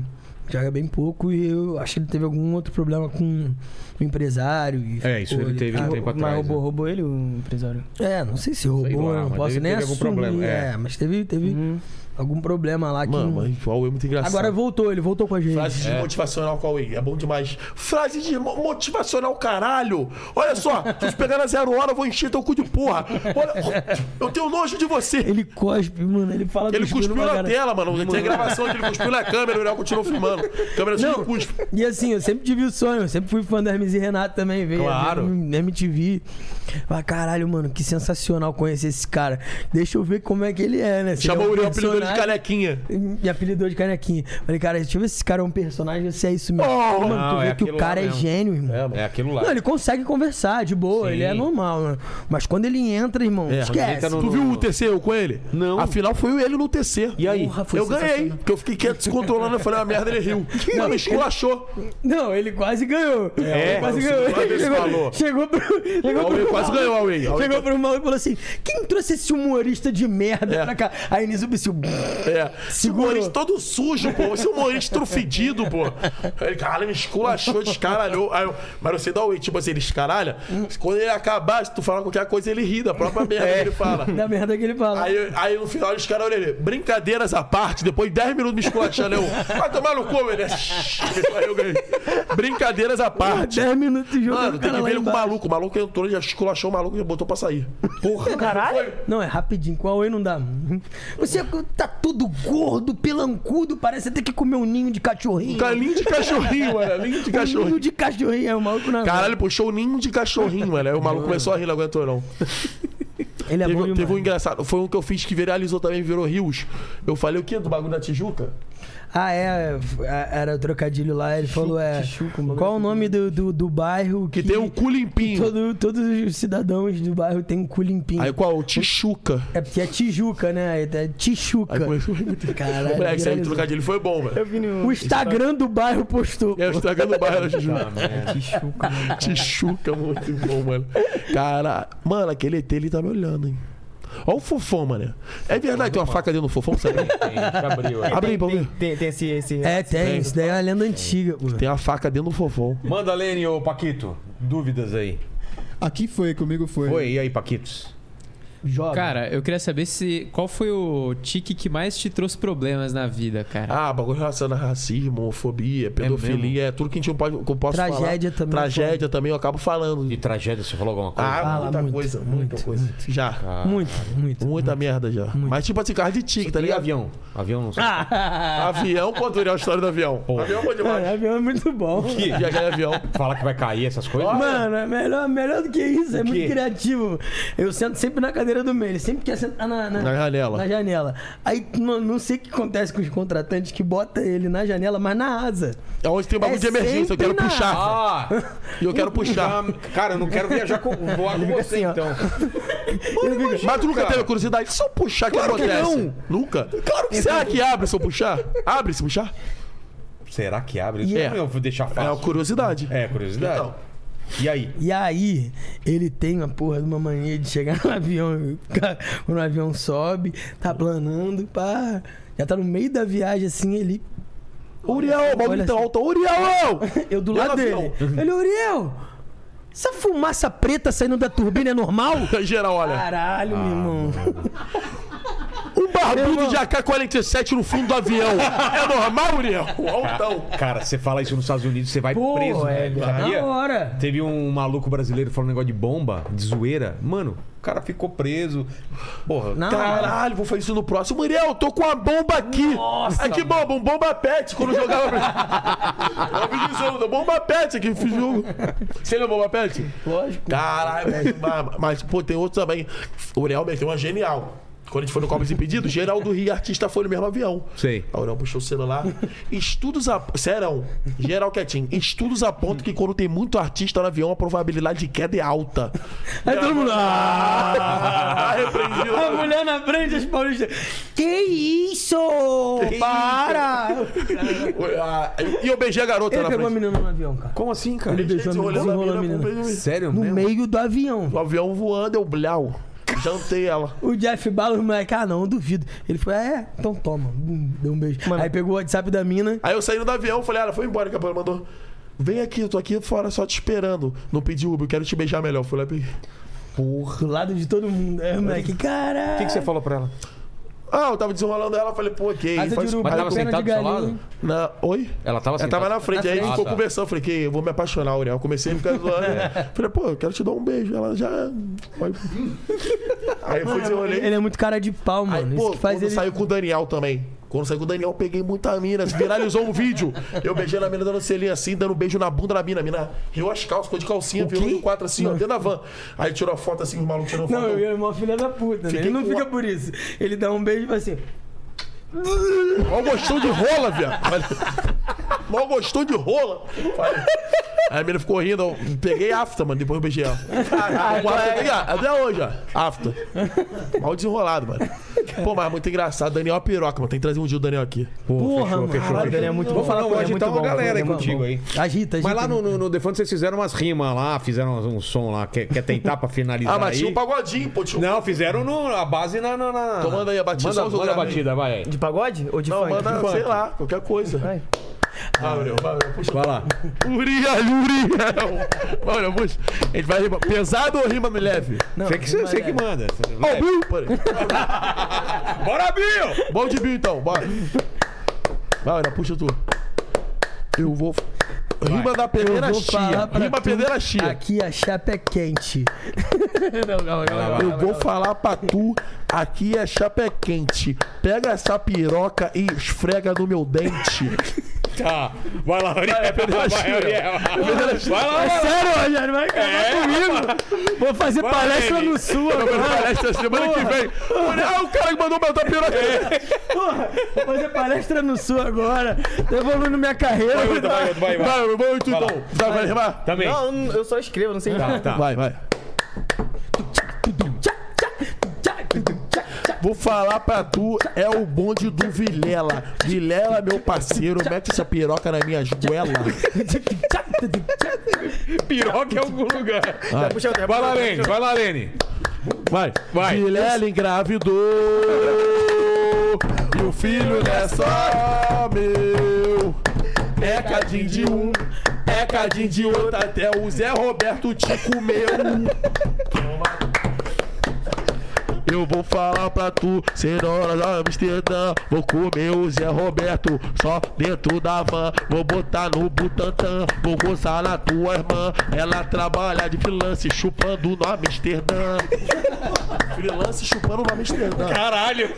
S6: Enxerga bem pouco e eu acho que ele teve algum outro problema com o empresário. e
S1: É, isso
S6: ficou
S1: ele teve um
S6: Ah,
S1: tempo
S5: Mas
S1: atrás.
S5: roubou,
S1: né?
S5: roubou ele, o empresário?
S6: É, não sei se roubou,
S1: lá,
S6: eu não
S1: mas
S6: posso
S1: teve-
S6: nem
S1: teve algum
S6: assumir.
S1: problema, é.
S6: É. mas teve, teve algum problema lá que...
S2: Uhum. Mano, mas o Away é muito engraçado.
S6: Agora voltou, ele voltou com a gente.
S2: Frase de motivacional com a Whey. É bom demais. Frase de mo- motivacional, caralho. Olha só, *laughs* tô te pegando a zero hora, eu vou encher teu cu de porra. Olha, eu tenho nojo de você.
S6: Ele cospe, mano, ele fala
S2: Ele
S6: cuspindo
S2: cuspiu
S6: pra
S2: na
S6: cara.
S2: tela, mano. Tem gravação que ele cuspiu na câmera, o Léo continuou filmando. Câmera só de
S6: Não,
S2: cuspe.
S6: e assim, eu sempre tive o sonho, eu sempre fui fã da Hermes e Renato também, veio
S1: Claro.
S6: na MTV. Mas caralho, mano, que sensacional conhecer esse cara. Deixa eu ver como é que ele é, né? Se ele
S2: Chamou
S6: é um
S2: o Léo apelido dele de
S6: personagem-
S2: canequinha.
S6: Me apelidou de canequinha. Falei, cara, deixa eu ver se esse cara é um personagem, se é isso mesmo. mano,
S1: Não,
S6: tu
S1: é
S6: vê que
S1: aquilo
S6: o cara
S1: lá
S6: é
S1: mesmo.
S6: gênio, irmão.
S1: É aquilo lá.
S6: Não, ele consegue conversar de boa,
S1: Sim. É,
S6: ele é normal, né? Mas quando ele entra, irmão,
S1: ele
S6: esquece.
S1: entra no-
S2: Tu viu o TC eu com ele?
S1: Não.
S2: Afinal, foi ele no TC.
S1: E aí?
S6: Porra, foi
S2: Eu ganhei,
S6: sensacional.
S2: porque eu fiquei quieto, descontrolando. Eu falei, uma merda, ele
S6: *laughs*
S2: riu. Não, me esculachou.
S6: Não, ele quase ganhou.
S1: É,
S6: ele quase
S1: o
S6: ganhou.
S1: Silvio
S6: Ele chegou,
S1: falou.
S6: chegou pro. Chegou
S2: Huawei
S6: pro
S2: quase ganhou, Huawei. Huawei
S6: Chegou pro maluco e falou assim: quem trouxe esse humorista de merda
S2: É.
S6: pra cá? Aí Niso *laughs* Bissil.
S2: É, esse
S6: Segurou.
S2: humorista todo sujo, pô. Esse humorista todo fedido, pô. Aí Ele, caralho, me esculachou, descaralhou. Aí eu, mas você dá o tipo assim, ele escaralha. Quando ele acabar, se tu falar qualquer coisa, ele ri da
S6: *laughs*
S2: própria merda
S6: É.
S2: que ele fala.
S6: Da merda que ele fala.
S2: Aí, aí no final eles caras olham ele, brincadeiras à parte, depois de 10 minutos me esculachando, eu, vai tomar no cu, *laughs* ele. Aí eu ganhei. Brincadeiras à parte.
S6: 10 minutos de jogo.
S2: ah, Mano, tem
S6: o cara
S2: que
S6: lá
S2: ver ele com o
S6: embaixo.
S2: maluco. O maluco entrou, ele já esculachou o maluco e botou pra sair.
S5: Caralho!
S6: Não, é rapidinho. Com a Oi não dá. Você tá todo gordo, pelancudo, parece até que comeu um ninho de cachorrinho.
S2: Cara, ninho de cachorrinho, mano. Ninho de
S6: Um ninho
S2: cachorrinho.
S6: de cachorrinho, é o maluco na
S2: Caralho, puxou o ninho de cachorrinho, mano. Aí o maluco começou a rir, não aguentou não.
S6: Ele é
S2: teve,
S6: Tá bom
S2: teve
S6: demais.
S2: um engraçado. Foi um que eu fiz que viralizou também, virou rios. Eu falei o quê? Do bagulho da Tijuca?
S6: Ah, é. f- a- Era o trocadilho lá. Ele falou, é. qual o nome do, do, do bairro
S2: Que, tem um cu limpinho.
S6: todo- Todos os cidadãos do bairro têm um cu limpinho.
S2: Aí qual? Tijuca.
S6: É porque é Tijuca, né? É Tijuca.
S2: Aí começou a repetir.
S6: Caralho,
S2: Moleque, isso aí,
S6: viralizou.
S2: trocadilho foi bom, velho.
S6: O Instagram do bairro postou.
S2: É, o Instagram do bairro da Tijuca. *laughs* Tijuca, muito bom, mano. Cara, mano, aquele ET, ele tá me olhando, hein. Olha o fofão, mano. É verdade, tem uma faca dentro do fofão, sabe?
S4: Já abriu aí.
S2: Abre aí pra eu ver.
S5: Tem, tem esse. esse
S6: É, tem. Isso daí é uma lenda antiga, pô.
S2: Tem uma faca dentro do fofão.
S4: Manda, Lene ou Paquito. Dúvidas aí.
S3: Aqui foi, comigo foi.
S4: Oi, e aí, Paquitos?
S6: Joga.
S7: Cara, eu queria saber se qual foi o tique que mais te trouxe problemas na vida, cara.
S2: Ah, bagulho relacionado a racismo, homofobia, pedofilia, é, tudo que a gente não pode, que eu posso falar.
S6: Tragédia também,
S2: Tragédia também, eu acabo falando.
S4: De tragédia, você falou alguma coisa?
S2: Ah,
S6: Fala
S2: muita
S6: muito,
S2: coisa, muita
S6: muito,
S2: coisa. Já.
S6: Muito, muito.
S2: Muita merda já. Mas tipo assim, carro de tique, tá
S4: E
S2: ligado?
S4: avião? Avião não sei.
S2: Avião, pô, Duriel, a história do avião. Avião é bom demais.
S6: É, é muito bom.
S2: Viajar em avião.
S4: Fala que vai cair essas coisas?
S6: Mano, é melhor, melhor do que isso. É muito
S4: quê?
S6: criativo. Eu sento sempre na cadeira do meio. Ele sempre quer sentar na, na,
S2: Na janela.
S6: na janela. Aí não, não sei o que acontece com os contratantes que bota ele na janela, mas na asa.
S2: É onde tem um bagulho
S6: É
S2: de emergência, eu quero
S6: sempre na-
S2: puxar.
S4: Ah!
S2: E eu quero puxar.
S4: já- cara, eu não quero viajar com, voar com você,
S5: assim,
S4: então.
S2: Mas tu nunca teve curiosidade? Se eu puxar, o que acontece? Nunca? Claro que Será que abre se eu puxar? Abre se puxar?
S4: Será que abre?
S6: E
S4: Isso
S2: é.
S4: Como eu vou deixar
S2: É uma
S4: fácil?
S2: curiosidade.
S4: É, curiosidade.
S2: Então.
S4: E aí?
S6: E aí, ele tem uma porra de uma mania de chegar no *laughs* avião. cara, Quando o avião sobe, tá planando, pá. Já tá no meio da viagem assim, ele. *laughs*
S2: Uriel, o bagulho
S6: Olha
S2: tá
S6: assim.
S2: alto. Uriel!
S6: Eu do
S2: E
S6: lado
S2: no
S6: dele. Ele, Uriel! Essa fumaça preta saindo da turbina é normal?
S2: Geral, olha.
S6: Caralho, meu irmão.
S2: Um barbudo de AK-47 no fundo do avião. é normal, Uriel? Altão.
S4: Cara, você fala isso nos Estados Unidos, você vai
S6: Pô,
S4: preso,
S6: é,
S4: né?
S6: na hora.
S4: Teve um maluco brasileiro falando negócio de bomba, de zoeira. Mano, o cara ficou preso. Porra,
S6: Na hora.
S2: Caralho, vou fazer isso no próximo. Uriel, eu tô com uma bomba aqui. Nossa, que bomba, um bomba pet quando eu jogava. *laughs* É eu fiz isso, da bomba pet aqui, fiz jogo. Você lembra bomba pet? Lógico. Caralho, velho, mas, mas, pô, tem outro também. O Uriel meteu uma genial. Quando a gente foi no Cobras Impedido, Geraldo Rio e artista foi no mesmo avião.
S4: Sei.
S2: A Uriel puxou o celular. Estudos apontam. Serão, geral quietinho. Estudos apontam que quando tem muito artista no avião, a probabilidade de queda é alta.
S6: Aí
S2: *laughs*
S6: todo mundo.
S2: Ah, repreendi
S6: A
S2: logo.
S6: mulher na frente, as paulistas. Que isso? Para!
S2: Ah, E eu beijei a garota
S6: Ele
S2: Tá na
S6: pegou a
S2: frente.
S6: menina no avião, cara.
S4: como assim, cara?
S6: Ele beijou a menina,
S2: Desenrolando a
S6: desenrolou a
S2: mina,
S6: menina.
S2: pô, beijou.
S4: Sério
S6: No
S4: mesmo?
S6: meio do avião.
S2: O avião voando, eu blau. Jantei ela.
S6: O Jeff Bala, o moleque, ah, não, eu duvido. Ele falou, é, então toma. Bum, Deu um beijo. Aí pegou o WhatsApp da mina.
S2: Aí eu saí do avião, falei, "Ah, ela foi embora, que a ela mandou. Vem aqui, eu tô aqui fora só te esperando. Não pedi Uber, eu quero te beijar melhor. Eu Fui lá e peguei.
S6: Do lado de todo mundo. É, moleque, caralho.
S4: O que, que você falou pra ela?
S2: Ah, eu tava desenrolando ela, falei, pô, que
S6: Asa é de
S2: faz-
S6: urubu,
S4: Mas tava
S6: pena
S4: sentado
S6: de
S4: do seu
S6: galinha.
S4: lado?
S2: Na... Oi?
S4: Ela tava
S2: Ela
S4: sentada.
S2: tava na frente, aí
S4: frente.
S2: a gente ficou
S4: Ah, Assim, tá.
S2: conversando. Falei, que eu vou me apaixonar, Uriel. Eu comecei por causa do
S4: *laughs*
S2: Uriel. né? Falei, pô, eu quero te dar um beijo. Ela já. Aí eu fui desenrolei.
S6: Ele é muito cara de pau, mano.
S2: Aí,
S6: Isso
S2: pô,
S6: que faz
S2: quando
S6: ele.
S2: saiu com o Daniel também. Quando saiu com o Daniel, eu peguei muita mina. Viralizou um vídeo. Eu beijei na mina dando selinha assim, dando um beijo na bunda da mina. A mina riu as calças, ficou de calcinha, virou de quatro assim, ó, dentro da van. Aí tirou a foto assim, os malucos tirou foto.
S6: Não, eu é uma filha da puta, né?
S2: Fiquei
S6: Ele não
S2: com
S6: fica
S2: a-
S6: por isso. Ele dá um beijo e fala assim.
S2: Mal gostou de rola, viado. Falei, *laughs* Mal gostou de rola. Falei. Aí a mina ficou rindo. Eu peguei afta, mano. Depois eu beijei ela. Com afta, tá ligado? Até hoje, ó. Afta. Mal desenrolado, mano. Pô, mas muito engraçado. Daniel é uma piroca, mano. Tem que trazer um dia o Daniel aqui.
S6: Porra, mano.
S5: Caralho, ele é muito
S4: Vou
S5: bom.
S4: falar
S5: ele é
S4: hoje,
S5: muito
S4: então, uma
S5: bom,
S4: galera
S5: ele é
S4: aí
S5: muito
S4: contigo aí.
S6: Agita, agita.
S4: Mas lá no, no, no Defante vocês fizeram umas rimas lá, fizeram um som lá. Quer, quer tentar pra finalizar
S2: *laughs* Ah, mas
S4: aí?
S2: tinha um pagodinho, pô. Tinha um...
S4: Não, fizeram no, a base na... na, na...
S2: Então manda aí a batida, só
S4: Manda,
S2: os
S4: manda a
S2: lugares aí.
S4: batida, vai aí.
S5: De pagode? Ou de
S2: Não,
S5: funk?
S2: manda,
S5: de funk.
S2: sei lá, qualquer coisa.
S5: Vai.
S2: Vai, Uriel, vai, Uriel, puxa.
S4: Vai lá.
S2: Uriel, Uriel. Vai, Uriel, puxa. A gente vai rima pesado ou rima leve?
S4: Você que, você que manda.
S2: Ó, Bill. Pera aí.
S4: Bora, Bill!
S2: Bom de Bill, então, bora. Vai, Uriel, puxa tu. Eu vou... Rima da peneira
S6: Eu vou
S2: chia.
S6: falar pra
S2: Rima
S6: tu
S2: peneira chia.
S6: Aqui a chapa
S4: *laughs*
S6: é quente. não, calma, calma.
S2: Eu vou falar pra tu, aqui é chapa é quente. Pega essa piroca e esfrega no meu dente. *laughs*
S1: Tá, vai lá,
S2: É,
S1: Ariel. Vai,
S2: *laughs*
S1: Ariel. Vai lá, vai
S6: É
S1: lá.
S6: sério, Rogério, vai acabar
S1: É,
S6: comigo. Vou fazer
S1: Vai,
S6: palestra
S1: Henrique.
S6: no Sul agora.
S2: Essa semana que vem. Ah, o cara que mandou botar piroca.
S1: É,
S6: Porra, vou fazer palestra no Sul agora. Devolvendo minha carreira.
S1: é, Vai, Guto, vai, Guto, vai, vai.
S2: Vai, eu vou tu
S1: Vai lá.
S2: então. Vai, vai, rimar.
S1: Também.
S5: Não, eu não- eu só escrevo, não sei.
S1: Tá, tá.
S2: Vai, vai. Vou falar pra tu, é o bonde do Vilela. Vilela, meu parceiro, mete essa piroca na minha goela.
S1: Piroca em algum lugar.
S5: Tá puxando, tá
S1: Vai lá,
S5: puxando.
S1: Lene. Vai lá, Lene.
S2: Vai,
S1: Vai.
S2: Vilela engravidou. E o filho não é só meu. É cadinho de um, é cadinho de outro. Até o Zé Roberto te comeu. Eu vou falar pra tu, senhora da Amsterdã. Vou comer o Zé Roberto só dentro da van. Vou botar no Butantan, vou gozar na tua irmã. Ela trabalha de freelance chupando no Amsterdã. freelance chupando no Amsterdã.
S1: Caralho.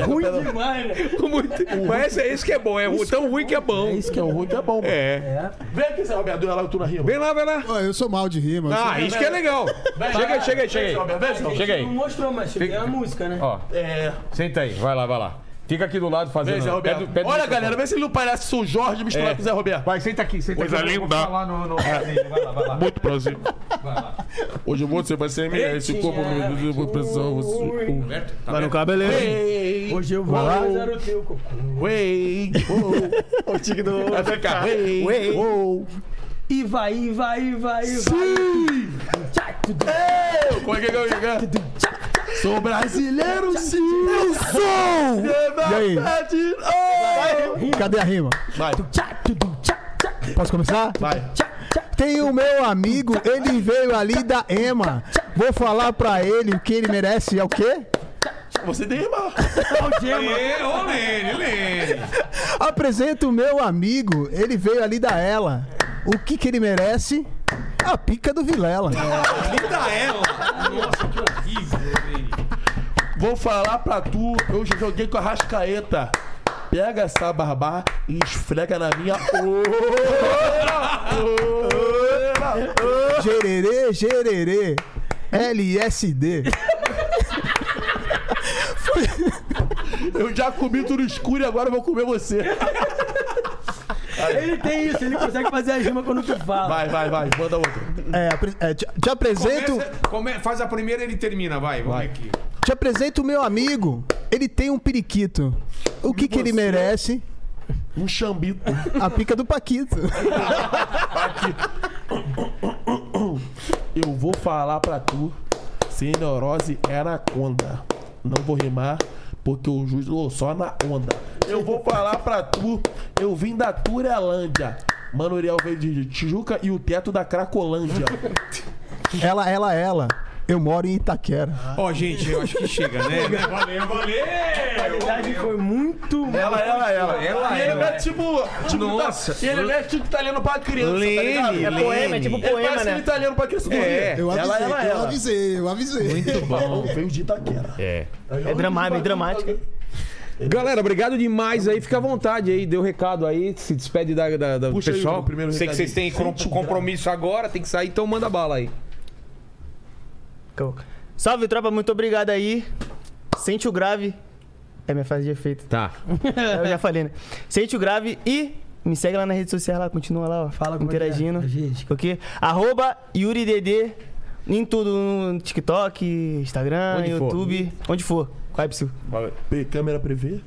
S6: Ruim demais, né?
S1: Muito- Mas é isso que é bom. É tão ruim que é bom.
S2: Isso que é o ruim que é bom. mano.
S1: É.
S2: Vem aqui, Zé Roberto, e olha lá tu na rima.
S1: Vem lá, vai lá.
S9: Pô, eu sou mal de rima. eu sou-
S1: Ah, isso que é legal. Chega aí, chega aí, chega aí.
S2: Vem, Zé Roberto.
S1: Então, Chega
S6: Não
S1: aí.
S6: mostrou, mas tem a música, né?
S1: Ó,
S2: É,
S1: senta aí. Vai lá, vai lá. Fica aqui do lado
S2: vem,
S1: fazendo.
S2: Zé Roberto.
S1: Pé do- pé do
S2: olha,
S1: microfone.
S2: galera, vê se ele não parece o Jorge misturado
S1: É.
S2: com o Zé Roberto.
S1: Vai, senta aqui, senta
S2: Coisa
S1: aqui. Eu vou
S2: linda.
S1: falar no- no- Vai lá, vai lá.
S2: Muito prazer. Hoje você vai ser minha, esse corpo meu Deus, pressão. Você...
S1: tá
S3: Vai no cabeleiro.
S6: Hoje eu vou
S2: Vai.
S6: fazer o teu cocô.
S2: Wey, *laughs*
S5: O tique do.
S2: vai ficar. Wey,
S5: Ué.
S2: uou.
S6: E vai, e vai, e vai, e vai.
S2: Sim!
S6: Tchá, tu, tu,
S2: Eu, como é que eu Sou brasileiro, sim! Eu sou!
S3: aí?
S2: Liberdade! Oh!
S3: Cadê a rima?
S2: Vai,
S6: tchá, tu, tu, tchá, tchá,
S3: Posso começar?
S2: vai.
S6: tchá, tchá.
S3: Tem o meu amigo, ele veio ali da EMA. Vou falar pra ele o que ele merece é o quê?
S2: Você tem irmão.
S1: É, ô Lene, Lene.
S3: Apresento o meu amigo, ele veio ali da ela. O que que ele merece? A pica do Vilela.
S2: Vou falar pra tu, eu já joguei com a rascaeta. Pega essa barbá e esfrega na minha.
S3: Gererê, gererê. LSD.
S2: Eu já comi tudo escuro e agora eu vou comer você.
S6: Ele tem isso, ele consegue fazer a rima quando tu fala.
S2: Vai, vai, vai, manda outro.
S3: É, apre- é, te, te apresento,
S1: Começa- come- faz a primeira e ele termina, vai. Vamos
S2: Vai.
S1: aqui.
S3: te apresento o meu amigo. Ele tem um periquito. O que que ele merece?
S2: Um chambito.
S3: A pica do Paquito.
S2: Eu vou falar pra tu, sem neurose é anaconda. Não vou rimar, porque o juiz lou só na onda. Eu vou falar pra tu, eu vim da Turelândia. Manoriel veio de Tijuca e o teto da Cracolândia.
S3: Ela, ela, ela. Eu moro em Itaquera.
S1: Ó, gente, eu acho que chega, né? *laughs* Valeu, valeu.
S6: A verdade foi muito
S2: Ela, ela, ela.
S1: Ela,
S2: e ele
S1: ela,
S2: mete tipo. tipo
S1: Nossa.
S2: tá- e ele mete tipo italiano pra criança. tá
S1: Lene,
S2: ligado?
S5: É poema, é tipo
S2: Ele
S5: poema,
S2: parece um
S5: né?
S2: italiano pra criança do
S1: É.
S2: Rio.
S9: Eu avisei,
S2: ela, ela,
S9: eu
S2: ela.
S9: avisei, eu avisei.
S2: Bom, veio de Itaquera.
S1: É.
S5: É dramático, é dramático.
S1: Galera, obrigado demais aí. Fica à vontade aí, dê o recado aí, se despede da, da- da- do
S2: Puxa aí
S1: pessoal.
S2: o primeiro
S1: Sei que vocês têm com-
S2: recadinho.
S1: compromisso agora, tem que sair, então manda bala aí.
S5: Acabou. Salve, tropa, muito obrigado aí. Sente o grave. É minha fase de efeito.
S1: Tá.
S5: *laughs* Eu já falei, né? Sente o grave e me segue lá na rede social, lá, continua lá, ó.
S6: Fala como é que é,
S5: interagindo.
S6: gente.
S5: Ok? Arroba YuriDD em tudo, no TikTok, Instagram,
S1: Onde for.
S5: YouTube, onde for. é, Vai, Psyu.
S2: P, câmera prevê.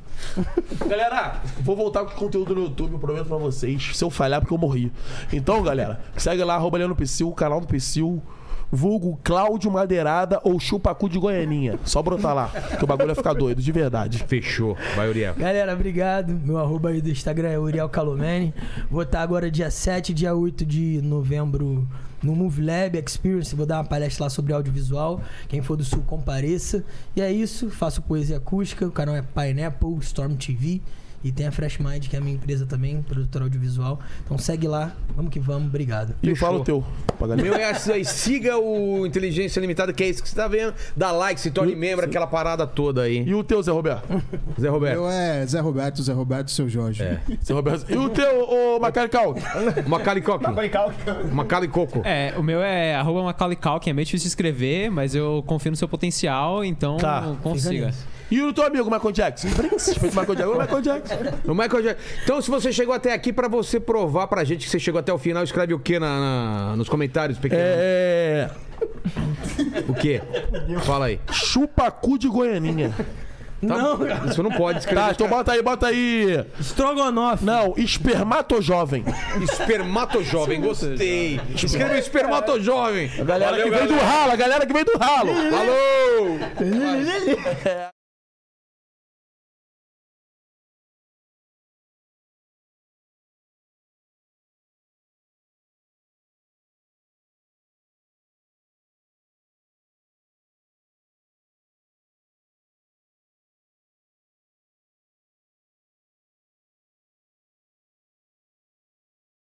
S2: galera, vou voltar com o conteúdo no YouTube, eu prometo pra vocês. Se eu falhar, é porque eu morri. Então, galera, segue lá, arroba Leandro Psyu, canal do Psyu. Vulgo Cláudio Madeirada ou Chupacu de Goianinha. Só brotar lá, que o bagulho vai ficar doido, de verdade.
S1: Fechou. Vai, Uriel.
S6: Galera, obrigado. Meu arroba aí do Instagram é Uriel Calomene. Vou estar agora dia 7, dia 8 de novembro no Move Lab Experience. Vou dar uma palestra lá sobre audiovisual. Quem for do Sul, compareça. E é isso. Faço poesia acústica. O canal é Pineapple Storm TV. E tem a Fresh Mind, que é a minha empresa também, produtora audiovisual. Então segue lá, vamos que vamos, obrigado.
S2: E fala o teu. pra galera.
S1: Meu é isso aí. Siga o Inteligência Limitada, que é isso que você tá vendo. Dá like, se torne membro, aquela parada toda aí.
S2: E o teu, Zé Roberto?
S1: Zé Roberto.
S3: Eu é Zé Roberto, Zé Roberto, seu Jorge.
S2: Zé Roberto. E o teu, ô Macari Calque?
S1: Macaulay Culkin. Macaulay Coco.
S7: É, o meu é arroba Macaulay Culkin, é meio difícil de escrever, mas eu confio no seu potencial, então
S2: Tá.
S7: consiga.
S2: E o teu amigo, Michael Jackson? Respeito Michael Jackson. Ô, Michael Jackson.
S1: O Michael Jackson. Então, se você chegou até aqui, pra você provar pra gente que você chegou até o final, escreve o quê na, na- nos comentários, pequeno?
S2: É.
S1: O quê? Fala aí.
S2: Chupacu de Goianinha.
S1: Tá- Isso não pode escrever.
S2: Tá, então bota aí, bota aí.
S6: Strogonoff.
S2: Não, espermato jovem.
S1: Espermato jovem, gostei. Escreva espermato jovem.
S2: Galera que veio do ralo, a galera que veio do ralo.
S1: Falou!